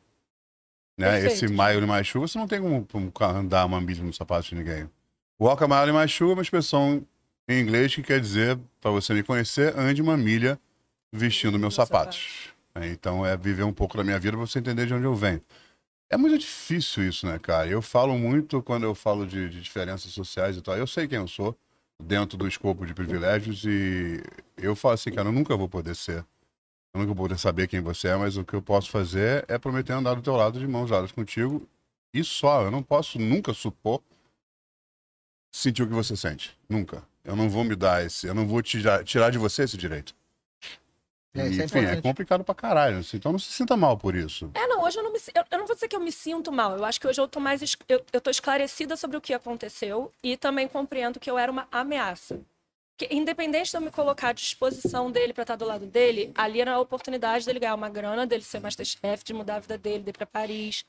S3: Né?
S4: Perfeito.
S3: Esse maio e mais chuva, você não tem como, como andar uma milha no sapato de ninguém. Walk a mile e mais chuva é uma expressão em inglês que quer dizer, para você me conhecer, ande uma milha vestindo meus
S4: Meus
S3: sapatos. É, Então é viver um pouco da minha vida para você entender de onde eu venho. É muito difícil isso, né, cara? Eu falo muito quando eu falo de, de diferenças sociais e tal. Eu sei quem eu sou dentro do escopo de privilégios e eu falo assim, cara, eu nunca vou poder ser. Eu nunca vou poder saber quem você é, mas o que eu posso fazer é prometer andar do teu lado de mãos dadas contigo e só. Eu não posso nunca supor sentir o que você sente. Nunca. Eu não vou me dar esse. Eu não vou tirar, tirar de você esse direito.
S2: É, isso
S3: E,
S2: é
S3: enfim, é
S2: importante.
S3: complicado pra caralho. assim, então não se sinta mal por isso.
S4: É, não, hoje eu não me. si- Eu, eu não vou dizer que eu me sinto mal. Eu acho que hoje eu tô mais. es- Eu, eu tô esclarecida sobre o que aconteceu e também compreendo que eu era uma ameaça. Que, independente de eu me colocar à disposição dele pra estar do lado dele, ali era a oportunidade dele ganhar uma grana, dele ser Masterchef, de mudar a vida dele, de ir pra Paris.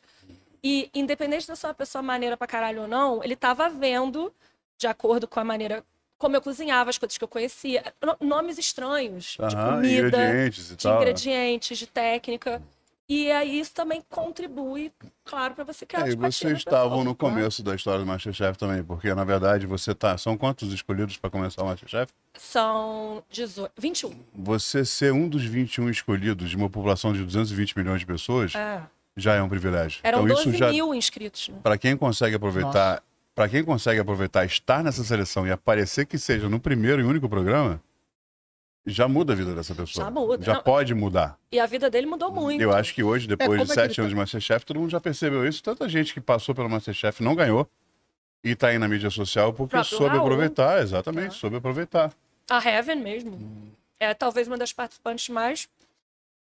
S4: E, independente de eu ser uma pessoa maneira pra caralho ou não, ele tava vendo, de acordo com a maneira como eu cozinhava, as coisas que eu conhecia, no- nomes estranhos,
S2: Tipo,
S4: de
S3: Aham, e
S4: comida
S3: ingredientes e
S4: de
S3: tal. né?
S4: ingredientes, de técnica. E aí isso também contribui, claro, para você criar
S3: É, e
S4: antipatia
S3: vocês
S4: na
S3: estavam
S4: pessoa, né?
S3: no
S4: claro.
S3: começo da história do Masterchef também, porque na verdade você tá. São quantos escolhidos pra começar o Masterchef?
S4: São 18, 21.
S3: Você ser um dos 21 escolhidos de uma população de 220 milhões de pessoas
S4: É.
S3: já é um privilégio.
S4: Eram
S3: então
S4: 12
S3: isso já
S4: mil inscritos. Né?
S3: Pra quem consegue aproveitar, para quem consegue aproveitar estar nessa seleção e aparecer que seja no primeiro e único programa, já muda a vida dessa pessoa.
S4: Já muda. Não,
S3: pode mudar.
S4: E a vida dele mudou muito.
S3: Eu acho que hoje, depois
S2: como
S3: de
S2: é que
S3: sete
S2: ele tá?
S3: anos de Masterchef, todo mundo já percebeu isso. Tanta gente que passou pelo Masterchef não ganhou e tá aí na mídia social porque
S4: Próprio
S3: soube
S4: Raul.
S3: aproveitar, exatamente,
S4: É.
S3: soube aproveitar.
S4: A Heaven mesmo. É talvez uma das participantes mais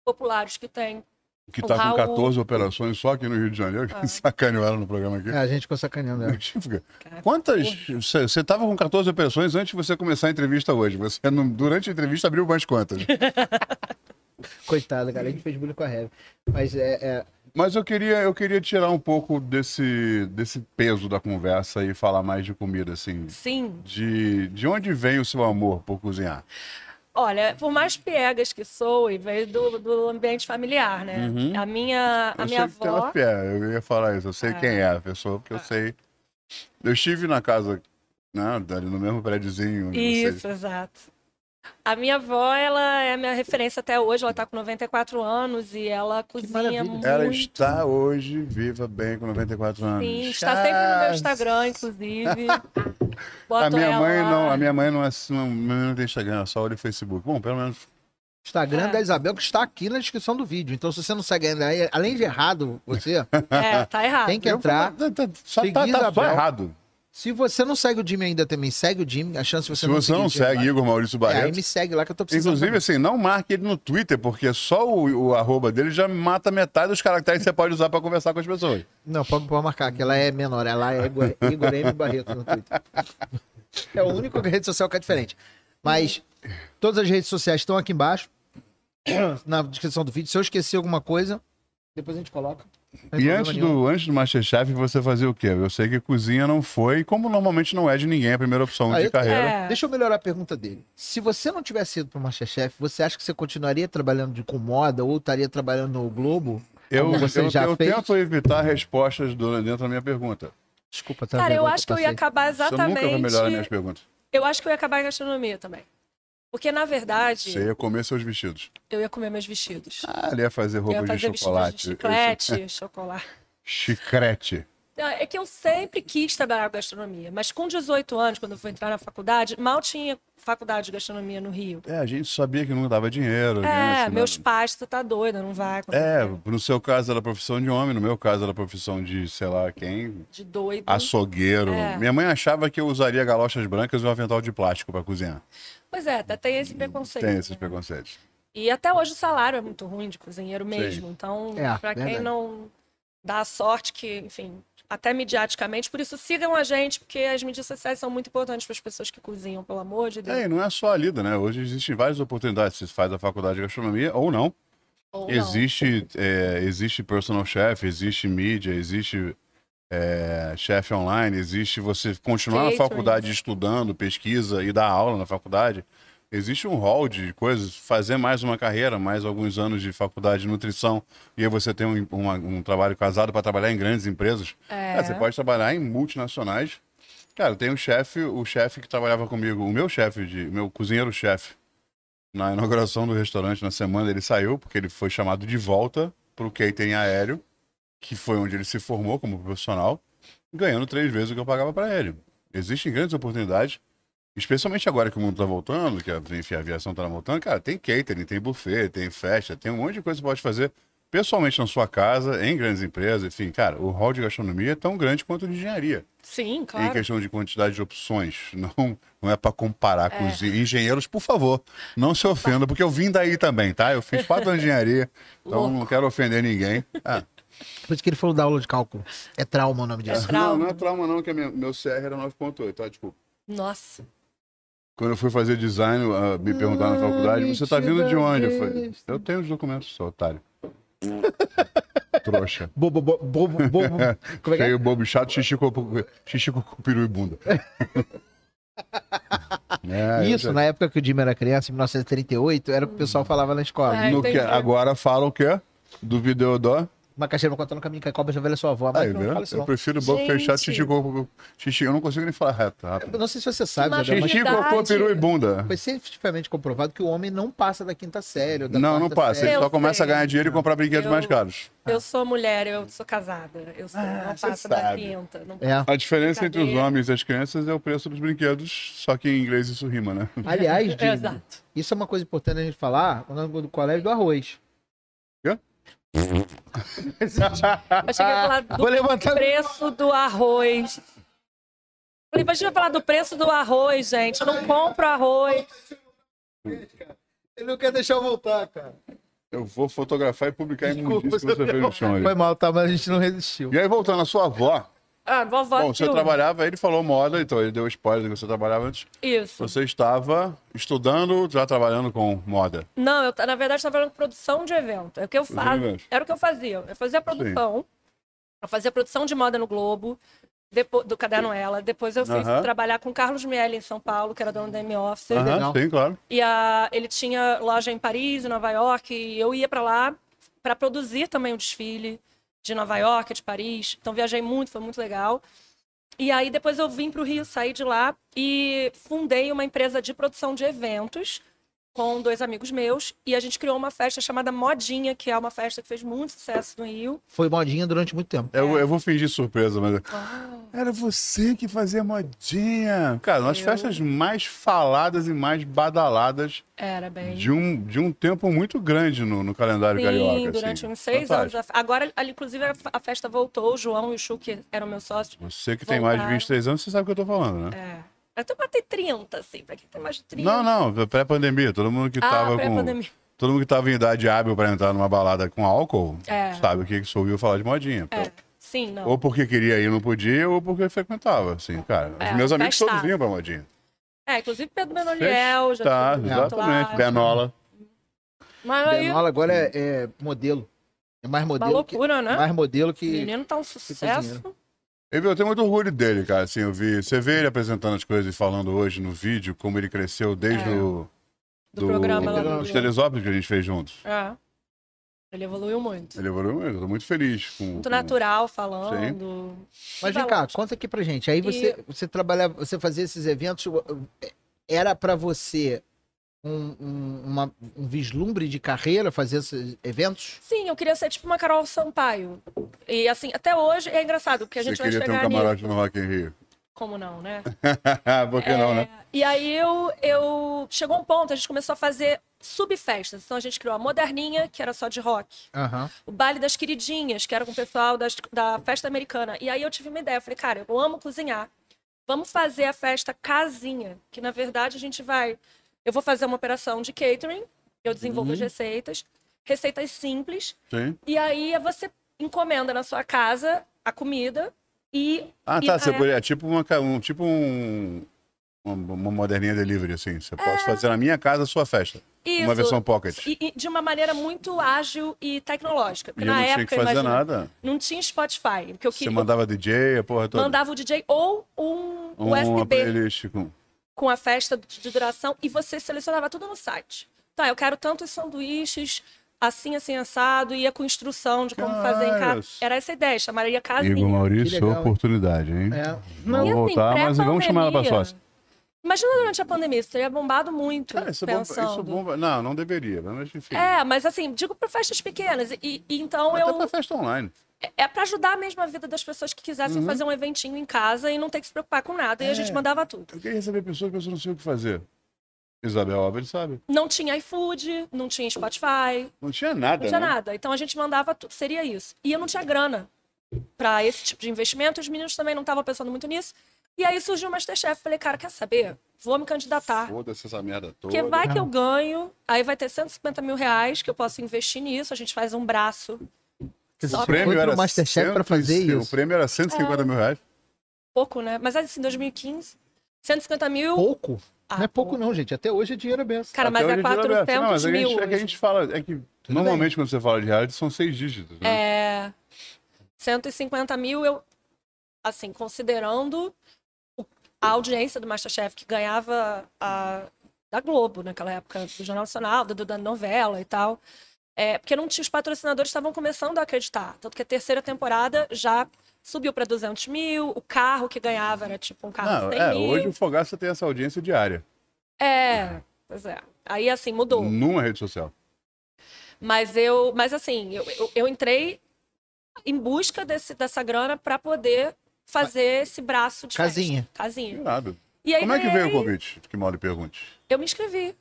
S4: populares que tem.
S3: Que
S4: O
S3: tá
S4: Raul. Ah.
S3: com 14 operações só aqui no Rio de Janeiro, que sacaneou ela no programa aqui.
S2: É, a gente ficou sacaneando ela.
S3: Tipo, Quantas. Você você tava com 14 operações antes de você começar a entrevista hoje. Você, não- durante a entrevista, abriu mais quantas.
S2: Coitada, cara. A gente fez bullying com a Heavy. Mas é, é-
S3: Mas eu queria, eu queria tirar um pouco desse, desse peso da conversa e falar mais de comida, assim.
S4: Sim.
S3: De, de onde vem o seu amor por cozinhar?
S4: Olha, por mais piegas que sou, e veio do, do ambiente familiar, né? A minha, a
S3: eu sei Uhum.
S4: minha
S3: que tem uma
S4: avó.
S3: fé, eu ia falar isso. Eu sei
S4: Ah.
S3: quem é a pessoa, porque eu sei. Eu estive na casa, né, ali no mesmo prédiozinho. onde vocês-
S4: Isso, exato. A minha avó, ela é a minha referência até hoje, ela tá com 94 anos e ela cozinha
S2: maravilha.
S4: muito.
S3: Ela é está hoje viva bem com 94 anos.
S4: Sim, está sempre no meu Instagram, inclusive. Boto
S3: a minha
S4: ela
S3: mãe
S4: lá.
S3: não, a minha mãe não, é, não, não tem Instagram, ela só olha o Facebook. Bom, pelo menos
S2: Instagram
S4: É.
S2: da Isabel, que está aqui na descrição do vídeo. Então, se você não segue ainda, aí, além de errado, você.
S4: É, tá errado.
S2: Tem que entrar.
S3: Eu- tá, tá- só
S2: Seguir
S3: tá, tá só
S2: Isabel.
S3: errado.
S2: Se você não segue o Jimmy ainda também, segue o Jimmy. A chance de você
S3: Se você não
S2: seguir o Jimmy
S3: segue Igor Maurício
S2: lá. É, aí
S3: Barreto,
S2: me segue lá que eu tô precisando.
S3: inclusive assim, não marque ele no Twitter, porque só o, o arroba dele já mata metade dos caracteres que você pode usar pra conversar com as pessoas.
S2: Não, pode, pode marcar, que ela é menor. Ela é Igor, Igor M. Barreto no Twitter. É o único rede social que é diferente. Mas todas as redes sociais estão aqui embaixo, na descrição do vídeo. Se eu esqueci alguma coisa, depois a gente coloca. Não tem
S3: E
S2: problema
S3: antes
S2: nenhum.
S3: do, antes do Masterchef, você fazia o quê? Eu sei que cozinha não foi, como normalmente não é de ninguém, a primeira opção
S2: Aí Ah,
S3: de
S2: eu-
S3: carreira.
S4: É.
S2: Deixa eu melhorar a pergunta dele. Se você não tivesse ido pro Masterchef, você acha que você continuaria trabalhando de com moda ou estaria trabalhando no Globo?
S3: Eu,
S2: Como você
S3: eu,
S2: já
S3: eu
S2: fez?
S3: tento evitar respostas do- dentro da minha pergunta.
S2: Desculpa, tá
S4: Cara, eu
S2: vergonha
S4: acho que eu ia
S2: passei.
S4: acabar
S3: Você nunca vai melhorar né? minhas
S4: exatamente.
S3: perguntas.
S4: Eu acho que eu ia acabar em gastronomia também. Porque, na verdade,
S3: Você ia comer seus vestidos.
S4: eu ia comer meus vestidos.
S3: Ah, ele ia fazer
S4: eu
S3: roupas
S4: ia fazer
S3: de
S4: vestidos
S3: chocolate.
S4: de chiclete, chocolate.
S3: Chiclete.
S4: Não, É que eu sempre quis trabalhar com gastronomia, mas com 18 anos, quando eu fui entrar na faculdade, mal tinha faculdade de gastronomia no Rio.
S3: É, a gente sabia que não dava dinheiro. né?
S4: É,
S3: Assim,
S4: meus
S3: não-
S4: pais, tu tá doida, não vai
S3: É,
S4: acontecer.
S3: no seu caso era profissão de homem, no meu caso era profissão de, sei lá, quem?
S4: De doido.
S3: Açougueiro.
S4: Uhum. É.
S3: Minha mãe achava que eu usaria galochas brancas e um avental de plástico pra cozinhar.
S4: Pois é, até tem esse preconceito.
S3: Tem esses
S4: né?
S3: preconceitos.
S4: E até hoje o salário é muito ruim de cozinheiro mesmo. Então,
S2: É,
S4: pra para quem
S2: verdade.
S4: não dá a sorte que, enfim, até midiaticamente, por isso sigam a gente, porque as mídias sociais são muito importantes para as pessoas que cozinham, pelo amor de Deus.
S3: É, e não é só a lida, né? Hoje existem várias oportunidades. Você faz a faculdade de gastronomia ou não.
S4: Ou não.
S3: Existe, é, existe personal chef, existe mídia, existe é, chefe online, existe você continuar
S4: Catering.
S3: na faculdade estudando, pesquisa e dar aula na faculdade. Existe um hall de coisas, fazer mais uma carreira, mais alguns anos de faculdade de nutrição, e aí você tem um, uma- um trabalho casado para trabalhar em grandes empresas.
S4: É.
S3: Cara, Ah, você pode trabalhar em multinacionais. Cara, tem um chefe, o chefe que trabalhava comigo, o meu chefe, de, meu cozinheiro-chefe, na inauguração do restaurante na semana, ele saiu porque ele foi chamado de volta pro catering aéreo, que foi onde ele se formou como profissional, ganhando três vezes o que eu pagava para ele. Existem grandes oportunidades, especialmente agora que o mundo tá voltando, que a, enfim, a aviação tá voltando, cara, tem catering, tem buffet, tem festa, tem um monte de coisa que você pode fazer pessoalmente na sua casa, em grandes empresas, enfim, cara, o hall de gastronomia é tão grande quanto o de engenharia.
S4: Sim,
S3: Em
S4: claro.
S3: questão de quantidade de opções, não, não é para comparar com os engenheiros, por favor, não se ofenda, porque eu vim daí também, tá? Eu fiz quatro anos de engenharia, então não quero ofender ninguém. Ah,
S2: Por isso que ele falou da aula de cálculo. É trauma o nome disso.
S3: não,
S4: Trauma.
S3: não é trauma não, que é meu, meu CR era 9.8, tá? Desculpa.
S4: Nossa.
S3: Quando eu fui fazer design, ah, me perguntaram na faculdade, você tá vindo de onde? Eu falei, eu tenho os documentos, seu otário. Trouxa.
S2: Bobo, bo- bobo, bobo. Como é que é?
S3: Feio, bobo, chato, xixi, copo, xixi, copo, peru e bunda. É, eu
S2: Isso, né?
S3: já- Hum.
S2: na época que o Jimmy era criança, em 1938, era o que o pessoal falava na escola.
S4: Ai.
S3: No que,
S4: Ah, Entendi.
S3: agora falam o quê? Do Videodó.
S2: Macaxeira vai contando no caminho que a cobra já velha sua avó. Mas não
S3: Aí, viu?
S2: então, fala isso
S3: Ah, é Eu
S2: não.
S3: prefiro bobo, feio,
S4: Gente.
S3: chato, xixi, copo, xixi. Eu não consigo nem falar reto, rápido.
S2: Eu não sei se você sabe,
S4: Mas-
S2: Jordão, mas
S3: Xixi,
S4: É verdade.
S3: cocô, peru e bunda.
S2: foi cientificamente comprovado que o homem não passa da quinta série. ou da
S3: Não, não
S2: quarta
S3: passa.
S2: série.
S3: Ele
S4: Eu
S3: só começa a
S4: sei.
S3: ganhar dinheiro e comprar brinquedos
S4: Eu-
S3: mais caros.
S4: Eu sou mulher, eu sou casada. Eu sou, não
S3: Ah. você
S4: passo da
S3: sabe.
S4: quinta. Não
S2: É.
S3: A diferença entre os
S4: Brincadeira.
S3: homens e as crianças é o preço dos brinquedos, só que em inglês isso rima, né?
S2: Aliás, Jimmy,
S4: Exato.
S2: isso é uma coisa importante a gente falar, o nome do colégio do arroz.
S4: Eu cheguei a falar do
S2: Vou levantar...
S4: preço do arroz. Falei, imagina falar do preço do arroz, gente. Eu não compro arroz.
S2: Ele não quer deixar eu voltar, cara.
S3: Eu vou fotografar e publicar em
S2: Desculpa,
S3: mundice que você
S2: senhor.
S3: fez no chão
S2: Foi
S3: ali.
S2: mal, tá? Mas a gente não resistiu.
S3: E aí, voltando à sua avó.
S4: Ah, vovó
S3: Bom, você
S4: Tilda.
S3: trabalhava, ele falou moda, então ele deu spoiler que você trabalhava antes.
S4: Isso.
S3: Você estava estudando, já trabalhando com moda.
S4: Não, eu, ta- na verdade, estava fazendo produção de evento. É o que eu faço.
S3: eventos.
S4: Era o que eu fazia. Eu fazia produção. Eu fazia produção de moda no Globo, depo- do Caderno Ela. Depois eu fui
S3: Aham.
S4: trabalhar com Carlos Miele em São Paulo, que era dono da M-Office.
S3: Aham,
S2: legal.
S3: sim, claro.
S4: E a- ele tinha loja em Paris, em Nova York, e eu ia para lá para produzir também o desfile de Nova York, de Paris. Então viajei muito, foi muito legal. E aí depois eu vim para o Rio, saí de lá e fundei uma empresa de produção de eventos com dois amigos meus e a gente criou uma festa chamada Modinha, que é uma festa que fez muito sucesso no Rio.
S2: Foi modinha durante muito tempo.
S4: É.
S3: Eu, eu vou fingir surpresa, mas. Era você que fazia modinha. Cara, nas festas mais faladas e mais badaladas
S4: Era bem
S3: de um, de um tempo muito grande no, no calendário carioca. assim.
S4: durante né? uns seis
S3: Fantástico.
S4: anos. A- Agora, ali, inclusive, a a festa voltou. O João e o Chu, que eram meus sócios,
S3: Você que tem mais de
S4: Voltaram.
S3: 23 anos, você sabe o que eu tô falando, né?
S4: É. Até bater 30, assim, pra quem tem mais de
S3: Não,
S4: 30.
S3: não, pré-pandemia, todo mundo que
S4: Ah,
S3: tava com.
S4: pré-pandemia.
S3: Todo mundo que tava em idade hábil pra entrar numa balada com álcool,
S4: É.
S3: sabe o que que se ouviu falar de modinha.
S4: É. Sim, não.
S3: Ou porque queria ir e não podia, ou porque frequentava, assim, cara. Os
S4: É,
S3: meus amigos todos
S4: festava.
S3: vinham pra modinha.
S4: É, inclusive Pedro Benoniel, já
S3: tá,
S4: tive muito
S3: exatamente.
S4: lá.
S3: Benola.
S4: Mas aí,
S2: Benola agora é, é modelo. É mais
S4: uma
S2: modelo.
S4: loucura,
S2: que,
S4: né?
S2: Mais modelo
S4: O
S2: que.
S4: menino tá um sucesso.
S3: Eu eu tenho muito orgulho dele, cara. Assim, eu vi. Você vê ele apresentando as coisas e falando hoje no vídeo, como ele cresceu desde
S4: É.
S3: o.
S4: Do programa
S2: lá do-
S3: Os Teresópolis que a gente fez juntos.
S4: É. Ele evoluiu muito.
S3: Ele evoluiu muito, eu tô muito feliz com.
S4: Muito
S3: com-
S4: natural falando.
S2: Mas vem cá, conta aqui pra gente. Aí você, você trabalhava, você fazia esses eventos, era pra você um, um- uma- um vislumbre de carreira fazer esses eventos?
S4: Sim, eu queria ser tipo uma Carol Sampaio. E assim, até hoje é engraçado, porque a
S3: Você
S4: gente vai
S3: queria ter um
S4: chegar nisso.
S3: camarote no Rock in Rio.
S4: Como não, né?
S3: Por
S4: É.
S3: que não, né?
S4: E aí eu, eu. Chegou um ponto, a gente começou a fazer subfestas. Então a gente criou a Moderninha, que era só de rock.
S2: Aham.
S4: o baile das queridinhas, que era com o pessoal das- da festa americana. E aí eu tive uma ideia, eu falei, cara, eu amo cozinhar. Vamos fazer a festa casinha, que na verdade a gente vai. Eu vou fazer uma operação de catering, eu desenvolvo
S3: Uhum.
S4: as receitas, receitas simples,
S3: Sim.
S4: e aí você encomenda na sua casa a comida e.
S3: Ah,
S4: e-
S3: tá. Você
S4: é,
S3: poderia. É tipo uma. ca- Um, tipo um. Uma, uma moderninha delivery, assim. Você pode fazer na minha casa a sua festa. Uma
S4: É. isso.
S3: versão pocket.
S4: E, e de uma maneira muito ágil e tecnológica.
S3: E
S4: Porque
S3: eu
S4: na
S3: não
S4: época,
S3: tinha que fazer
S4: imagina,
S3: nada.
S4: não tinha Spotify. Porque eu
S3: Você
S4: queria.
S3: mandava DJ, a porra toda.
S4: mandava o DJ ou um
S3: uma
S4: USB.
S3: playlist com.
S4: com a festa de duração e você selecionava tudo no site. Tá, eu quero tantos sanduíches, assim, assim, assado, ia com instrução de como fazer em
S3: Caralho.
S4: casa. Era essa a ideia, chamaria
S3: Igor
S4: casinha. assim,
S3: Maurício,
S2: Que legal, hein?
S3: oportunidade, hein?
S2: É.
S3: Vamos voltar, mas vamos chamar ela pra sócia.
S4: Imagina durante a pandemia, isso teria bombado muito,
S3: Cara, isso é bomba,
S4: pensando.
S3: isso bomba. Não, não deveria, mas enfim.
S4: É, mas assim, digo para festas pequenas. E, e então
S3: Até
S4: eu.
S3: pra festa online.
S4: É para ajudar mesmo a vida das pessoas que quisessem
S3: Uhum.
S4: fazer um
S3: É.
S4: eventinho em casa e não ter que se preocupar com nada. E a gente mandava tudo.
S3: Eu queria receber pessoas que eu não sei o que fazer. Isabel Albert sabe.
S4: Não tinha iFood, não tinha Spotify,
S3: Não tinha nada,
S4: não tinha
S3: né?
S4: nada. Então a gente mandava tudo, seria isso. E eu não tinha grana para esse tipo de investimento, os meninos também não estavam pensando muito nisso. E aí surgiu o Masterchef, falei, cara, quer saber? Vou me candidatar.
S3: Foda-se essa merda toda.
S4: tá. Porque vai
S3: né?
S4: que eu ganho, aí vai ter 150 mil reais que eu posso investir nisso, a gente faz um braço
S2: Você
S4: só
S3: O
S4: É. que
S2: foi
S3: prêmio
S2: pro
S3: era
S2: Masterchef pra
S3: 105
S2: fazer
S3: O
S2: isso.
S3: prêmio era 150 mil reais.
S4: pouco, né? Mas assim, 2015, 150 mil.
S2: Pouco?
S4: Ah,
S2: não é pouco, não, gente. Até hoje é dinheiro aberto.
S4: Cara, mas
S3: Até
S4: é
S3: hoje dinheiro aberto.
S4: 400
S3: Não, mas é que a
S4: mil.
S3: gente- É que a
S4: hoje.
S3: gente fala. É que normalmente quando você fala de reality são seis dígitos. Né?
S4: É, 150 mil, eu, assim, considerando o- a audiência do Masterchef, que ganhava a, da Globo naquela época, do Jornal Nacional, do, da novela e tal. É, porque não tinha, os patrocinadores estavam começando a acreditar. Tanto que a terceira temporada já subiu para 200 mil, o carro que ganhava era tipo um carro
S3: Não,
S4: sem
S3: é,
S4: mil.
S3: hoje o Fogaça tem essa audiência diária.
S4: É, pois é. Aí assim, mudou.
S3: Numa rede social.
S4: Mas eu, mas assim, eu, eu, eu entrei em busca desse, dessa grana para poder fazer esse braço de
S2: Casinha.
S4: festa. Casinha.
S3: Irado.
S4: E aí
S3: Como é que
S4: ganhei,
S3: veio o convite? Que modo pergunte.
S4: Eu me inscrevi.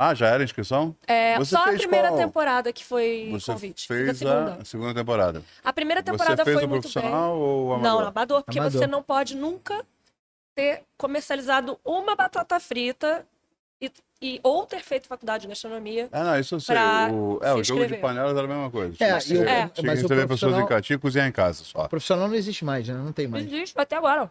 S3: Ah, já era a inscrição?
S4: É,
S3: Você
S4: só a
S3: fez
S4: primeira
S3: qual-
S4: temporada que foi
S3: Você
S4: convite. Fiz
S3: fez
S4: a segunda.
S3: a segunda temporada.
S4: A primeira
S3: Você
S4: temporada
S3: fez
S4: foi
S3: o
S4: muito bem.
S3: profissional ou o
S4: Não,
S3: amador?
S4: no amador, porque
S2: Amador.
S4: você não pode nunca ter comercializado uma batata frita e, e ou ter feito faculdade de gastronomia.
S3: Ah, não, isso eu sei.
S4: pra
S3: O, é,
S4: se
S3: o jogo de
S4: inscrever.
S3: panelas era a mesma coisa.
S2: É,
S3: Tinha
S2: e
S4: o-
S3: que-
S4: é,
S3: tinha que
S2: mas o
S3: receber pessoas
S2: profissional-
S3: em Catia e cozinhar em casa só.
S2: Profissional não existe mais, né? Não tem mais.
S4: Existe até agora. É,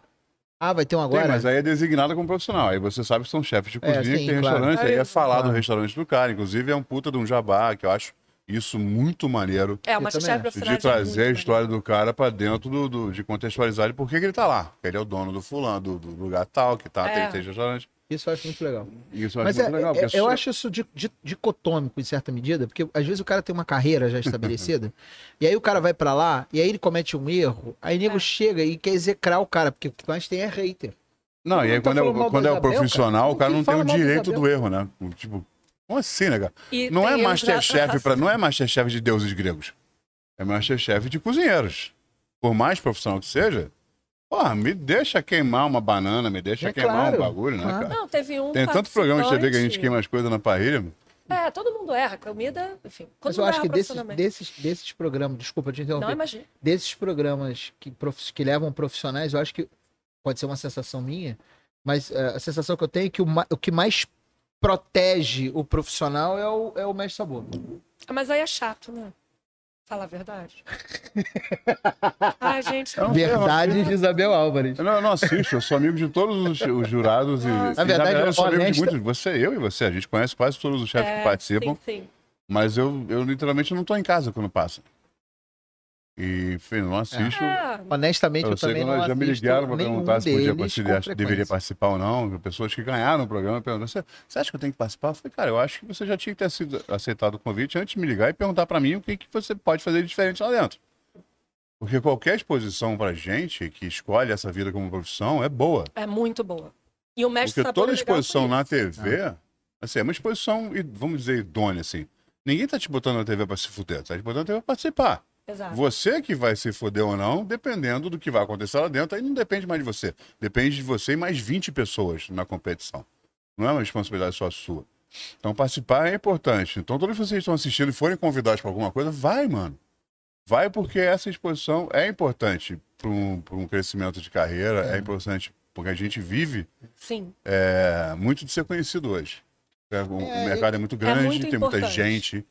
S2: Ah, vai ter um
S3: Tem,
S2: agora? É,
S3: mas aí é designado como profissional. Aí você sabe que são chefes de cozinha,
S2: sim,
S3: que
S2: claro.
S3: tem restaurante, aí é falar do
S2: claro.
S3: restaurante do cara. Inclusive, é um puta de um jabá, que eu acho isso muito maneiro.
S4: É,
S2: Eu
S4: o Masterchef
S2: também acho.
S4: profissional.
S3: De trazer a história do cara pra dentro do, do- de contextualizar ele por que, que ele tá lá. Porque ele é o dono do fulano, do, do lugar tal, que tá,
S4: É.
S3: tem seis restaurantes.
S2: Isso eu acho muito legal.
S3: E Isso eu acho
S2: Mas
S3: muito
S2: é-
S3: legal.
S2: é-
S3: porque
S2: eu
S3: isso-
S2: acho isso di- di- dicotômico, em certa medida, porque às vezes o cara tem uma carreira já estabelecida, e aí o cara vai pra lá, e aí ele comete um erro, aí nego
S4: É.
S2: chega e quer execrar o cara, porque o que mais tem é hater.
S3: Não, e aí
S2: mundo tá
S3: quando, é, o-
S2: falando mal
S3: quando
S2: da
S3: é o
S2: Isabel,
S3: profissional,
S2: cara.
S3: o cara não
S2: Ninguém
S3: tem o
S2: fala mal da
S3: direito
S2: Isabel.
S3: do erro, né? Tipo, como assim, né, cara?
S4: E
S3: Não é
S4: tem erros
S3: Masterchef
S4: atrás.
S3: pra, não é Masterchef de deuses gregos. É Masterchef de cozinheiros. Por mais profissional que seja, porra, me deixa queimar uma banana, me deixa
S2: É
S3: queimar
S2: claro,
S3: um bagulho, né,
S2: claro.
S3: cara?
S4: Não, teve um
S3: Tem tanto programa de TV que a gente
S4: participante-
S3: queima as coisas na parrilha.
S4: É, todo mundo erra. Comida, enfim. Todo
S2: Mas eu
S4: mundo
S2: acho
S4: erra
S2: que desses,
S4: profissionalmente.
S2: desses, desses programas, desculpa te interromper,
S4: é um Não, é imagina.
S2: desses programas que, prof- que levam profissionais, eu acho que pode ser uma sensação minha, mas é, a sensação que eu tenho é que o, ma- o que mais protege o profissional é o, é o mestre sabor.
S4: Mas aí é chato, né? Falar a verdade. Ai, gente.
S3: Eu não sei, eu não-
S2: Verdade de Isabel Álvares.
S3: Eu não, eu não assisto, eu sou amigo de todos os, os jurados. E,
S2: Na
S4: Nossa.
S3: e,
S2: verdade,
S3: eu sou amigo de
S2: honesta-
S3: muitos. Você, eu e você, a gente conhece quase todos os chefes
S4: É,
S3: que participam.
S4: Sim, sim.
S3: Mas eu, eu literalmente não tô em casa quando passa. E, enfim, não assisto.
S4: É,
S2: Honestamente, eu,
S3: Eu sei
S2: também
S3: quando
S2: não
S3: eles já me
S2: assisto
S3: ligaram pra
S2: nenhum
S3: perguntar se podia
S2: deles
S3: participar,
S2: com
S3: se deveria
S2: frequência.
S3: participar ou não. Pessoas que ganharam o programa perguntaram: você, você acha que eu tenho que participar? Eu falei, cara, eu acho que você já tinha que ter sido- aceitado o convite antes de me ligar e perguntar pra mim o que, que você pode fazer de diferente lá dentro. Porque qualquer exposição pra gente que escolhe essa vida como profissão é boa.
S4: é muito boa. E o mestre
S3: Porque
S4: Sabor
S3: toda
S4: é legal
S3: exposição
S4: por
S3: na
S4: isso.
S3: TV, assim, é uma exposição, e- vamos dizer, idônea, assim. Ninguém tá te botando na TV pra se fuder, tá te botando na TV pra participar.
S4: Exato.
S3: Você que vai se foder ou não, dependendo do que vai acontecer lá dentro, aí não depende mais de você. Depende de você e mais 20 pessoas na competição. Não é uma responsabilidade só sua. Então participar é importante. Então todos vocês que estão assistindo e forem convidados para alguma coisa, vai, mano. Vai porque essa exposição é importante para um, pra um crescimento de carreira, é. importante porque a gente vive
S4: Sim.
S3: é, muito de ser conhecido hoje. É, o
S2: É,
S3: mercado é muito grande,
S4: muito
S3: tem muita
S4: importante.
S3: gente.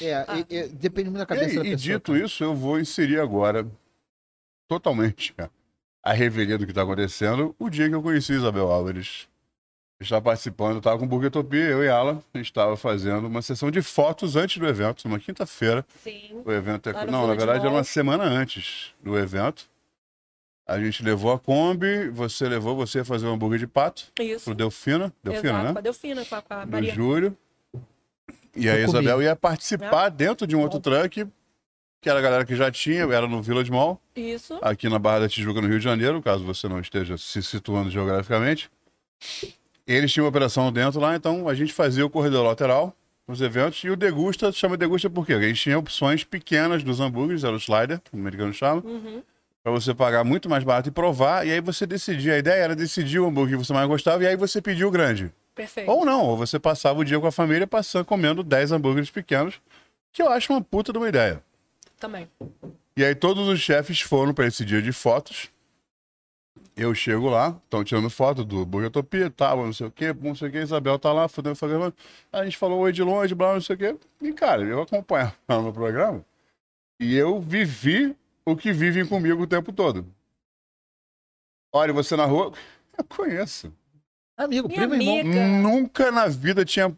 S2: É,
S4: Ah.
S2: e- e depende muito da
S3: E,
S2: cabeça da
S3: e
S2: pessoa.
S3: dito
S2: cara.
S3: isso, eu vou inserir agora, totalmente a- a revelia do que está acontecendo, o dia que eu conheci Isabel Álvares. Eu Estava participando, estava com Burguetopia, eu e Ala, a gente estava fazendo uma sessão de fotos antes do evento, numa quinta-feira.
S4: Sim.
S3: O evento é...
S4: Lá no
S3: Não, na
S4: Vila de
S3: verdade era
S4: Bola.
S3: uma semana antes do evento. A gente levou a Kombi, você levou, você ia fazer um hambúrguer de pato
S4: Isso.
S3: pro Delfina. Delfina,
S4: Exato.
S3: né?
S4: Com a Delfina, com a, com a
S3: do
S4: Maria.
S3: Júlio. E aí a
S2: Eu comi.
S3: Isabel ia participar dentro de um outro truck, que era a galera que já tinha, era no Village Mall,
S4: Isso.
S3: aqui na Barra da Tijuca, no Rio de Janeiro, caso você não esteja se situando geograficamente. Eles tinham operação dentro lá, então a gente fazia o corredor lateral nos eventos. E o degusta, chama degusta por quê? Porque a gente tinha opções pequenas dos hambúrgueres, era o slider, como o americano chama,
S4: Uhum.
S3: para você pagar muito mais barato e provar. E aí você decidia, a ideia era decidir o hambúrguer que você mais gostava, e aí você pedia o grande.
S4: Perfeito.
S3: Ou não, ou você passava o dia com a família passando, comendo 10 hambúrgueres pequenos, que eu acho uma puta de uma ideia.
S4: Também.
S3: E aí todos os chefes foram para esse dia de fotos. Eu chego lá, estão tirando foto do Burgertopia, tava, não sei o quê, não sei o quê, Isabel tá lá, fudendo, fazendo. A gente falou oi de longe, blá, não sei o quê. E, cara, eu acompanhava no programa e eu vivi o que vivem comigo o tempo todo. Olha, você na rua, eu conheço.
S2: Amigo,
S4: Minha
S2: primo, irmão.
S4: amiga.
S3: Nunca na vida tinha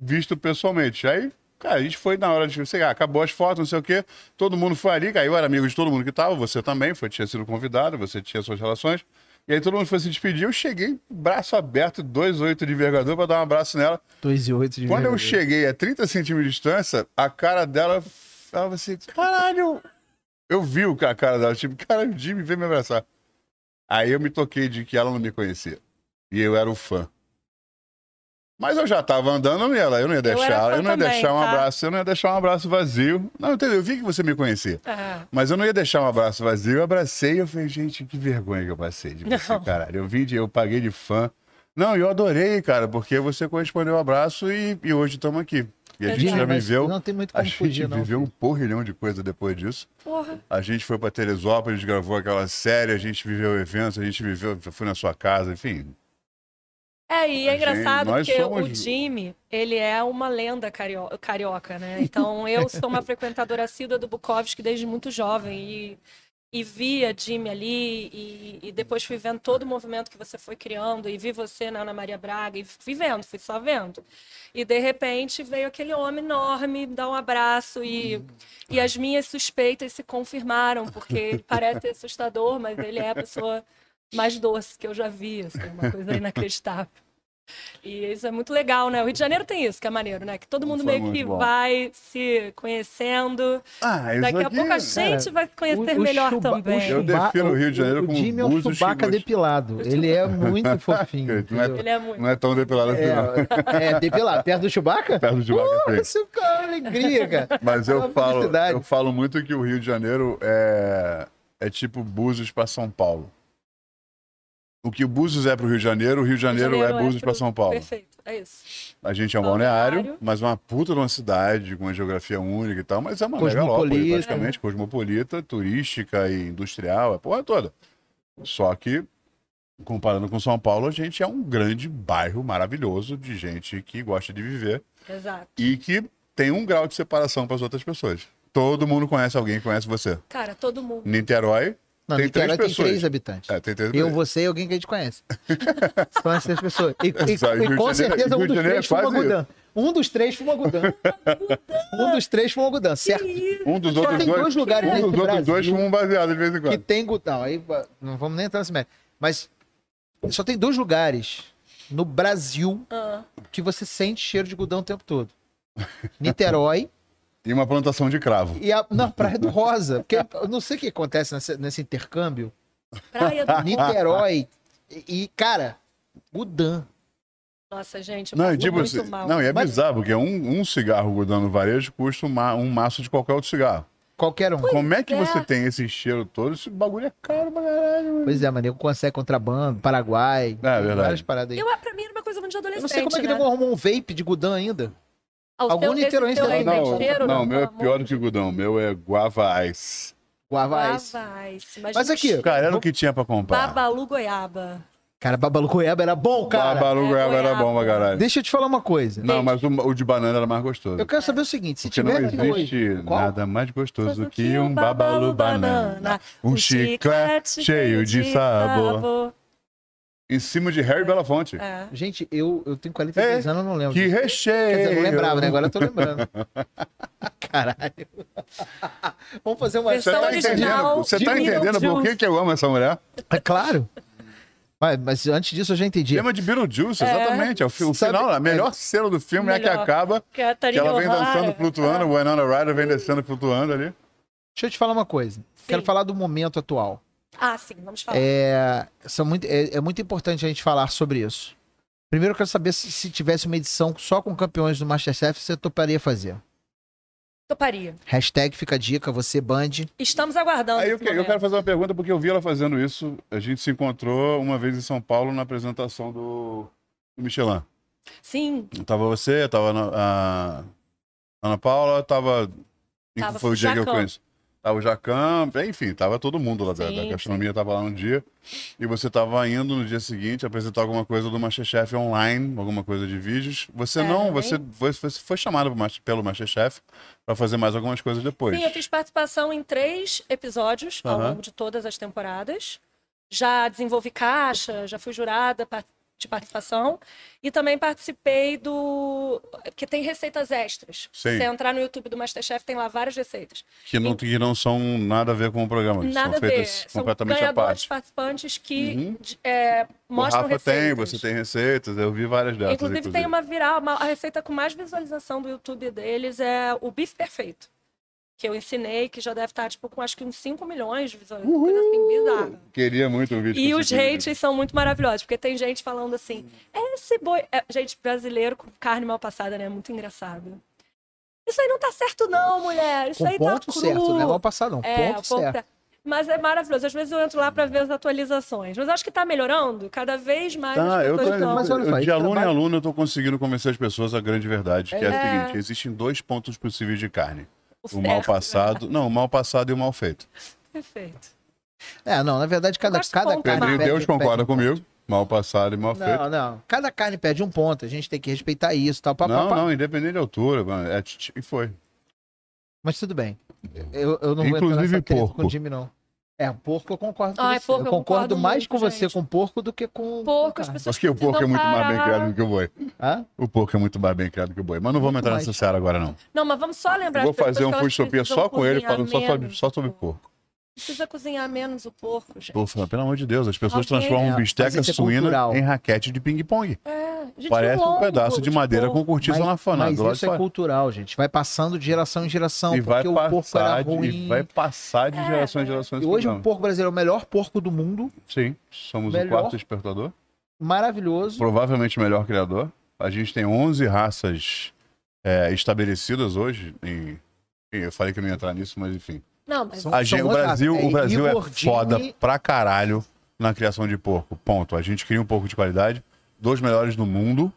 S3: visto pessoalmente. Aí, cara, a gente foi na hora de. Sei lá, acabou as fotos, não sei o quê. Todo mundo foi ali, cara. Eu era amigo de todo mundo que tava, você também, foi, tinha sido convidado, você tinha suas relações. E aí todo mundo foi se despedir. Eu cheguei, braço aberto, dois oito de envergadura, pra dar um abraço nela.
S2: 2 e 8 de
S3: Quando eu
S2: envergadura.
S3: cheguei a 30 centímetros de distância, a cara dela falava assim: caralho! Eu vi o ca- a cara dela, tipo, cara, o Jimmy veio me abraçar. Aí eu me toquei de que ela não me conhecia. E eu era o fã. Mas eu já tava andando nela, eu não ia
S4: era
S3: deixar, eu,
S4: fã
S3: não ia
S4: também,
S3: deixar um
S4: tá?
S3: abraço, eu não ia deixar um abraço vazio. Não, entendeu? Eu vi que você me conhecia.
S4: Ah,
S3: Mas eu não ia deixar um abraço vazio. Eu abracei e eu falei, gente, que vergonha que eu passei de você,
S4: Não.
S3: caralho. Eu vim de, eu paguei de fã. Não, eu adorei, cara, porque você correspondeu ao abraço e, e hoje estamos aqui. E a
S4: Eu
S3: gente
S4: também.
S3: já
S2: mas
S3: viveu.
S2: Não tem muito
S3: A
S2: como
S3: gente
S2: fugir, não.
S3: viveu um porrilhão de coisa depois disso.
S4: porra.
S3: A gente foi pra Teresópolis, gravou aquela série, a gente viveu eventos, a gente viveu, eu fui na sua casa, enfim.
S4: É, e
S3: A
S4: é
S3: gente-
S4: engraçado
S3: nós
S4: porque
S3: somos-
S4: o Jimmy, ele é uma lenda cario- carioca, né? Então eu sou uma frequentadora assídua do Bukowski desde muito jovem e, e via Jimmy ali e, e depois fui vendo todo o movimento que você foi criando e vi você na Ana Maria Braga e fui vendo, fui só vendo. E de repente veio aquele homem enorme dar um abraço
S3: Hum.
S4: e, e as minhas suspeitas se confirmaram, porque ele parece assustador, mas ele é a pessoa mais doce que eu já vi, assim, uma coisa inacreditável. E isso é muito legal, né? O Rio de Janeiro tem isso, que é maneiro, né? Que todo mundo
S3: Foi
S4: meio que
S3: muito bom.
S4: vai se conhecendo.
S3: Ah, isso
S4: Daqui a
S3: aqui-
S4: pouco a gente vai se conhecer
S2: O- o
S4: melhor
S2: Chuba- o
S4: também.
S3: Eu
S2: Chuba-
S3: defino o Rio de Janeiro
S2: o,
S3: como
S2: O Jimmy é um
S3: búzios
S2: Chewbacca
S3: gigantes.
S2: depilado. Ele é muito fofinho.
S3: Não é-
S2: entendeu?
S4: Ele é muito.
S3: Não é tão depilado assim, não.
S2: É, é, depilado. Perto do Chewbacca?
S3: Perto de
S4: Uh,
S3: Vaga Preta.
S2: Isso é uma alegria, cara.
S3: Mas
S2: É uma
S3: eu falo,
S2: felicidade.
S3: eu falo muito que o Rio de Janeiro é, é tipo Búzios para São Paulo. O que o Búzios é para o Rio de Janeiro, o Rio de Janeiro, é Búzios para
S4: pro-
S3: São Paulo.
S4: Perfeito, é isso.
S3: A gente é um
S4: Balneário.
S3: balneário, mas uma puta de uma cidade, com uma geografia única e tal, mas é uma megalópole,
S2: Cosmopolita.
S3: praticamente, cosmopolita, turística e industrial, é porra toda. Só que, comparando com São Paulo, a gente é um grande bairro maravilhoso de gente que gosta de viver
S4: Exato.
S3: e que tem um grau de separação para as outras pessoas. Todo mundo conhece alguém que conhece você.
S4: Cara, todo mundo.
S3: Niterói
S2: Não,
S3: tem
S2: Niterói
S3: três
S2: tem
S3: pessoas.
S2: três habitantes.
S3: É, tem três
S2: Eu, você e alguém que a gente conhece. São as três pessoas. E, e-
S3: Só,
S2: e
S3: Rio de
S2: com
S3: Janeiro-
S2: certeza um
S3: Rio de
S2: dos
S3: Janeiro é
S2: três fuma
S3: quase isso.
S2: Gudan. Um dos três fuma Gudan. um dos três fuma Gudan, certo?
S3: Um dos
S2: Só
S3: outros
S2: tem dois lugares
S3: um
S2: nesse
S3: dos outros dois
S2: Brasil
S3: com um baseado de vez em
S2: Que
S3: quando.
S2: tem Gudan. Aí ba- não vamos nem entrar nesse mérito. Mas só tem dois lugares no Brasil
S4: Ah,
S2: que você sente cheiro de Gudan o tempo todo. Niterói
S3: E uma plantação de cravo.
S2: e a, na Praia do Rosa. Porque eu não sei o que acontece nesse- nesse intercâmbio.
S4: praia do
S2: Niterói e, e, cara, Gudan.
S4: Nossa, gente, eu
S3: Não, é
S4: passo
S3: tipo
S4: muito
S3: assim,
S4: mal.
S3: não, e é
S2: Mas-
S3: bizarro, porque um, um cigarro grudando no varejo custa um, ma- um maço de qualquer outro cigarro.
S2: Qualquer um.
S3: Como é que
S4: é.
S3: você tem esse cheiro todo? Esse bagulho é caro pra caralho.
S2: Pois é, mano, eu consegue contrabando, Paraguai. tem
S3: É verdade.
S2: Várias paradas aí.
S4: Eu, pra mim era uma coisa muito de
S2: Eu
S4: adolescente,
S2: não sei como é que
S4: né?
S2: não arrumou um vape de Gudan ainda.
S4: Ah, o
S2: algum
S4: seu- esse
S2: niteroiense
S4: seu
S2: deve
S4: aí
S2: ter.
S4: tem
S3: não,
S4: cheiro, né?
S3: não, o meu é
S4: amor?
S3: pior do que o Gudão. O meu é Guava Ice.
S2: Guava Ice.
S4: Guavais. Imagina
S2: Mas aqui,
S4: o
S3: Cara, era o que tinha pra comprar.
S4: Babalu Goiaba.
S2: Cara, Babalu Goiaba era bom, cara.
S3: Babalu
S4: É
S3: Guava era
S4: goiaba.
S3: bom pra caralho.
S2: Deixa eu te falar uma coisa.
S3: Não, mas o, o de banana era mais gostoso.
S2: Eu quero saber o seguinte, se
S3: Porque
S2: tiver
S3: não
S2: aqui
S3: existe
S2: hoje... Qual?
S3: nada mais gostoso
S4: Gostoso
S3: que um babalu banana. Um chiclete cheio de sabor. Em cima de Harry Belafonte.
S4: É.
S2: Gente, eu, eu tenho 43
S3: É,
S2: anos, eu não lembro.
S3: Que
S2: disso. Quer dizer, eu
S3: recheio!
S2: não lembrava, né? Agora eu tô lembrando. Caralho. Vamos fazer uma...
S3: Você
S4: Versão
S3: tá
S4: original
S3: entendendo, você tá
S4: de
S3: entendendo por que,
S4: Beetlejuice.
S3: que eu amo essa mulher?
S2: É claro. Mas, mas antes disso eu já entendi.
S3: Tema de Beetlejuice, exatamente. É o, fi- o
S2: Sabe-
S3: final, a melhor cena do filme é a que
S4: Melhor.
S3: acaba, que
S4: Catherine
S3: ela vem
S4: O'Hara.
S3: dançando, flutuando, o Winona Ryder vem descendo, flutuando ali.
S2: Deixa eu te falar uma coisa. Quero falar do momento atual.
S4: Ah, sim, vamos falar.
S2: É, são muito, é, é muito importante a gente falar sobre isso. Primeiro, eu quero saber se, se tivesse uma edição só com campeões do Masterchef, você toparia fazer.
S4: Toparia.
S2: Hashtag fica a dica, você band.
S4: Estamos aguardando.
S3: Aí eu,
S4: esse
S3: que- eu
S4: momento.
S3: quero fazer uma pergunta, porque eu vi ela fazendo isso. A gente se encontrou uma vez em São Paulo na apresentação do, do Michelin.
S4: Sim,
S3: Tava você, tava Ana- a Ana Paula, tava. quem
S4: Tava
S3: foi o dia que eu
S4: Jacquin.
S3: conheci? Tava o Jacan, enfim, tava todo mundo lá da, da
S4: Sim,
S3: gastronomia, tava lá no dia. E você tava indo no dia seguinte apresentar alguma coisa do Masterchef online, alguma coisa de vídeos. Você
S4: É,
S3: não,
S4: nem-
S3: você, você foi chamado pro Mas- pelo Masterchef pra fazer mais algumas coisas depois.
S4: Sim, eu fiz participação em três episódios ao
S3: Aham.
S4: longo de todas as temporadas. Já desenvolvi caixa, já fui jurada par- de participação. E também participei do. que tem receitas extras.
S3: Sim.
S4: Se você entrar no YouTube do Masterchef, tem lá várias receitas.
S3: Que, não, que não são nada a ver com o programa. que
S4: Nada a
S3: são
S4: ver.
S3: feitas
S4: São
S3: completamente à
S4: ganhadores
S3: parte.
S4: participantes que
S3: Uhum.
S4: de- é,
S3: o
S4: mostram
S3: Rafa
S4: receitas.
S3: tem, você tem receitas, eu vi várias dessas.
S4: Inclusive, tem uma viral, uma- a receita com mais visualização do YouTube deles é o bife perfeito. Que eu ensinei, que já deve estar, tipo, com acho que uns 5 milhões de visualizações, coisa assim, bizarra.
S3: Queria muito um vídeo.
S4: E
S3: com
S4: os
S3: esse vídeo.
S4: hates são muito maravilhosos, porque tem gente falando assim, esse boi... é, gente, brasileiro com carne mal passada, né? Muito engraçado. Isso aí não tá certo não, mulher. Isso
S2: Com
S4: aí tá
S2: ponto
S4: cru.
S2: certo,
S3: né?
S2: não é mal passado, não.
S4: É,
S2: ponto
S4: o ponto
S2: certo.
S4: certo. Mas é maravilhoso. Às vezes eu entro lá pra ver as atualizações. Mas acho que tá melhorando cada vez mais.
S3: Tá,
S4: as
S3: eu tô,
S4: pessoas tão-
S2: Mas olha só, é
S3: eu, de
S2: esse
S3: aluno
S2: trabalho-
S3: em aluno eu tô conseguindo convencer as pessoas a grande verdade, que é, a
S4: É.
S3: seguinte, existem dois pontos possíveis de carne.
S4: o
S3: O mal
S4: é certo.
S3: passado, não, o mal passado e o mal feito.
S4: Perfeito.
S2: É, não, na verdade, cada,
S4: Eu gosto de
S2: cada
S4: ponto, né?
S2: carne.
S3: Pedrinho
S4: Pedrinho
S2: pede-
S3: Deus
S2: pede
S3: concorda
S2: um ponto.
S3: comigo, mal passado e mal feito.
S2: Não, não. Cada carne perde um ponto. A gente tem que respeitar isso e tal. Pá, pá,
S3: Não,
S2: pá.
S3: não, independente da altura, mano, é tch- tch- e foi.
S2: Mas tudo bem. Eu, eu não vou entrar
S3: Inclusive
S2: nessa treta
S3: porco.
S2: com o Jimmy, não. É, porco eu concordo com
S4: Ah, é
S2: você.
S4: porco,
S2: eu
S4: eu
S2: concordo
S4: concordo
S2: mais
S4: muito,
S2: com você
S4: gente.
S2: com porco do que com.
S4: Porco,
S2: com
S4: as
S2: carne.
S4: pessoas
S3: Acho que o porco é
S4: precisam
S3: muito mais bem
S4: parar.
S3: criado do que o boi.
S2: Hã?
S3: O porco é muito mais bem criado que o boi. Mas não vamos
S2: Muito
S3: entrar
S2: mais.
S3: nessa seara agora, não.
S4: Não, mas vamos só lembrar
S3: Vou
S4: as pessoas
S3: fazer um
S4: que elas
S3: fustopia só
S4: precisam
S3: com ele,
S4: cozinhar
S3: falando só sobre,
S4: menos.
S3: só sobre porco.
S4: Precisa cozinhar menos o porco, gente.
S3: Porra, pelo amor de Deus, as pessoas
S4: Ok.
S3: transformam
S2: É,
S3: bisteca
S2: mas isso é
S3: suína
S2: cultural.
S3: em raquete de ping-pong.
S4: É, gente, tipo,
S3: Parece um
S4: lombo
S3: pedaço de madeira com
S4: porco.
S3: cortiça
S2: Mas-
S3: na fanada.
S2: Mas isso é cultural, gente. Vai passando de geração em geração.
S3: e vai
S2: porque o porco era
S3: passar,
S2: ruim.
S3: de, vai passar de
S4: É,
S3: geração em
S4: é.
S3: geração.
S2: E
S3: esse
S2: hoje o
S3: programa.
S2: porco brasileiro é o melhor porco do mundo.
S3: Sim, somos o
S2: Melhor.
S3: quarto despertador.
S2: Maravilhoso.
S3: Provavelmente o melhor criador. A gente tem 11 raças é, estabelecidas hoje. em- em- Eu falei que eu não ia entrar nisso, mas enfim.
S4: Não, mas
S2: São-
S3: A gente- o
S2: outras-
S3: Brasil,
S2: é,
S3: o Brasil é
S2: Igor, Jimmy-
S3: foda pra caralho na criação de porco. Ponto. A gente cria um porco de qualidade. Dos melhores do mundo.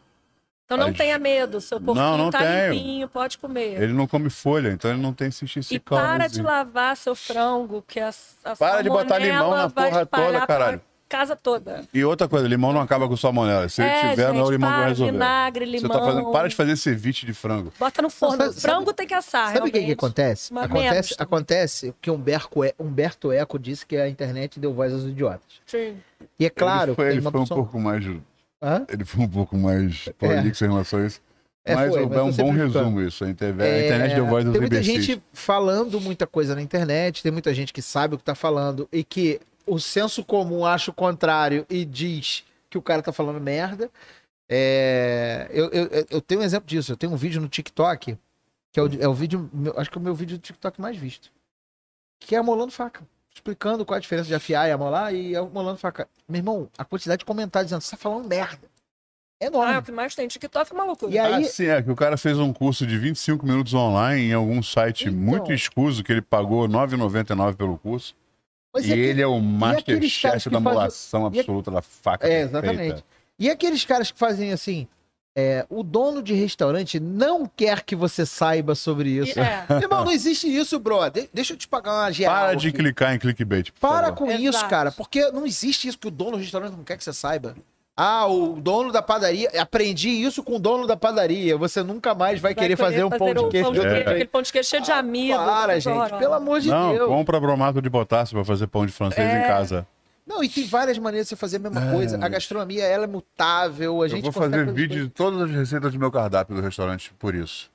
S4: então não
S3: Ai,
S4: tenha medo, seu porquinho
S3: Não, não
S4: tá
S3: tenho.
S4: limpinho, pode comer.
S3: Ele não come folha, então ele não tem cistite
S4: E para
S3: assim.
S4: de lavar seu frango, que a, a
S3: Para de botar
S4: salmonela
S3: limão na
S4: vai
S3: porra
S4: espalhar
S3: toda,
S4: pela
S3: caralho.
S4: Casa toda.
S3: E outra coisa, limão não acaba com salmonela. Se ele tiver, não é o limão que
S4: para,
S3: vai resolver.
S4: vinagre,
S3: Você
S4: limão.
S3: tá fazendo... Para de fazer ceviche de frango.
S4: Bota no forno.
S2: Sabe-
S4: frango tem que assar,
S2: Sabe o que, que
S4: Ah, realmente.
S2: acontece?
S4: Mas
S2: Acontece,
S4: menos também.
S2: acontece que Humberto, E- Humberto Eco disse que a internet deu voz aos idiotas.
S4: Sim.
S2: E é claro
S3: ele foi,
S2: que
S3: ele
S2: uma
S3: foi um
S2: pessoa-
S3: pouco mais.
S2: Hã?
S3: Ele foi um pouco mais prolixo em relação a isso.
S2: É,
S3: mas
S2: foi,
S3: é um
S2: mas tô
S3: bom
S2: simplificando.
S3: resumo isso. A internet, É, a internet deu voz aos
S2: É, Tem muita
S3: imbecis.
S2: gente falando muita coisa na internet, tem muita gente que sabe o que tá falando e que o senso comum acha o contrário e diz que o cara tá falando merda. É, eu, eu, eu tenho um exemplo disso. Eu tenho um vídeo no TikTok, que é o, é o vídeo, meu- acho que é o meu vídeo do TikTok mais visto, que é amolando faca. Explicando qual é a diferença de afiar e amolar e amolando faca. Meu irmão, a quantidade de comentários dizendo, você tá falando merda. É enorme.
S4: Ah, o que mais tem? TikTok é uma loucura.
S2: E aí-
S3: Ah, sim, é que o cara fez um curso de 25 minutos online em algum site
S2: Então.
S3: muito escuso que ele pagou R$ 9,99 pelo curso.
S2: Mas
S3: e
S2: é que-
S3: ele é o
S2: caras
S3: masterchef
S2: que fazem-
S3: da molação
S2: e é-
S3: absoluta da faca.
S2: É,
S3: perfeita.
S2: exatamente. E aqueles caras que fazem assim, é, o dono de restaurante não quer que você saiba sobre
S4: E-
S2: isso.
S4: é.
S2: Irmão, não existe isso, brother. Deixa eu te pagar uma geral.
S3: Para de
S2: aqui.
S3: clicar em clickbait. Por
S2: é Para
S3: favor.
S2: com
S4: Exato.
S2: isso, cara, porque não existe isso que o dono do restaurante não quer que você saiba. Ah, o dono da padaria. Aprendi isso com o dono da padaria. Você nunca mais vai,
S4: Vai
S2: querer fazer um pão de queijo
S4: pão
S2: de
S4: de
S2: outro
S4: queijo,
S2: jeito.
S4: Aquele pão de queijo cheio de amido.
S2: Para,
S4: coisa
S2: gente.
S4: horrorosa.
S2: Pelo amor de
S3: Não,
S2: Deus. É,
S3: compra bromato de potássio pra fazer pão de francês em casa.
S2: Não, e tem várias maneiras de você fazer a mesma coisa. A gastronomia, ela é mutável. A
S3: Eu
S2: gente
S3: vou
S2: consegue
S3: fazer
S2: fazer
S3: vídeo de todas as receitas do meu cardápio do restaurante por isso.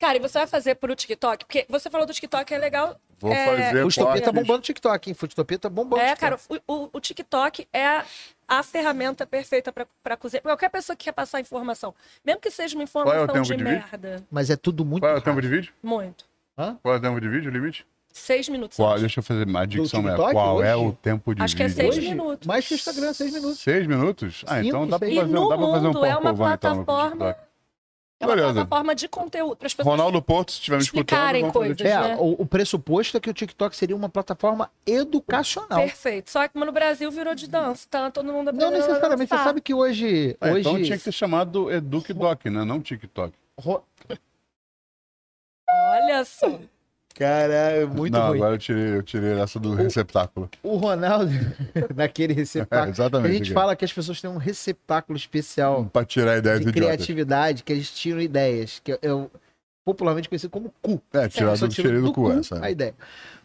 S4: Cara, e você vai fazer pro TikTok? Porque você falou do TikTok, é legal.
S3: Vou
S4: É,
S3: fazer
S2: O Futopia tá
S3: cortes.
S2: bombando o TikTok, hein? Futopia tá bombando. o
S4: É,
S2: TikTok.
S4: cara, o, o- o TikTok é a, a ferramenta perfeita pra, pra cozinhar. Qualquer pessoa que quer passar informação. Mesmo que seja uma
S3: Qual é
S4: informação
S3: o tempo
S4: de,
S3: de vídeo?
S4: merda.
S2: Mas é tudo muito.
S3: Qual é o
S2: rápido.
S3: tempo de vídeo?
S4: Muito.
S3: Qual é o tempo de vídeo, o limite?
S4: Seis minutos.
S3: Qual,
S4: acho.
S3: deixa eu fazer uma dicção melhor.
S2: TikTok
S3: Qual é
S2: hoje?
S3: o tempo de
S4: Acho que
S3: vídeo?
S4: é seis
S3: hoje?
S4: minutos.
S2: Mais que o Instagram, seis minutos.
S3: Seis minutos? Ah,
S2: Cinco,
S3: então dá pra
S2: seis.
S3: fazer,
S4: E no
S3: dá pra fazer um
S4: mundo é uma
S3: porcovão, então, no
S4: plataforma-
S3: TikTok.
S4: É uma
S3: Beleza.
S4: plataforma de conteúdo para as pessoas
S3: Ronaldo Porto, se estiver me escutando,
S4: explicarem
S3: vamos fazer
S4: coisas,
S2: É,
S4: né?
S2: o, o pressuposto é que o TikTok seria uma plataforma educacional.
S4: Perfeito. Só que no Brasil virou de dança, tá todo mundo
S2: Não
S4: aprendendo a
S2: necessariamente. Você
S4: dançar.
S2: sabe que hoje.
S3: Ah,
S2: hoje
S3: Então tinha que ser chamado EducDoc, né? Não TikTok.
S2: ro-
S4: Olha só.
S2: Caralho, É muito
S3: Não,
S2: ruim.
S3: agora eu tirei, eu tirei essa do receptáculo.
S2: O Ronaldo, naquele
S3: É,
S2: receptáculo. a
S3: exatamente. Hum,
S2: gente
S3: aqui.
S2: fala que as pessoas têm um receptáculo especial
S3: Pra tirar ideias
S2: de
S3: do idiota.
S2: criatividade, que eles tiram ideias, que eu, eu popularmente conhecido como cu.
S3: É, tirar
S2: Só
S3: do,
S2: tira
S3: tirei do cu, essa. né?
S2: A ideia.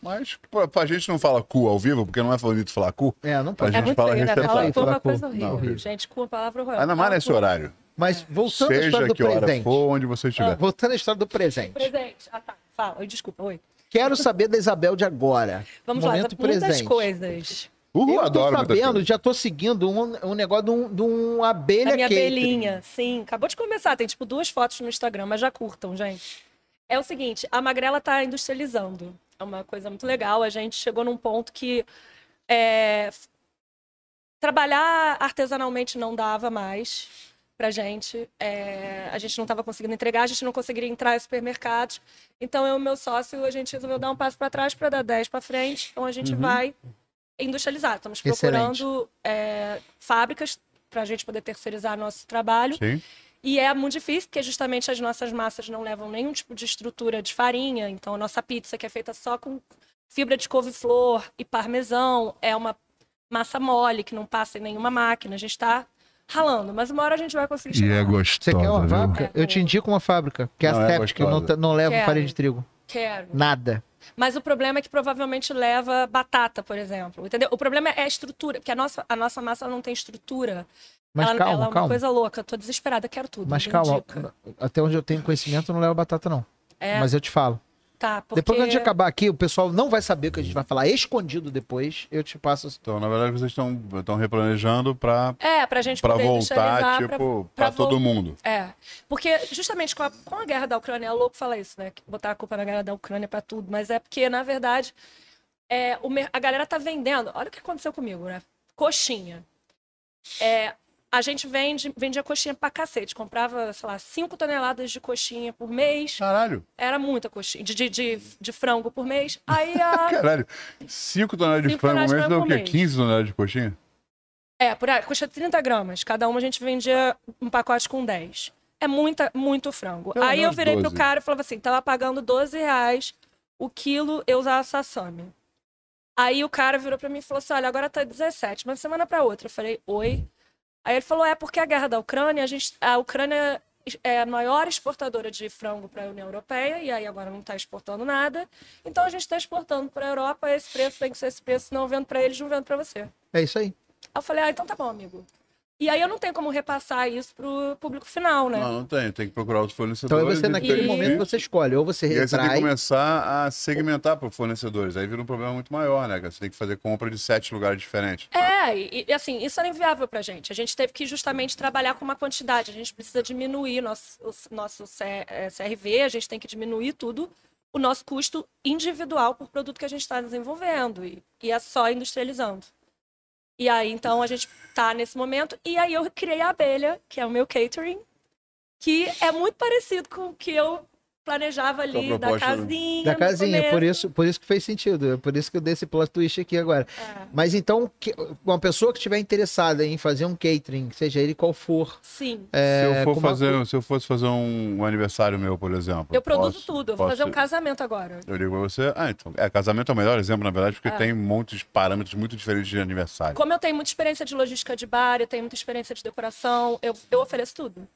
S3: Mas tipo, pra, pra gente não fala cu ao vivo, porque não é bonito falar cu.
S2: É, não
S3: A
S2: pode.
S4: É
S3: gente
S4: muito
S3: fala
S4: feio, né? Fala,
S3: receptáculo.
S4: foi
S2: Fala
S4: uma
S2: com-
S4: coisa horrível.
S2: não, horrível. é
S4: Gente, com a palavra horrível.
S3: Ainda mais
S4: Fala
S3: nesse
S4: com-
S3: horário.
S2: Mas voltando à história
S3: Seja
S2: do
S3: que hora
S2: presente.
S3: for, onde você estiver.
S2: Voltando à história do presente.
S4: Presente. Ah, tá. Fala. Oi, desculpa. Oi.
S2: Quero saber da Isabel de agora.
S4: Vamos lá.
S2: Momento
S4: tá- Muitas
S2: presente.
S4: coisas.
S3: Uhul,
S2: Eu
S3: adoro
S2: tô
S3: muitas
S2: sabendo,
S3: coisas.
S2: já tô seguindo um, um negócio de um, de um
S4: A
S2: abelha
S4: minha
S2: catering.
S4: belinha, sim. Acabou de começar. Tem, tipo, duas fotos no Instagram, mas já curtam, gente. É o seguinte, a magrela tá industrializando. É uma coisa muito legal. A gente chegou num ponto que é, f- trabalhar artesanalmente não dava mais pra gente. É, a gente não estava conseguindo entregar, a gente não conseguiria entrar em supermercados. Então, eu e o meu sócio, a gente resolveu dar um passo para trás para dar 10 para frente. Então, a gente vai industrializar. Estamos
S2: Uhum. Excelente.
S4: procurando é, fábricas para a gente poder terceirizar nosso trabalho.
S3: Sim.
S4: E é muito difícil, porque justamente as nossas massas não levam nenhum tipo de estrutura de farinha. Então, a nossa pizza, que é feita só com fibra de couve-flor e parmesão, é uma massa mole, que não passa em nenhuma máquina. A gente está ralando, mas uma hora a gente vai conseguir chegar. lá.
S3: é gostosa,
S2: Você quer uma
S3: viu?
S2: fábrica? Eu te indico uma fábrica, que é
S3: Não, é
S2: a Septic, eu não,
S3: gostosa.
S2: te- não leva
S4: Quero.
S2: farinha de trigo.
S4: Quero.
S2: Nada.
S4: Mas o problema é que provavelmente leva batata, por exemplo. Entendeu? O problema é a estrutura, porque a nossa, a nossa massa não tem estrutura.
S2: Mas
S4: ela,
S2: calma,
S4: ela é uma
S2: calma.
S4: coisa louca. Tô desesperada, quero tudo.
S2: Mas
S4: me
S2: calma,
S4: indica.
S2: até onde eu tenho conhecimento, não leva batata, não.
S4: É,
S2: Mas eu te falo.
S4: tá, porque...
S2: Depois que a gente acabar aqui, o pessoal não vai saber o que a gente vai falar escondido depois. Eu te passo. assim.
S3: Então, na verdade, vocês estão estão replanejando pra,
S4: É, pra gente
S3: pra
S4: poder
S3: voltar,
S4: industrializar, pra-
S3: tipo,
S4: pra
S3: pra, todo
S4: vol-
S3: mundo.
S4: É, porque justamente com a, com a guerra da Ucrânia, é louco falar isso, né? que Botar a culpa na guerra da Ucrânia pra tudo, mas é porque, na verdade, é, o mer- a galera tá vendendo. Olha o que aconteceu comigo, né? Coxinha. É, a gente vende, vendia coxinha pra cacete. Comprava, sei lá, 5 toneladas de coxinha por mês.
S3: Caralho,
S4: Era muita coxinha, de, de, de, de frango por mês. Aí a.
S3: caralho. 5 toneladas de
S4: Cinco
S3: frango
S4: toneladas de
S3: mesmo dá
S4: frango
S3: o quê?
S4: por mês.
S3: 15 toneladas de coxinha?
S4: É, por aí, custa 30 gramas. Cada uma a gente vendia um pacote com 10. É muita, muito frango.
S3: Pelo
S4: aí eu
S3: menos
S4: virei
S3: 12.
S4: pro cara e falava assim: tava pagando 12 reais o quilo, eu usava sassame. Aí o cara virou pra mim e falou assim: olha, agora tá 17, mas semana pra outra. Eu falei: oi. Aí ele falou: é porque a guerra da Ucrânia, a, gente, a Ucrânia é a maior exportadora de frango para a União Europeia, e aí agora não está exportando nada. Então a gente está exportando para a Europa, esse preço tem que ser esse preço, senão eu vendo para eles, não vendo para você.
S2: É isso aí.
S4: Aí eu falei, ah, então tá bom, amigo. E aí eu não tenho como repassar isso pro público final, né?
S3: Não, não tem. Tem que procurar os fornecedores.
S2: Então é você,
S3: e
S2: naquele
S3: tem-
S2: momento, você escolhe. Ou você
S3: E aí você tem que
S2: retrai.
S3: começar a segmentar para fornecedores. Aí vira um problema muito maior, né? cara? Você tem que fazer compra de sete lugares diferentes.
S4: É, e, e, assim, isso era inviável pra gente. A gente teve que justamente trabalhar com uma quantidade. A gente precisa diminuir nosso, o nosso C- eh, CRV, a gente tem que diminuir tudo, o nosso custo individual por produto que a gente está desenvolvendo. E, e é só industrializando. E aí, então, a gente tá nesse momento. E aí eu criei a abelha, que é o meu catering, que é muito parecido com o que eu planejava ali da
S3: proposta, né?
S4: casinha.
S2: Da
S4: no
S2: casinha, por
S4: começo.
S2: isso, por isso que fez sentido. É por isso que eu dei esse plot twist aqui agora.
S4: É,
S2: Mas então, que- uma pessoa que estiver interessada em fazer um catering, seja ele qual for,
S4: sim.
S3: se, eu for
S2: como-
S3: fazer, se eu fosse fazer um, um aniversário meu, por exemplo.
S4: Eu produzo
S3: posso-
S4: tudo, eu vou fazer um
S3: posso-
S4: casamento agora.
S3: Eu digo pra você, ah, então. É, casamento é o melhor exemplo, na verdade, porque
S4: É.
S3: tem muitos parâmetros muito diferentes de aniversário.
S4: Como eu tenho muita experiência de logística de bar, eu tenho muita experiência de decoração, eu, eu ofereço tudo.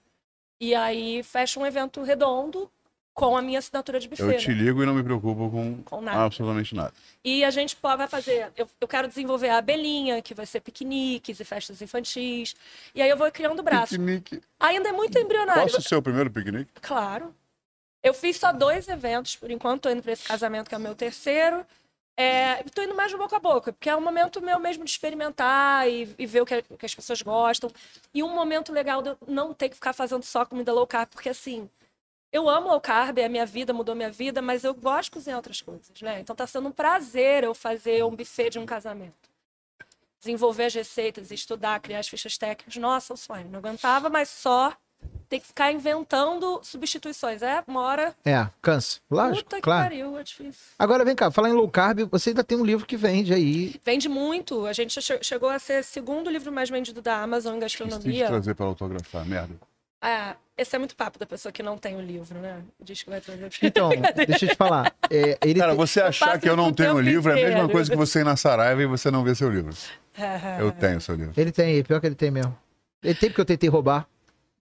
S4: E aí fecho um evento redondo com a minha assinatura de buffet.
S3: eu Ah. te
S4: né?
S3: ligo e não me preocupo com,
S4: Com nada.
S3: absolutamente nada.
S4: E a gente pô- vai fazer. Eu, eu quero desenvolver a abelhinha, que vai ser piqueniques e festas infantis. E aí eu vou criando braço.
S3: Piquenique.
S4: Ainda é muito embrionário.
S3: Posso ser o primeiro piquenique?
S4: Claro. Eu fiz só dois eventos, por enquanto, tô indo para esse casamento, que é o meu terceiro. É, tô indo mais no boca a boca, porque é um momento meu mesmo de experimentar e, e ver o que, o que as pessoas gostam. E um momento legal de eu não ter que ficar fazendo só comida low carb, porque assim, eu amo low carb, é a minha vida, mudou minha vida, mas eu gosto de cozinhar outras coisas, né? Então tá sendo um prazer eu fazer um buffet de um casamento. é um Desenvolver as receitas, estudar, criar as fichas técnicas. Nossa, o sonho. Não aguentava, mas só Tem que ficar inventando substituições. É, uma hora.
S2: É, cansa. Lógico,
S4: Puta que
S2: claro.
S4: pariu, é difícil.
S2: Agora vem cá, falar em low carb, você ainda tem um livro que vende aí.
S4: Vende muito. A gente che- chegou a ser segundo livro mais vendido da Amazon em
S3: Tem que
S4: gastronomia.
S3: trazer pra autografar, merda.
S4: É, esse é muito papo da pessoa que não tem o livro, né? Diz que vai trazer.
S2: Então, deixa eu te falar. é, ele
S3: Cara,
S2: tem-
S3: você achar
S4: faço
S3: que eu
S4: isso
S3: não
S4: o
S3: tenho o
S4: tempo
S3: livro é a mesma
S4: inteiro.
S3: coisa que você ir na Saraiva e você não ver seu livro.
S4: É,
S3: Eu tenho seu livro.
S2: Ele tem, pior que ele tem mesmo. Ele tem porque eu tentei roubar.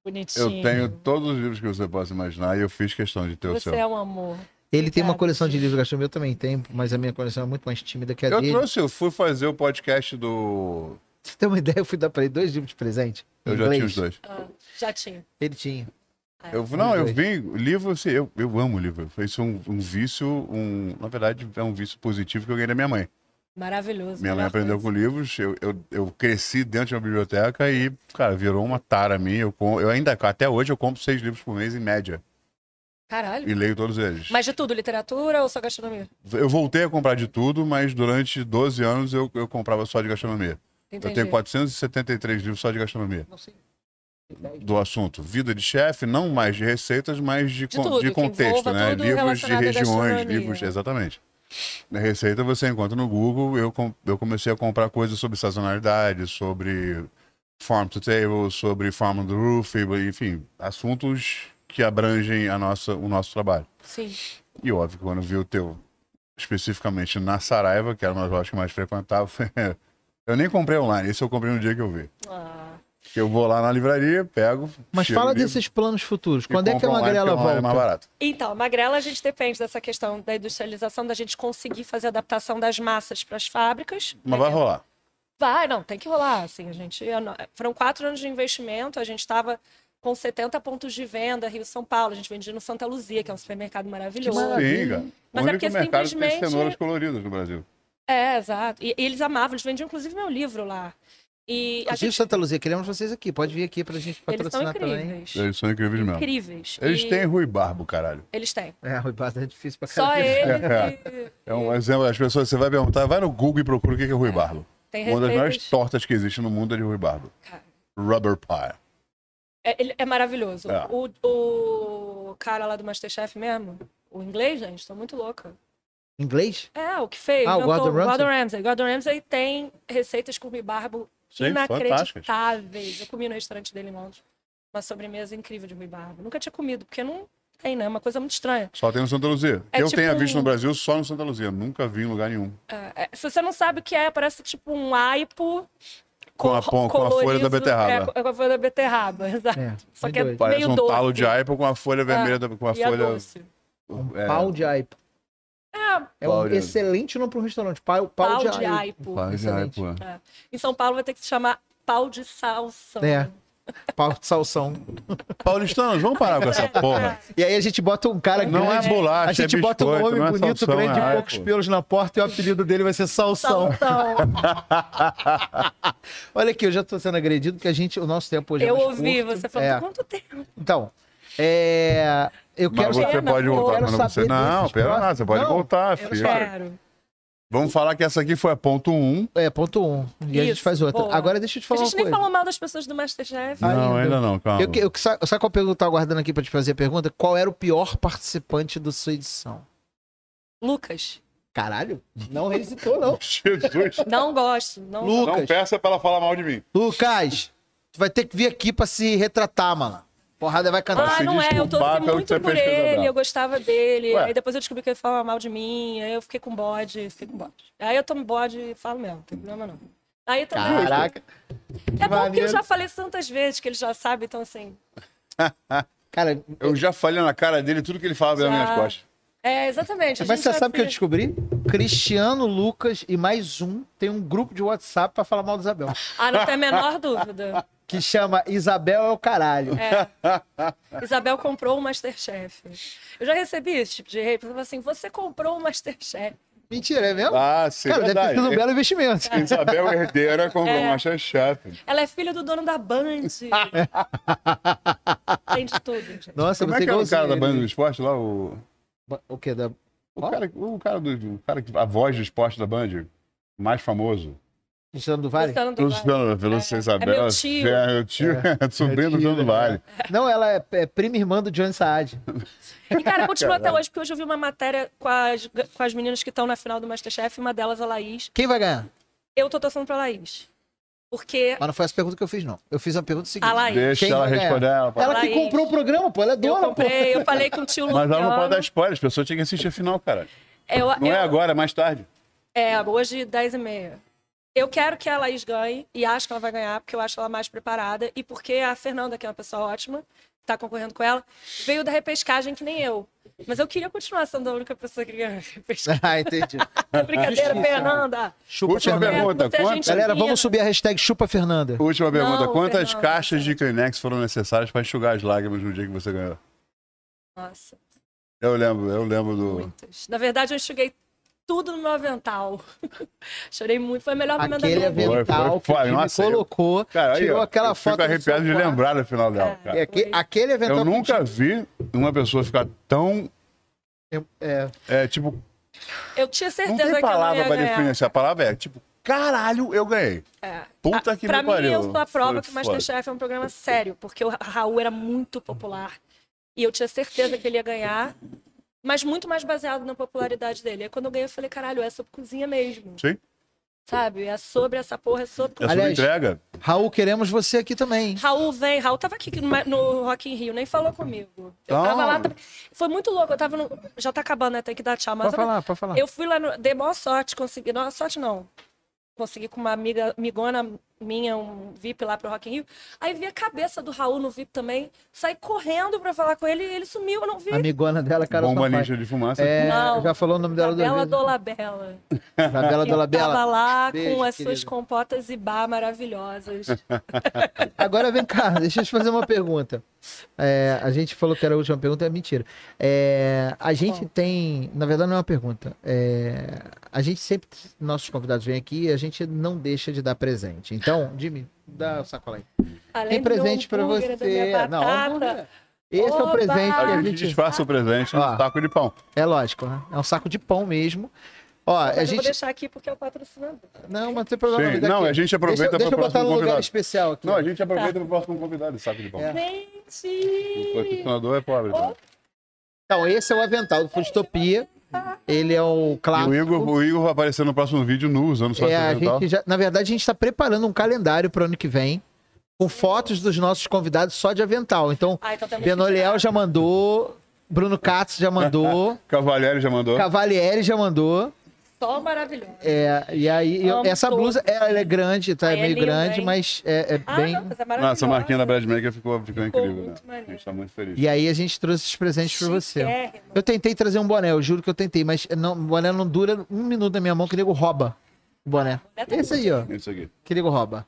S4: Bonitinho.
S3: Eu tenho todos os livros que você possa imaginar e eu fiz questão de ter o
S4: Você
S3: seu.
S4: é um amor.
S2: Ele tem uma
S4: Obrigada,
S2: coleção de
S4: gente.
S2: livros gastronômicos, eu também tenho, mas a minha coleção é muito mais tímida que a
S3: Eu
S2: dele.
S3: trouxe, eu fui fazer o podcast do.
S2: Você tem uma ideia? Eu fui dar pra ele dois livros de presente. em
S3: Eu já
S2: inglês.
S3: tinha os dois.
S4: Ah, já tinha.
S2: Ele tinha.
S3: Eu, não, eu
S2: Os
S3: vim. Livro, assim, eu, eu amo livro. Isso é um, um vício, um, na verdade, é um vício positivo que eu ganhei da minha mãe.
S4: Maravilhoso.
S3: Minha mãe
S4: melhor
S3: aprendeu com
S4: coisa.
S3: livros, eu, eu, eu cresci dentro de uma biblioteca e, cara, virou uma tara minha. Eu, com- eu ainda, até hoje, eu compro seis livros por mês em média
S4: Caralho.
S3: e leio todos eles.
S4: Mas de tudo, literatura ou só gastronomia?
S3: Eu voltei a comprar de tudo, mas durante 12 anos eu, eu comprava só de gastronomia.
S4: Entendi.
S3: Eu tenho 473 livros só de gastronomia.
S2: Não sei.
S3: Do assunto. Vida de chefe, não mais de receitas, mas de, con-
S4: tudo,
S3: de
S4: que
S3: contexto,
S4: envolva
S3: né?
S4: tudo
S3: Livros de
S4: relacionado à
S3: regiões,
S4: gastronomia.
S3: livros. Exatamente. Na receita você encontra no Google. Eu, com- eu comecei a comprar coisas sobre sazonalidade, sobre farm to table, sobre farm on the roof, enfim, assuntos que abrangem a nossa, o nosso trabalho.
S4: Sim.
S3: E óbvio, que quando eu vi o teu, especificamente na Saraiva, que era uma loja que eu mais frequentava, foi- eu nem comprei online, esse eu comprei no dia que eu vi.
S4: Ah,
S3: Eu vou lá na livraria, pego.
S2: Mas
S3: chego
S2: fala
S3: livro
S2: desses planos futuros.
S3: e
S2: Quando é que a
S3: compro online,
S2: Magrela
S3: porque online
S2: volta?
S3: É mais barato.
S4: Então, magrela, a gente depende dessa questão da industrialização, da gente conseguir fazer a adaptação das massas para as fábricas.
S3: Mas vai
S4: Entendeu?
S3: rolar.
S4: Vai, não, tem que rolar, assim, a gente... eu não- Foram quatro anos de investimento, a gente estava com 70 pontos de venda, Rio-São Paulo, a gente vendia no Santa Luzia, que é um supermercado maravilhoso.
S3: Sim, cara.
S4: Mas é
S3: o único
S4: porque
S3: mercado que tem
S4: simplesmente-
S3: cenouras coloridas no Brasil.
S4: É, exato. E, e eles amavam, eles vendiam inclusive meu livro lá. E a
S2: Inclusive,
S4: gente,
S2: Santa Luzia, queremos vocês aqui. Pode vir aqui pra gente
S4: eles são
S2: é patrocinar também.
S4: incríveis.
S3: Eles É são incríveis mesmo.
S4: Incríveis.
S3: Eles
S4: E
S3: têm Rui Barbo, caralho.
S4: Eles têm.
S2: É, a ruibada é difícil pra
S4: Só
S2: caralho.
S4: eles. e-
S3: É um exemplo, as pessoas, você vai perguntar, vai no Google e procura o que é Rui Barbo.
S4: Tem
S3: Uma das maiores
S4: receitas.
S3: tortas que existe no mundo é de Rui Barbo.
S4: Cara,
S3: Rubber pie.
S4: É, ele é maravilhoso.
S3: É.
S4: O, o cara lá do Masterchef mesmo, o inglês, gente, tô muito louca.
S2: Inglês?
S4: É, o que fez.
S2: Ah, o Gordon
S4: inventou
S2: Ramsay?
S4: Gordon Ramsay. Gordon Ramsay tem receitas com bibarbo
S3: Sim, fantásticas.
S4: inacreditáveis. Eu comi no restaurante dele em Londres. Uma sobremesa incrível de bibarbo. Nunca tinha comido, porque não tem, né? É uma coisa muito estranha.
S3: Só tem no Santa Luzia.
S4: É
S3: eu
S4: tipo
S3: tenho visto
S4: um-
S3: no Brasil só no Santa Luzia. Nunca vi em lugar nenhum.
S4: É, é, se você não sabe o que é, parece tipo um aipo
S3: Com a pon- com a folha da beterraba.
S4: É, com- com a folha da beterraba, exato.
S2: É,
S4: Só
S2: bem
S4: que é
S2: doido.
S3: Parece
S4: meio
S3: um
S4: doce.
S3: talo de aipo com a folha vermelha, da- com a
S4: e é
S3: folha.
S4: doce.
S3: é,
S2: Pau de aipo. É, um
S3: Pau de-
S2: excelente nome para um restaurante. Pau, pau,
S4: Pau
S2: de,
S4: de
S2: aipo.
S4: aipo.
S3: pau de
S2: Excelente.
S3: aipo. é.
S4: Em São Paulo vai ter que se chamar pau de salsa.
S2: É. Pau de salsão.
S3: Paulistanos, vamos parar com essa porra.
S2: E aí a gente bota um cara
S3: Não
S2: grande.
S3: é bolacha,
S2: A gente
S3: é
S2: bota um
S3: biscoito,
S2: homem
S3: não é
S2: bonito,
S3: salsão,
S2: grande,
S3: é aipo.
S2: poucos pelos na porta e o apelido dele vai ser Salsão.
S4: Salsão.
S2: Olha aqui, eu já tô sendo agredido porque a gente, o nosso tempo hoje é
S4: Eu
S2: mais
S4: ouvi
S2: curto.
S4: você falando
S2: É.
S4: quanto tempo.
S2: Então, é... eu quero
S3: Mas você
S2: saber-
S3: pode
S4: eu
S3: voltar
S2: quero
S3: quando você.
S2: saber
S3: Não,
S2: desses
S3: pera lá,
S2: próximos.
S3: você pode
S2: Não,
S3: voltar,
S4: Eu
S3: filho.
S4: quero.
S3: Vamos falar que essa aqui foi a ponto 1. Um.
S2: É, ponto um. E a gente
S4: Isso,
S2: faz outra.
S4: boa.
S2: Agora deixa eu te
S4: A
S2: falar
S4: gente
S2: uma
S4: nem
S2: coisa.
S4: falou mal das pessoas do Masterchef.
S2: Ah,
S3: Não,
S2: ainda.
S3: ainda não, calma.
S2: Eu, que- eu, que- sabe, sabe qual pergunta eu tô aguardando aqui pra te fazer a pergunta? Qual era o pior participante da sua edição?
S4: Lucas.
S2: Caralho, não hesitou, não.
S3: Jesus.
S4: Não gosto. Não...
S3: Não
S2: Lucas,
S3: peça pra ela falar mal de mim.
S2: Lucas, tu vai ter que vir aqui pra se retratar, mano. Porrada vai cantar.
S4: Ah,
S3: se
S4: não é, eu
S3: desculpar
S4: torci
S3: pelo que
S4: muito
S3: você
S4: por
S3: fez com o
S4: ele,
S3: Isabel.
S4: eu gostava dele.
S3: Ué.
S4: Aí depois eu descobri que ele falava mal de mim, aí eu fiquei com bode, fiquei com bode. Aí eu tomo bode e falo mesmo, não tem problema não. Aí também.
S2: Caraca.
S4: é bom porque eu
S2: maneiro.
S4: já falei isso tantas vezes que ele já sabe, então assim.
S2: Cara,
S3: Eu já falei na cara dele tudo que ele falava nas
S4: Já.
S3: minhas costas.
S4: É, exatamente. a
S2: mas
S4: gente
S2: você
S4: já
S2: sabe o que eu
S4: se-
S2: descobri? Cristiano, Lucas e mais um tem um grupo de WhatsApp pra falar mal do Isabel.
S4: Ah, não tem a menor dúvida.
S2: Que chama Isabel é o caralho.
S4: É. Isabel comprou o Masterchef. Eu já recebi esse tipo de hate. Eu falava assim, você comprou o Masterchef.
S2: Mentira, é mesmo?
S3: Ah, sim,
S2: Cara, deve ter
S3: verdade.
S2: sido um belo investimento.
S3: Isabel Herdeira comprou
S4: É.
S3: uma chachata.
S4: Ela é filha do dono da Band. tem de tudo, gente.
S2: Nossa,
S3: Como
S2: você
S3: é que era o
S2: igualzinho
S3: cara da
S2: ele.
S3: banda do esporte lá? O,
S2: O quê? Da...
S3: o cara, o cara do. O cara que, a voz do esporte da band, mais famoso.
S2: Luciano do Vale?
S4: Luciano do Vale.
S3: Luciano, pelo sem saber.
S4: meu tio.
S3: É, meu tio, é sobrinho do
S2: tio,
S3: Luciano do
S2: né?
S3: Vale.
S2: Não, ela é, é prima e irmã do Johnny Saad.
S4: E, cara, continua até hoje, porque hoje eu vi uma matéria com as, com as meninas que estão na final do Masterchef, uma delas a Laís.
S2: Quem vai ganhar?
S4: Eu tô torcendo pra Laís. Porque
S2: Mas não foi essa pergunta que eu fiz, não. Eu fiz a pergunta seguinte.
S4: a Laís.
S3: Deixa
S2: Quem
S3: ela
S2: vai ganhar?
S3: responder. Ela, pode-
S2: Ela que
S4: Laís.
S2: comprou o programa, pô. Ela é
S4: Eu
S2: dona, pô.
S4: comprei, eu falei com o tio Luciano.
S3: Mas ela não pode dar spoiler, as pessoas tinham que assistir a final, cara.
S4: Eu-
S3: Não
S4: eu-
S3: é agora, é mais tarde.
S4: É, hoje, 10 e meia. Eu quero que a Laís ganhe, e acho que ela vai ganhar, porque eu acho ela mais preparada, e porque a Fernanda, que é uma pessoa ótima, tá concorrendo com ela, veio da repescagem que nem eu. Mas eu queria continuar sendo a única pessoa que ganha repescagem.
S2: ah, entendi.
S4: Brincadeira, Fernanda!
S2: Chupa
S3: Última
S2: Fernanda.
S3: pergunta.
S4: Você é
S3: quanto?
S4: gente
S2: Galera,
S4: fina.
S2: vamos subir a hashtag Chupa Fernanda.
S3: Última pergunta.
S4: Não,
S3: Quantas
S4: Fernando,
S3: caixas de Kleenex foram necessárias para enxugar as lágrimas no dia que você ganhou?
S4: Nossa,
S3: Eu lembro, eu lembro do.
S4: muitas. Na verdade, eu enxuguei tudo no meu avental. Chorei muito, foi a melhor momento
S2: Aquele
S4: da minha vida.
S3: Foi, foi
S2: avental que o
S3: foda.
S2: time
S3: Nossa, eu-
S2: colocou,
S3: Cara, aí,
S2: tirou
S3: ó,
S2: aquela
S3: eu
S2: foto.
S3: Fico
S2: do
S3: arrepiado de
S2: celular.
S3: lembrar da final dela,
S4: É.
S2: É, então, tipo,
S3: cara.
S2: aque- aquele eventual.
S3: Eu nunca vi uma pessoa ficar tão.
S2: É,
S3: É, tipo,
S4: Eu tinha
S3: não
S4: certeza
S3: tem
S4: que eu não
S3: palavra
S4: ia
S3: pra
S4: ganhar.
S3: definir. assim, A palavra é tipo, caralho, eu ganhei.
S4: É.
S3: Puta
S4: Ah,
S3: que
S4: pra
S3: me pariu.
S4: mim, eu sou a prova
S3: Foi
S4: que o Masterchef é um programa sério, porque o Ra- Raul era muito popular. E eu tinha certeza que ele ia ganhar, mas muito mais baseado na popularidade dele. Aí quando eu ganhei, eu falei, caralho, é sobre cozinha mesmo.
S3: Sim.
S4: Sabe? É sobre essa porra, é sobre
S3: É
S4: cozinha.
S3: sobre
S2: Aliás,
S3: entrega.
S2: Raul, queremos você aqui também. hein?
S4: Raul vem, Raul tava aqui no, Ma- no Rock in Rio, nem falou comigo. Eu
S3: Não.
S4: tava lá também. Foi muito louco, eu tava no. Já tá acabando, né? Tem que dar tchau, mas.
S2: Pode falar, pode falar.
S4: Eu fui lá, no, dei maior sorte, consegui. Não, sorte não. Consegui com uma amiga, amigona minha, um VIP lá pro Rock in Rio. Aí vi a cabeça do Raul no VIP também. Saí correndo pra falar com ele e ele sumiu, eu não vi.
S2: Amigona dela, cara.
S3: Bomba
S2: Sampaio.
S3: ninja de fumaça.
S2: É,
S4: Não.
S2: já falou o nome dela
S4: Isabela
S2: do né?
S4: Dolabella.
S2: Isabela
S4: Que tava
S2: Dolabella.
S4: lá
S2: Beijo,
S4: com as suas
S2: querida.
S4: compotas e bar maravilhosas.
S2: Agora vem cá, deixa eu te fazer uma pergunta. É, a gente falou que era a última pergunta, é mentira. É, a gente
S4: Tá Bom.
S2: tem, na verdade não é uma pergunta. É, a gente sempre, nossos convidados vêm aqui e a gente não deixa de dar presente. Então, Jimmy, dá o sacola aí.
S4: Além
S2: Tem
S4: do meu
S2: presente pra
S4: hambúrguer, da minha
S2: você. Não,
S4: batata.
S2: hambúrguer. Esse é o
S4: Oba!
S2: presente que
S3: A
S2: a
S3: gente
S2: gente.
S3: disfarça o presente no
S2: Ó.
S3: taco de pão.
S2: É lógico, né? É um saco de pão mesmo. Ó,
S4: Mas
S2: a
S4: eu vou
S2: gente.
S4: deixar aqui porque é o patrocinador.
S2: Não, mas não tem problema.
S3: Sim,
S2: me dá
S3: não,
S2: aqui.
S3: a gente aproveita
S2: Deixa,
S3: pra
S2: deixa eu
S3: próximo
S2: botar num lugar
S3: convidado.
S2: especial aqui.
S3: Não, a gente
S4: Tá.
S3: aproveita pro próximo convidado, saco de pão.
S2: É.
S3: O
S4: Gente!
S3: patrocinador é pobre. Tá?
S2: Então, esse é o avental do Futopia. Ele é o
S3: E
S2: clássico.
S3: o Igor, o Igor vai aparecer no próximo vídeo nu, usando só
S2: É,
S3: esse
S2: a
S3: avental.
S2: gente já- na verdade, a gente está preparando um calendário para o ano que vem com fotos dos nossos convidados só de avental. Então,
S4: Ah, então temos que
S2: Benoliel
S4: tirar.
S2: já mandou, Bruno Katz já mandou,
S3: Cavalieri já mandou.
S2: Cavalieri já mandou.
S4: Só maravilhoso.
S2: É, e aí, eu-
S4: Amo
S2: essa
S4: todos.
S2: blusa, ela é grande, tá? É
S4: Aí é
S2: meio
S4: linda,
S2: grande,
S4: hein?
S2: mas é, é
S4: Ah,
S2: bem...
S4: não, mas é maravilhoso.
S3: Nossa, essa marquinha da Brad Maker ficou, ficou incrível,
S4: muito
S3: né? A
S4: maneiro.
S3: gente tá muito feliz.
S2: E aí a gente trouxe esses presentes pra você.
S4: Chiquérrimo.
S2: Eu tentei trazer um boné, eu juro que eu tentei, mas não, o boné não dura um minuto na minha mão, que o nego rouba o boné.
S4: tá
S2: Esse aí, ó,
S3: É Isso aqui.
S2: que o nego rouba.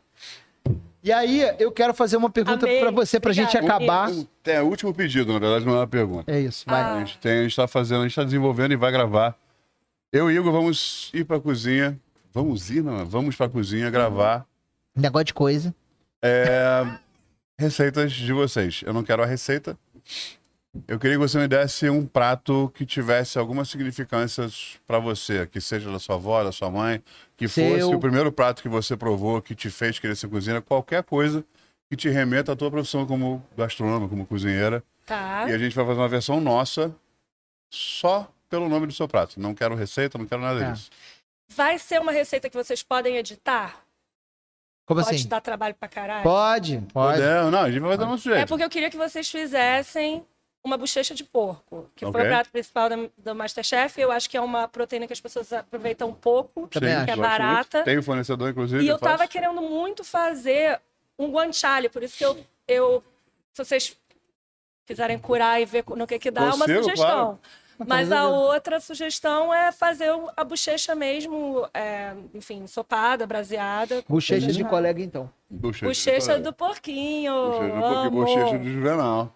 S2: E aí, eu quero fazer uma pergunta
S4: Amei.
S2: pra você, pra gente
S4: Obrigada. Uhum.
S2: acabar.
S3: O- É o último pedido, na verdade, não é uma pergunta.
S2: É isso, vai.
S4: Ah.
S3: A gente tem, a gente tá fazendo, a gente tá desenvolvendo e vai gravar. Eu e Igor vamos ir pra cozinha. Vamos ir, não? Vamos pra cozinha gravar
S2: Um Negócio de coisa.
S3: é, receitas de vocês. Eu não quero a receita. Eu queria que você me desse um prato que tivesse alguma significância pra você, que seja da sua avó, da sua mãe, que
S2: Seu.
S3: fosse o primeiro prato que você provou, que te fez querer ser cozinheira, qualquer coisa que te remeta à tua profissão como gastrônoma, como cozinheira.
S4: Tá.
S3: E a gente vai fazer uma versão nossa só pelo nome do seu prato. Não quero receita, não quero nada
S2: É.
S3: disso.
S4: Vai ser uma receita que vocês podem editar?
S2: Como
S4: Pode
S2: Tipo assim?
S4: dar trabalho pra caralho?
S2: Pode, pode.
S3: Não, não, a gente vai fazer do nosso jeito.
S4: É porque eu queria que vocês fizessem uma bochecha de porco, que foi
S3: Ok.
S4: o prato principal da- do, Masterchef. Eu acho que é uma proteína que as pessoas aproveitam um pouco.
S2: Também acho.
S4: que é
S3: gosto muito.
S4: barata.
S3: Tem o fornecedor, inclusive.
S4: E eu
S3: Tá, faço.
S4: tava querendo muito fazer um guanciale, por isso que eu, eu se vocês quiserem curar e ver no que que dá, é uma
S3: Consigo,
S4: sugestão. Mas a
S2: Maravilha.
S4: outra sugestão é fazer o- a bochecha mesmo, é, enfim, sopada, braseada.
S2: Bochecha de
S4: Bochecha.
S2: colega, então.
S3: Bochecha,
S4: Bochecha
S3: do
S4: do porquinho.
S3: Bochecha do porco e
S4: amo.
S3: bochecha do Juvenal.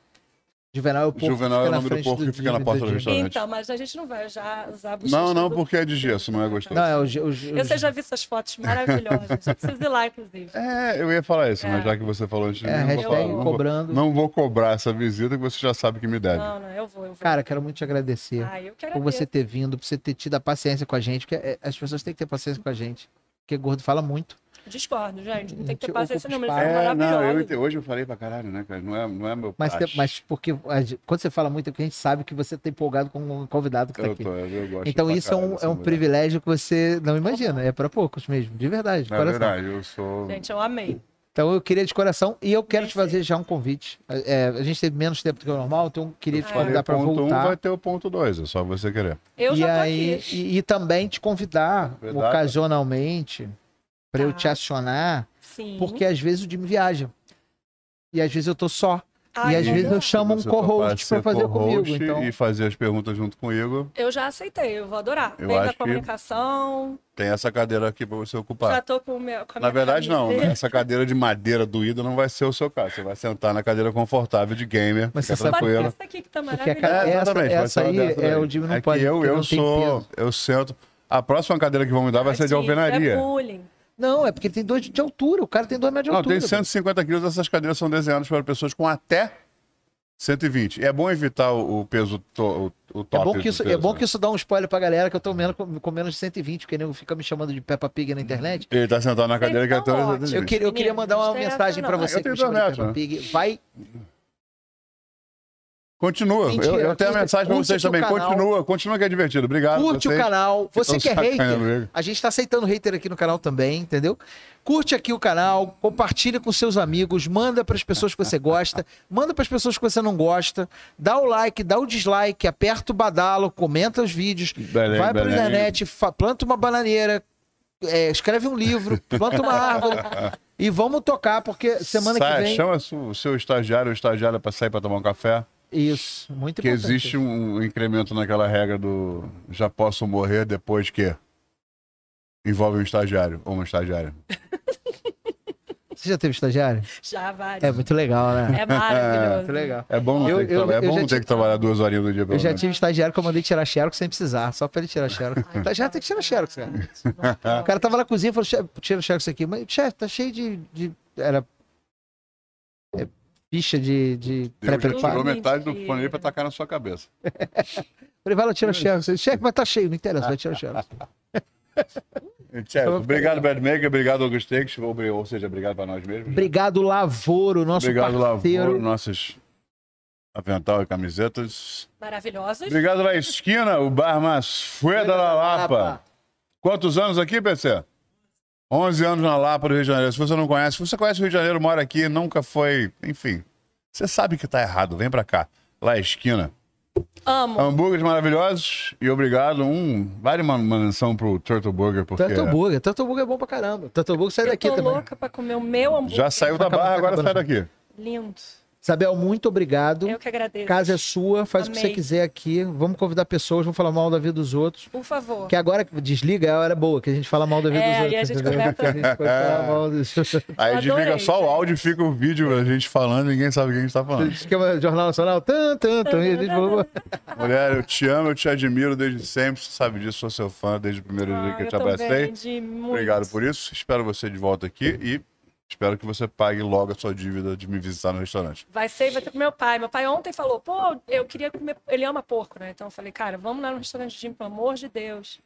S2: Juvenal é o porco. que
S3: Juvenal
S2: fica
S3: é o
S2: na
S3: nome do
S2: frente
S3: porco que fica na
S2: Jimmy,
S3: porta
S2: do
S3: do
S2: Jimmy.
S3: restaurante.
S4: Então, mas a gente não vai já usar a bochecha
S3: Não, não,
S4: do-
S3: porque é de gesso, não é gostoso.
S2: Não, é o... Ju- o, Ju-
S4: Eu já vi essas fotos maravilhosas. Eu preciso ir lá, inclusive.
S3: É, eu ia falar isso, mas já que você falou antes de
S2: É,
S3: mim, eu não vou
S2: hashtag
S3: falar. Não
S2: cobrando.
S3: Vou, não vou cobrar essa visita que você já sabe que me deve.
S4: Não, não, eu vou, eu vou.
S2: Cara, quero muito te agradecer.
S4: Ah, eu quero
S2: por você
S4: ver.
S2: ter vindo, por você ter tido a paciência com a gente, porque é, as pessoas têm que ter paciência com a gente. Porque gordo fala muito.
S4: Discordo, gente. Não tem que ter
S2: Gente,
S4: paciência, não,
S2: ocupa
S4: mas
S3: É,
S4: eles são
S3: não, eu,
S4: maravilhosos.
S3: ente- hoje eu falei pra caralho, né, cara? Não é, não é meu
S2: Mas,
S3: praxe.
S2: te- mas porque a gente- quando você fala muito é porque a gente sabe que você tá empolgado com um convidado que tá
S3: eu
S2: aqui.
S3: tô, eu gosto
S2: Então
S3: pra
S2: isso é um, é
S3: caralho
S2: um
S3: dessa mulher.
S2: privilégio que você não imagina. É pra poucos mesmo, de verdade. de
S3: Na
S2: coração.
S3: É verdade, eu sou.
S4: Gente, eu amei.
S2: Então eu queria de coração e eu quero te fazer já um convite. É, a gente teve menos tempo do que o normal, então eu queria
S4: É.
S2: te
S3: Falei
S2: convidar pra
S3: ponto um,
S2: voltar.
S3: vai ter o ponto dois, é só você querer.
S4: Eu
S2: e
S4: já tô
S2: aí
S4: aqui.
S2: e, e também te convidar
S3: Verdade.
S2: ocasionalmente pra eu
S4: Tá.
S2: te acionar,
S4: Sim.
S2: porque às vezes o Jimmy viaja. E às vezes eu tô só.
S4: Ai,
S2: e às
S4: não
S2: vezes
S4: dá.
S2: eu chamo um
S3: Você topar
S2: co-host pra
S3: ser
S2: fazer comigo.
S3: co-host
S2: Então...
S3: E fazer as perguntas junto comigo.
S4: Eu já aceitei, eu vou adorar.
S3: Eu
S4: Veio
S3: acho
S4: da
S3: que-
S4: comunicação,
S3: Tem essa cadeira aqui pra você
S4: já tá
S3: ocupar.
S4: tô com, o meu, com
S3: Na
S4: a minha
S3: verdade, não.
S4: camisa.
S3: né? Essa cadeira de madeira doída não vai ser o seu caso. Você vai sentar na cadeira confortável de gamer.
S2: Mas
S3: fica
S2: você sabe-
S3: tranquilo.
S4: Podcast aqui que tá
S2: Porque a
S4: maravilhoso.
S2: cara-
S3: É,
S2: essa,
S3: exatamente, vai
S2: essa
S3: ser uma
S2: aí
S3: dessa daí.
S2: é o Jimmy não
S3: É que
S2: pode.
S3: eu,
S2: porque
S3: eu
S2: não tem
S3: sou.
S2: peso.
S3: Eu sento. A próxima cadeira que vão me dar vai ser de
S4: Tadinho, isso É
S3: alvenaria.
S4: bullying.
S2: Não, é porque ele tem dois de altura. O cara tem dois metros de
S3: Não,
S2: altura.
S3: tem 150 quilos, essas cadeiras são desenhadas para pessoas com até 120. É bom evitar o, o peso, to, o, o
S2: É
S3: top.
S2: bom, que
S3: do
S2: isso,
S3: peso,
S2: é bom
S3: né?
S2: que isso dá um spoiler pra galera que eu tô menos, com, com menos de 120, porque nego fica me chamando de Peppa Pig na internet.
S3: Ele tá sentado na cadeira que é
S4: Vocês
S3: até
S4: estão
S3: 120.
S2: Eu, queria- eu queria
S4: Menino,
S2: mandar uma
S4: não tem essa
S2: mensagem pra
S4: não.
S2: você
S3: Eu
S2: que
S3: tenho
S2: me chama
S3: dois
S2: de Peppa
S3: metros,
S2: Pig. Vai.
S3: Continua.
S2: Mentira,
S3: eu, eu tenho
S2: curte-
S3: a mensagem pra
S2: curte
S3: vocês
S2: o
S3: também.
S2: canal.
S3: Continua, continua que é divertido. Obrigado.
S2: Curte o
S3: vocês.
S2: canal. Você
S3: tão
S2: que é
S3: sacaneando
S2: hater,
S3: comigo.
S2: a gente tá aceitando hater aqui no canal também, entendeu? Curte aqui o canal, compartilha com seus amigos, manda pras pessoas que você gosta, manda pras pessoas que você não gosta, dá o like, dá o dislike, aperta o badalo, comenta os vídeos,
S3: Belém,
S2: vai pra
S3: Belém.
S2: internet, fa- planta uma bananeira, é, escreve um livro, planta uma árvore e vamos tocar, porque semana
S3: Sai,
S2: que vem...
S3: Chama su- o seu estagiário ou estagiária pra sair pra tomar um café.
S2: Isso, muito
S3: Que
S2: importante.
S3: existe um incremento naquela regra do já posso morrer depois que envolve um estagiário ou uma estagiária. um
S2: Você já teve estagiário?
S4: Já, vários.
S2: É muito legal, né?
S4: É, maravilhoso.
S2: Muito legal.
S3: É bom não
S2: Eu-
S3: ter, que,
S2: eu-
S3: trabalhar- é
S2: eu
S3: bom
S2: já
S3: não ter
S2: tive-
S3: que trabalhar duas horinhas do dia
S2: Eu
S3: pelo
S2: já
S3: menos.
S2: tive estagiário que eu mandei tirar xerox sem precisar, só pra ele tirar xerox. Estagiário "Tá, tem que tirar
S4: tá
S2: xerox, cara. O cara tava na cozinha e falou, "Chefe, tira o xerox aqui. Mas, chefe, tá cheio de... de- Era... é, ficha de, de
S3: Deus já
S2: pré-preparo.
S3: tirou metade do
S4: Mentira.
S3: fone aí pra tacar na sua cabeça.
S2: Falei, vai lá, tira o xerox. Ele, Chefe, mas tá cheio, não interessa, vai tirar o xerox.
S3: Tchau, É, obrigado, Badmaker. Obrigado, Augustex. Ou seja, obrigado pra nós mesmos.
S2: Obrigado, Lavoro, nosso
S3: Obrigado,
S2: parceiro.
S3: Lavoro, nossos avental e camisetas.
S4: Maravilhosos.
S3: Obrigado, La Esquina, o bar mais fueda da é, Lapa. Quantos anos aqui, PC? 11 anos na Lapa do Rio de Janeiro. Se você não conhece, se você conhece o Rio de Janeiro, mora aqui, nunca foi. Enfim, você sabe que tá errado. Vem pra cá. Lá esquina.
S4: Amo.
S3: Hambúrgueres maravilhosos e obrigado. Um, vale uma, uma menção pro Turtle Burger, porque
S2: Tanto buga, tanto buga é bom pra caramba. Tanto buga sai
S4: Eu
S2: daqui
S4: tô
S2: também.
S4: louca pra comer o meu hambúrguer.
S3: já saiu da
S2: Acabou,
S3: barra, agora
S2: acabou.
S3: sai daqui.
S4: Lindo.
S2: Isabel, muito obrigado.
S4: Eu que agradeço.
S2: Casa é sua, faz o que você
S4: Amei.
S2: quiser aqui. Vamos convidar pessoas, vamos falar mal da vida dos outros.
S4: Por favor.
S2: Que agora que desliga é a hora boa, que a gente fala mal da vida
S4: É,
S2: dos
S4: aí
S2: outros.
S4: a gente
S2: entendeu?
S4: começa-
S2: A gente pode falar mal dos outros.
S3: Aí
S4: Eu
S3: desliga
S4: adorei,
S3: só o
S4: cara.
S3: áudio e fica o vídeo, a gente falando, ninguém sabe o que a gente tá falando.
S2: Esquema é Jornal Nacional. Tan, tan, tan, e a gente falou,
S3: Mulher, eu te amo, eu te admiro desde sempre, você sabe disso, sou seu fã desde o primeiro dia
S4: Ah,
S3: que eu
S4: eu
S3: te abracei.
S4: também, de muito.
S3: Obrigado por isso. Espero você de volta aqui e espero que você pague logo a sua dívida de me visitar no restaurante.
S4: Vai ser, vai ter pro meu pai. Meu pai ontem falou, pô, eu queria comer. Ele ama porco, né? Então eu falei, cara, vamos lá no restaurante de Jimmy, pelo amor de Deus.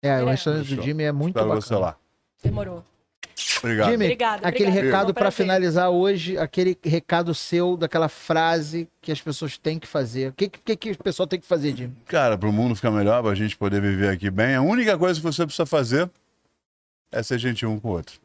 S2: É, o restaurante do Jimmy é muito
S3: espero você
S2: bacana.
S3: lá.
S4: Demorou.
S3: Obrigado.
S2: Jimmy,
S4: Obrigada,
S2: aquele
S4: obrigada,
S2: recado
S4: foi um
S2: para
S4: prazer.
S2: finalizar hoje, aquele recado seu, daquela frase que as pessoas têm que fazer. O que, que, que o pessoal tem que fazer, Jimmy?
S3: Cara, para o mundo ficar melhor, para a gente poder viver aqui bem, a única coisa que você precisa fazer é ser gentil um com o outro.